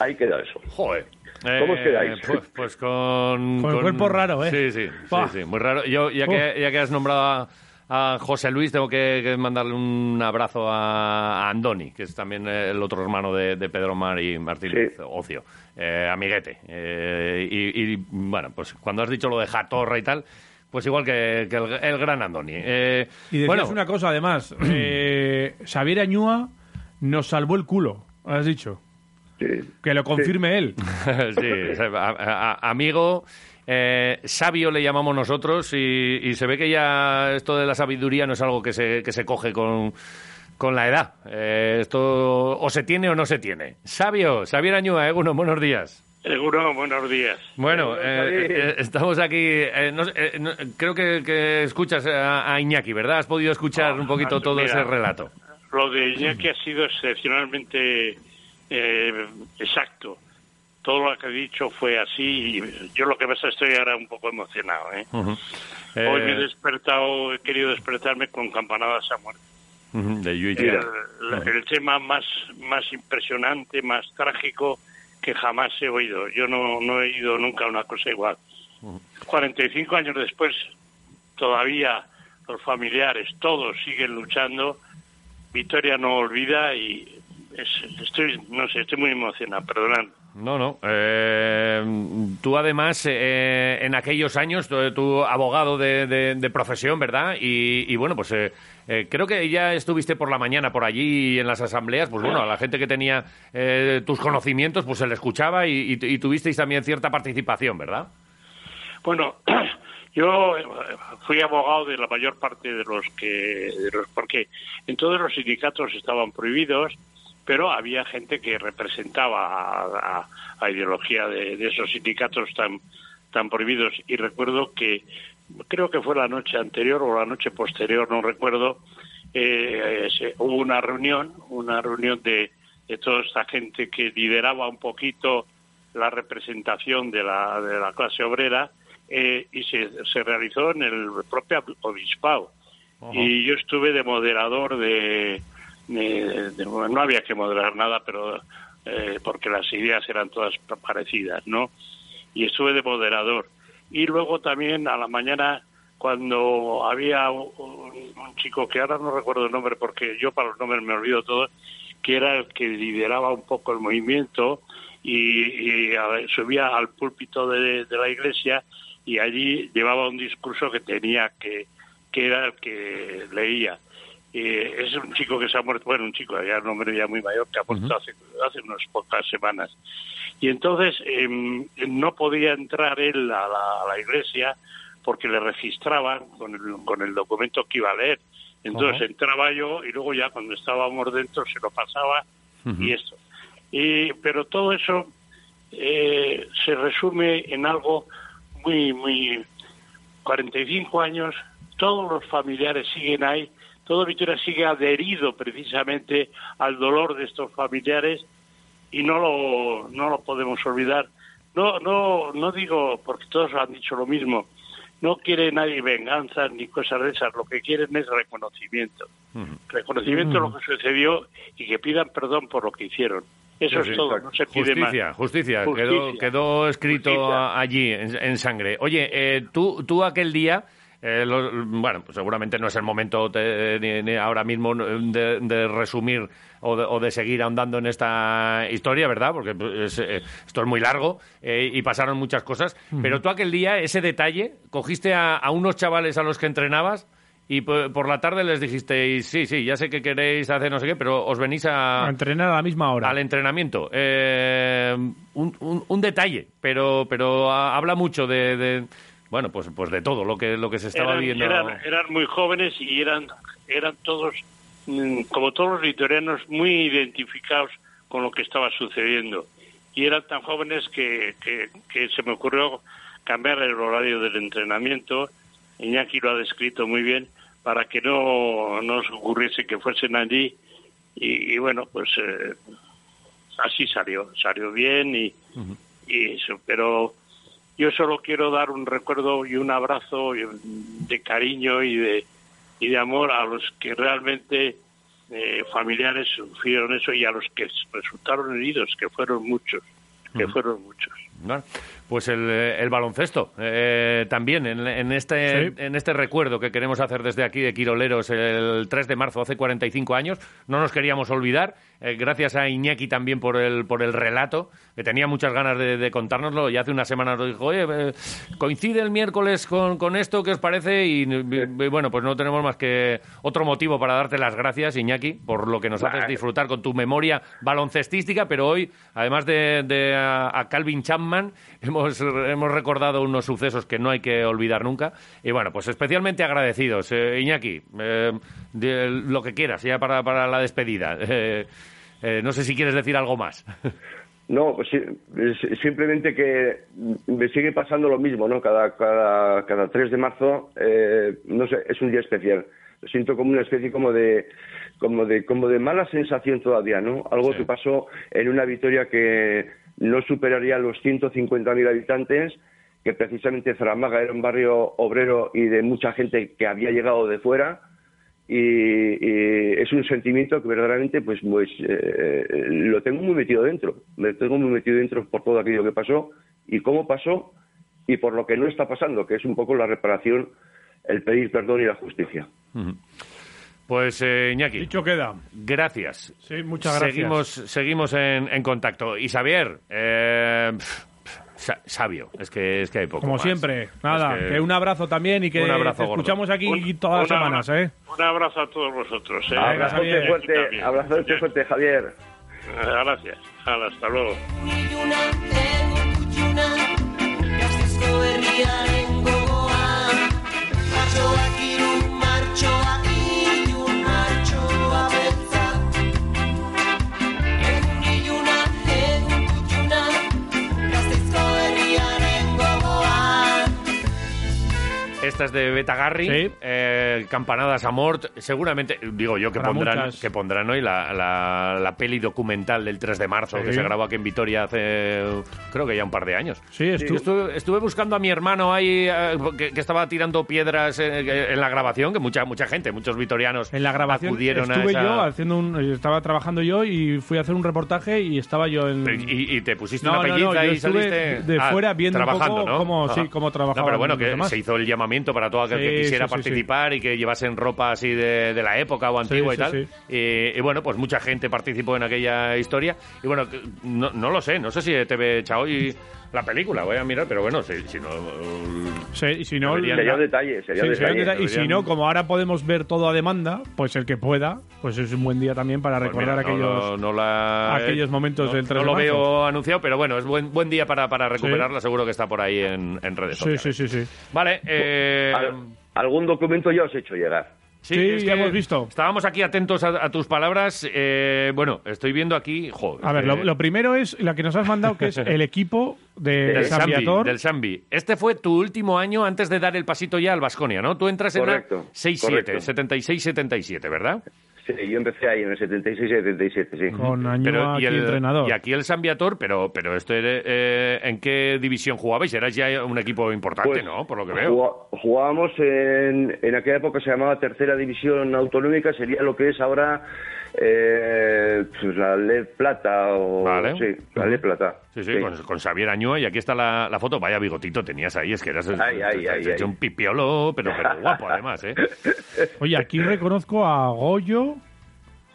Ahí queda eso. Joder. ¿Cómo os Eh, quedáis? Pues, pues con, Con el cuerpo raro, ¿eh? Sí, sí, Buah. sí, sí, muy raro. Yo, ya, que, ya que has nombrado a, a José Luis, tengo que, que mandarle un abrazo a, a Andoni, que es también eh, el otro hermano de, de Pedro Mar y Martínez Ocio, eh, amiguete. Eh, y, y, bueno, pues cuando has dicho lo de Jatorra y tal, pues igual que, que el, el gran Andoni. Eh, Y decías bueno, una cosa, además. eh, Xavier Añúa nos salvó el culo, has dicho. Que lo confirme él. sí, o sea, a- a- amigo, eh, sabio le llamamos nosotros y, y se ve que ya esto de la sabiduría no es algo que se, que se coge con, con la edad. Eh, esto o se tiene o no se tiene. Sabio, Xavier Añúa, Eguno, buenos días. Seguro, buenos días. Bueno, eh, eh, estamos aquí. eh, no sé, eh, no- creo que, que escuchas a, a Iñaki, ¿verdad? Has podido escuchar un poquito ah, todo mira. ese relato. Lo de Iñaki ha sido excepcionalmente eh, exacto. Todo lo que ha dicho fue así. y yo lo que pasa es que estoy ahora un poco emocionado. ¿eh? Hoy me he Eh, despertado, he querido despertarme con campanadas a muerte. ujú, de Yuyi. El, la- el tema más, más impresionante, más trágico que jamás he oído. Yo no, no he oído nunca una cosa igual. 45 años después, todavía los familiares, todos siguen luchando. Victoria no olvida y es- estoy, no sé, estoy muy emocionado, perdonad. No, no. Eh, tú además, eh, en aquellos años, tú, tú abogado de, de- de profesión, ¿verdad? Y, y bueno, pues eh, eh, creo que ya estuviste por la mañana por allí y en las asambleas, pues bueno, a la gente que tenía eh, tus conocimientos, pues se le escuchaba y, y- y tuvisteis también cierta participación, ¿verdad? Bueno, yo eh, fui abogado de la mayor parte de los que, de los, porque en todos los sindicatos estaban prohibidos, pero había gente que representaba a, a- a ideología de, de esos sindicatos tan, tan prohibidos. Y recuerdo que, creo que fue la noche anterior o la noche posterior, no recuerdo, eh, se- hubo una reunión, una reunión de, de toda esta gente que lideraba un poquito la representación de la, de la clase obrera eh, y se, se realizó en el propio obispado. Y yo estuve de moderador de, de- de- bueno, No había que moderar nada, pero eh, porque las ideas eran todas parecidas, ¿no? Y estuve de moderador. Y luego también a la mañana, cuando había un, un chico que ahora no recuerdo el nombre, porque yo para los nombres me olvido todo, que era el que lideraba un poco el movimiento y, y, a- subía al púlpito de, de la iglesia y allí llevaba un discurso que tenía que, que era el que leía. Eh, es un chico que se ha muerto, bueno, un chico, ya un hombre ya muy mayor, que ha muerto hace, hace unas pocas semanas. Y entonces em, no podía entrar él a la, a la iglesia porque le registraban con el, con el documento que iba a leer. Entonces Ajá. entraba yo y luego ya cuando estábamos dentro se lo pasaba y esto. Y, pero todo eso eh, se resume en algo muy, muy... 45 años, todos los familiares siguen ahí, todo Victoria sigue adherido precisamente al dolor de estos familiares y no lo, no lo podemos olvidar. No, no, no digo, porque todos han dicho lo mismo, no quiere nadie venganzas ni cosas de esas, lo que quieren es reconocimiento reconocimiento de Mm. lo que sucedió y que pidan perdón por lo que hicieron. Eso Sí, es sí. todo, no se pide justicia, más. Justicia, Quedó, Justicia. quedó escrito a- allí, en, en sangre. Oye, eh, tú, tú aquel día... eh, lo- bueno, pues seguramente no es el momento te- ni, ni ahora mismo de, de resumir o de, o de seguir ahondando en esta historia, ¿verdad? Porque pues, es, eh, esto es muy largo eh, y pasaron muchas cosas. Pero tú aquel día, ese detalle, cogiste a, a unos chavales a los que entrenabas y por, por la tarde les dijisteis, sí, sí, ya sé que queréis hacer no sé qué, pero os venís a, A entrenar a la misma hora. al entrenamiento. Eh, un, un- un detalle, pero, pero ah, habla mucho de, de- bueno, pues, pues de todo lo que, lo que se estaba eran, viendo. eran- eran muy jóvenes y eran, eran todos, mm, como todos los vitorianos, muy identificados con lo que estaba sucediendo. Y eran tan jóvenes que, que- que se me ocurrió cambiar el horario del entrenamiento. Iñaki lo ha descrito muy bien para que no nos ocurriese que fuesen allí. Y, y bueno, pues eh, así salió, salió bien y, y eso, pero yo solo quiero dar un recuerdo y un abrazo y un- de cariño y de, y de amor a los que realmente eh, familiares sufrieron eso y a los que resultaron heridos, que fueron muchos, que fueron muchos. Bueno, pues el, eh, el baloncesto eh, también en, en este Sí. en este recuerdo que queremos hacer desde aquí de Quiroleros el 3 de marzo hace 45 años no nos queríamos olvidar Eh, gracias a Iñaki también por el por el relato que tenía muchas ganas de, de contárnoslo y hace una semana nos dijo oye eh, coincide el miércoles con, con esto qué os parece y, eh, bueno pues no tenemos más que otro motivo para darte las gracias Iñaki por lo que nos haces Vale. disfrutar disfrutar con tu memoria baloncestística, pero hoy, además de, de a, a Calvin Chapman, hemos, hemos recordado unos sucesos que no hay que olvidar nunca. Y bueno, pues especialmente agradecidos. Eh, Iñaki, eh, de- lo que quieras, ya para, para la despedida. Eh, eh, no sé si quieres decir algo más. No, pues sí, es- simplemente que me sigue pasando lo mismo, ¿no? Cada, cada, cada 3 de marzo, eh, no sé, es un día especial. Lo siento como una especie como de, como de, como de mala sensación todavía, ¿no? Algo que pasó en una victoria que no superaría los 150.000 habitantes, que precisamente Zaramaga era un barrio obrero y de mucha gente que había llegado de fuera y, y es un sentimiento que verdaderamente pues pues eh, eh, lo tengo muy metido dentro lo tengo muy metido dentro por todo aquello que pasó y cómo pasó y por lo que no está pasando que es un poco la reparación el pedir perdón y la justicia Pues eh, Iñaki. Dicho queda. Gracias. Sí, muchas gracias. Seguimos, seguimos en, en contacto. Y Xavier, eh, pf, pf, sa- sabio. Es que, es que hay poco. Como más. siempre. Nada, Es que- que... un abrazo también y que Un abrazo te gordo. escuchamos aquí Un- todas las un semanas, ¿eh? Un abrazo a todos vosotros. ¿eh? abrazote fuerte abrazote fuerte Javier Gracias. Hala, Hasta luego. iluna, ego kutxuna, gaztizko herriaren gogoa. Martxoak iru, martxoa ilun, martxoa beltza. Egun iluna, egun kutxuna, gaztizko herriaren gogoa. Esta es de Betagarri, eh, Campanadas a Mort. Seguramente, digo yo, que, Habrá pondrán, muchas. que pondrán hoy la, la- la peli documental del 3 de marzo Sí. que se grabó aquí en Vitoria hace, creo que ya un par de años. Sí, estu- Yo estuve, estuve buscando a mi hermano ahí eh, que, que estaba tirando piedras en, en la grabación, que mucha mucha gente, muchos vitorianos en la grabación acudieron Estuve a esa... yo haciendo un, eh, estaba trabajando yo y fui a hacer un reportaje y estaba yo en. Pero, ¿Y, y te pusiste No, una no, no, pelliza yo y estuve saliste de Ah, fuera viendo un trabajando, poco ¿no? cómo- sí, Ajá. cómo No, trabajaban pero bueno, los que demás. se hizo el llamamiento para todo aquel que Sí, quisiera sí, sí, sí. participar y que llevasen ropa así de, de la época o sí, antigua y tal. sí. Y, y bueno, pues mucha gente participó en aquella historia. Y bueno, que- no, no lo sé, no sé si te ve echado y la película, voy a mirar, pero bueno, si, si no... Sí, y si no, Deberían- Sería un detalle, sería un un detalle. detalle. Y si Deberían- no, como ahora podemos ver todo a demanda, pues el que pueda, pues es un buen día también para Pues recordar mira, no aquellos. lo- no la- aquellos momentos no- del 3 no de lo marzo. veo anunciado, pero bueno, es buen, buen día para, para recuperarla. Seguro que está por ahí en, en redes Sí, sociales. sí, sí, sí. Vale, eh, algún documento ya os he hecho llegar Sí, Sí, es ya que hemos visto. Estábamos aquí atentos a, a tus palabras. Eh, bueno, estoy viendo aquí. jo, A ver, eh, lo, lo primero es la que nos has mandado, que es el equipo de, del San Sambi, Viator. del Sambi. Este fue tu último año antes de dar el pasito ya al Vasconia, ¿no? Tú entras en Correcto, la 6-7, correcto. 76-77, ¿verdad? sí, yo empecé ahí en el 76 y 77 sí Con Añua Pero, aquí entrenador. y aquí el San Viator, pero, pero este, eh, ¿en qué división jugabais? Eras ya un equipo importante, Pues, ¿no? Por lo que veo. Juga- Jugábamos en, en aquella época se llamaba Tercera División Autonómica, sería lo que es ahora eh, pues la Le Plata o Vale. sí, la Le Plata. Sí, sí, Con, con Xavier Añúa. Y aquí está la, la foto. Vaya bigotito tenías ahí. Es que eras Ay, ay, te has ay, hecho ay. un pipiolo, pero, pero guapo además, ¿eh? Oye, aquí reconozco a Goyo,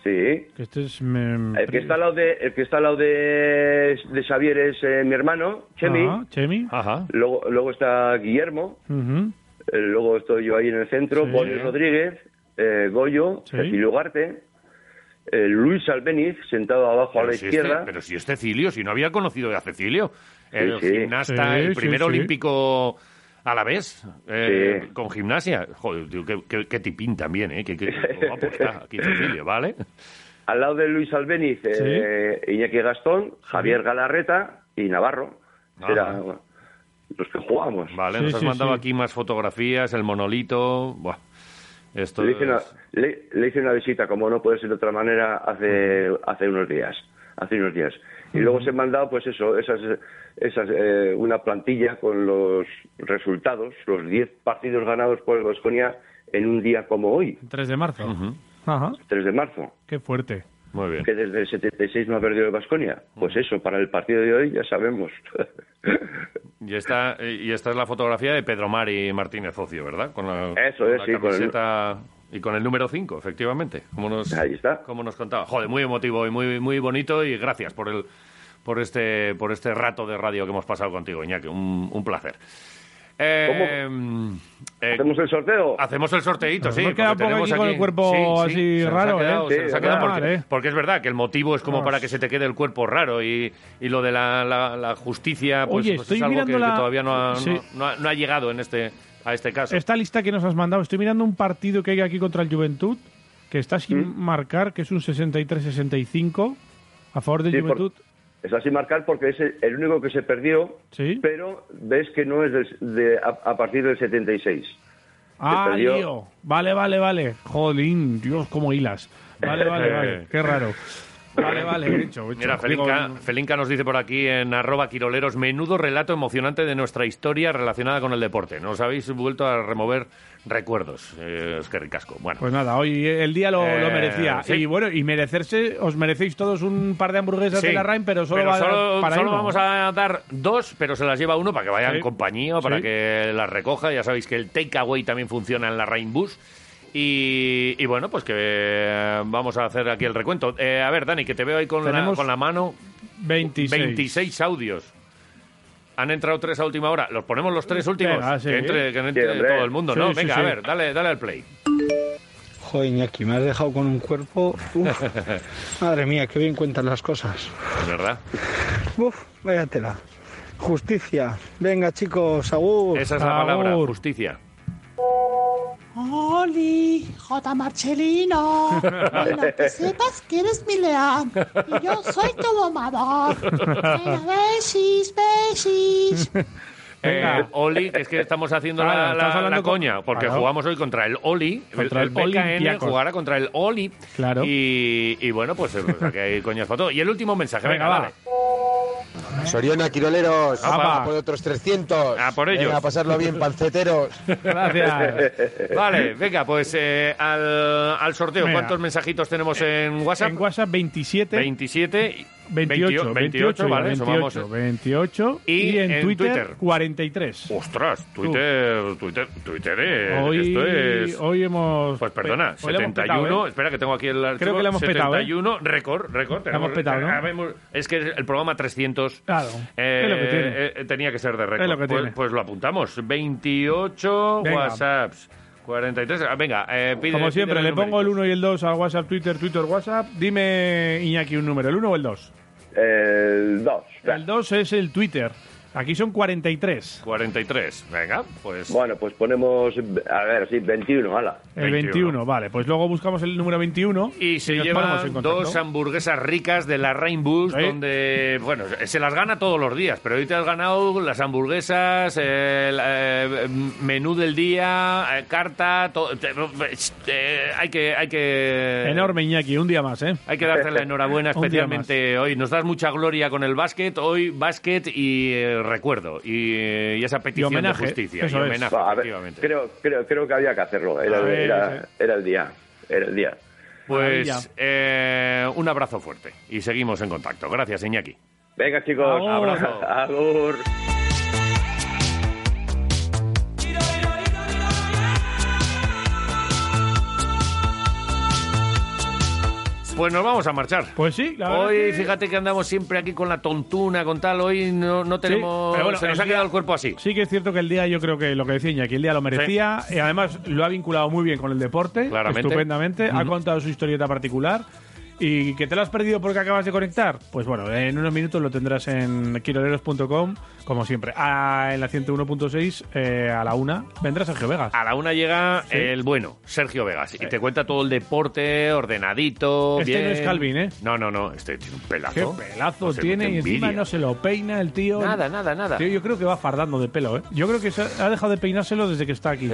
Sí. que este es. me- El que está al lado de, el que está al lado de, de Xavier es eh, mi hermano, Chemi. Ajá, Chemi. Ajá. Luego, luego está Guillermo, Ujú. eh, eh, luego estoy yo ahí en el centro, Sí. Goyo Rodríguez, eh, Goyo, Sí. Cecilio Ugarte, eh, Luis Albeniz, sentado abajo a la si izquierda. este- pero si es Cecilio, si no había conocido a Cecilio. El sí. gimnasta, Sí, el sí, primer sí. olímpico a la vez, eh, Sí. con gimnasia. Joder, tío, qué, qué- qué tipín también, ¿eh? Qué, qué- qué guapo está aquí Cecilio, ¿vale? Al lado de Luis Albeniz, eh, Iñaki Gastón, Javier Galarreta y Navarro. Ah. Era los que jugábamos. Vale, nos has mandado aquí más fotografías, el monolito. Buah, esto Le hice, una, es- le- le hice una visita, como no puede ser de otra manera, hace, hace unos días. Hace unos días. Y luego se me han dado, pues eso, esas, esas, eh, una plantilla con los resultados, los 10 partidos ganados por el Vasconia en un día como hoy, 3 de marzo. Ajá, 3 de marzo. qué fuerte. Muy bien. Que desde el 76 no ha perdido el Vasconia. Pues eso, para el partido de hoy ya sabemos. Y esta, y esta es la fotografía de Pedro Mari Martínez Ocio, ¿verdad? Con la, Eso con es, la sí, con el- camiseta y con el número 5, efectivamente. Como nos, Ahí está. Como nos contaba. Joder, muy emotivo y muy, muy bonito y gracias por el por este por este rato de radio que hemos pasado contigo, Iñaki. Un, un placer. Eh, eh, ¿Hacemos el sorteo? Hacemos el sorteito, Nos sí. hemos quedado porque un poco tenemos aquí con el cuerpo Sí, sí, así se nos ha raro, quedado- ¿eh? se nos Sí, ha quedado normal, porque, ¿eh? porque es verdad que el motivo es como Vamos. para que se te quede el cuerpo raro y, y lo de la, la- la justicia pues, Oye, pues estoy es algo que, mirando la- que todavía no ha, no- Sí. no ha- no ha llegado en este a este caso. Esta lista que nos has mandado, estoy mirando un partido que hay aquí contra el Juventud, que está sin Mm. marcar, que es un 63-65 a favor del Sí, por- Juventud. Está sin marcar porque es el, el único que se perdió, pero ves que no es del- de, a, a partir del 76. Ah, perdió. lío. Vale, vale, vale. Jolín, Dios, cómo hilas. Vale, vale, vale. Qué raro. Vale, vale, hecho. hecho. Mira, pues, Digo, Felinka, Felinka nos dice por aquí en arroba quiroleros, menudo relato emocionante de nuestra historia relacionada con el deporte. Nos habéis vuelto a remover recuerdos. Eh, es que ricasco. Bueno, Pues nada, hoy el día lo, lo Eh, merecía. sí. Y bueno, y merecerse, os merecéis todos un par de hamburguesas Sí, de la Rain, pero solo, pero va a dar solo- para solo uno. vamos a dar dos, pero se las lleva uno para que vaya Sí. en compañía, o para Sí. que las recoja. Ya sabéis que el takeaway también funciona en la Rainbus. Y, y bueno, pues que eh, vamos a hacer aquí el recuento. Eh, a ver, Dani, que te veo ahí con, la, Tenemos con la mano. 26. 26 audios. Han entrado tres a última hora. ¿Los ponemos los tres últimos? Venga, sí. Que entre, que entre Sí, hombre. todo el mundo, Sí, ¿no? sí, Venga, sí. a ver, dale, dale al play. Joder, Iñaki, me has dejado con un cuerpo. Uf, madre mía, qué bien cuentan las cosas. Es verdad. Uf, vaya tela. Justicia. Venga, chicos, agur. Esa es la palabra, justicia. ¡Oli! J. Marcelino. Bueno, que sepas que eres mi león. Y yo soy tu mamador. Venga, besis, besis. Eh, Oli, que es que estamos haciendo Claro, la, la- Ah, estamos hablando la con- coña, porque Claro. jugamos hoy contra el Oli, el- Contra el, el PKN Olympiacos. jugará contra el Oli, Claro. y, y bueno, pues, eh, pues aquí hay coñas para todo. Y el último mensaje, venga, Venga, va. dale. Soriana Quiroleros, Apa. vamos a por otros 300. A Ah, por ellos. Venga, a pasarlo bien, panceteros. Vale, venga, pues eh, al, al sorteo, Venga. Eh, ¿cuántos mensajitos tenemos en WhatsApp? En WhatsApp 27, 27, 28, 28, 28, vale, 28, sumamos. eh. 28, y, Y en, en Twitter, Twitter. 43. Ostras, Twitter, Twitter, Twitter, eh, hoy, esto es... hoy hemos... ¿eh? Pues Perdona, 71. Espera, que tengo aquí el archivo. que la hemos petado, ¿eh? 71, récord, récord. La hemos tenemos- eh, petado, ¿no? habemos- Es que el programa 300 Claro, eh, es lo que tiene. eh, eh, tenía que ser de récord. Es lo que pues, tiene. pues lo apuntamos. 28 Venga. WhatsApps. 43. Ah, Venga, eh, pide. Como siempre, pide le el pongo el 1 y el 2 al WhatsApp, Twitter, Twitter, WhatsApp. Dime, Iñaki, un número, ¿el 1 o el 2? El 2. El 2 es el Twitter. Aquí son 43. 43, venga, pues. Bueno, pues ponemos, a ver, sí, 21, ala. El 21. vale. Pues luego buscamos el número 21. Y se nos ponemos en llevan contacto. dos hamburguesas ricas de la Rainbus, donde, bueno, se las gana todos los días, pero hoy te has ganado las hamburguesas, el eh, menú del día, eh, carta, todo, te- eh, hay que... Hay que Enorme, Iñaki. Un día más, ¿eh? Hay que darte la enhorabuena Un día especialmente hoy. Nos das mucha gloria con el básquet. Hoy básquet y eh, recuerdo. Y, eh, y esa petición de justicia. y homenaje, Va, a ver, efectivamente. creo, creo, creo que había que hacerlo. Era, A ver, era- era el día. Era el día. Pues eh, un abrazo fuerte y seguimos en contacto. Gracias, Iñaki. Venga, chicos. Agur. Abrazo. Agur. Pues nos vamos a marchar. Pues sí, la verdad Hoy, es que- fíjate que andamos siempre aquí con la tontuna, con tal. Hoy no, no Sí, tenemos. pero bueno, se nos el ha quedado día- el cuerpo así. Sí que es cierto que el día, yo creo que lo que decía Iñaki, el día lo merecía. Sí. Y además lo ha vinculado muy bien con el deporte. Claramente. Estupendamente. Ha contado su historieta particular. ¿Y que te lo has perdido porque acabas de conectar? Pues bueno, en unos minutos lo tendrás en quiroleros.com, como siempre. Ah, en la 101.6, eh, a la una, vendrá Sergio Vegas. A la una llega Sí. el bueno, Sergio Vegas, y te cuenta todo el deporte ordenadito. Este bien. no es Calvin, ¿eh? No, no, no, este tiene un Qué pelazo. pelazo No sé, tiene qué y encima Pues envidia. no se lo peina el tío. Nada, nada, nada. Tío, yo creo que va fardando de pelo, ¿eh? Yo creo que se ha dejado de peinárselo desde que está aquí.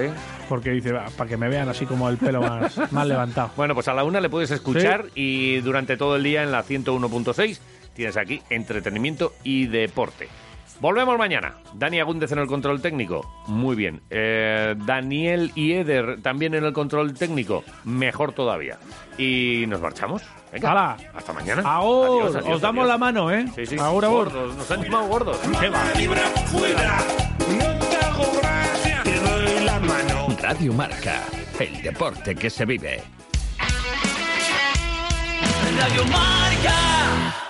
Porque dice, "Va, para que me vean así como el pelo más, más levantado. Bueno, pues a la una le puedes escuchar y durante todo el día en la 101.6 tienes aquí entretenimiento y deporte. Volvemos mañana. Dani Agúndez en el control técnico. Muy bien. Eh, Daniel y Eder también en el control técnico. Mejor todavía. Y nos marchamos. Venga. ¡Hala! Hasta mañana. Ahora, Adiós, adiós, os damos adiós. la mano, ¿eh? Sí, sí. Ahora vos. gordos. Nos han llamado gordos. Radio Marca, el deporte que se vive. Radio Marca.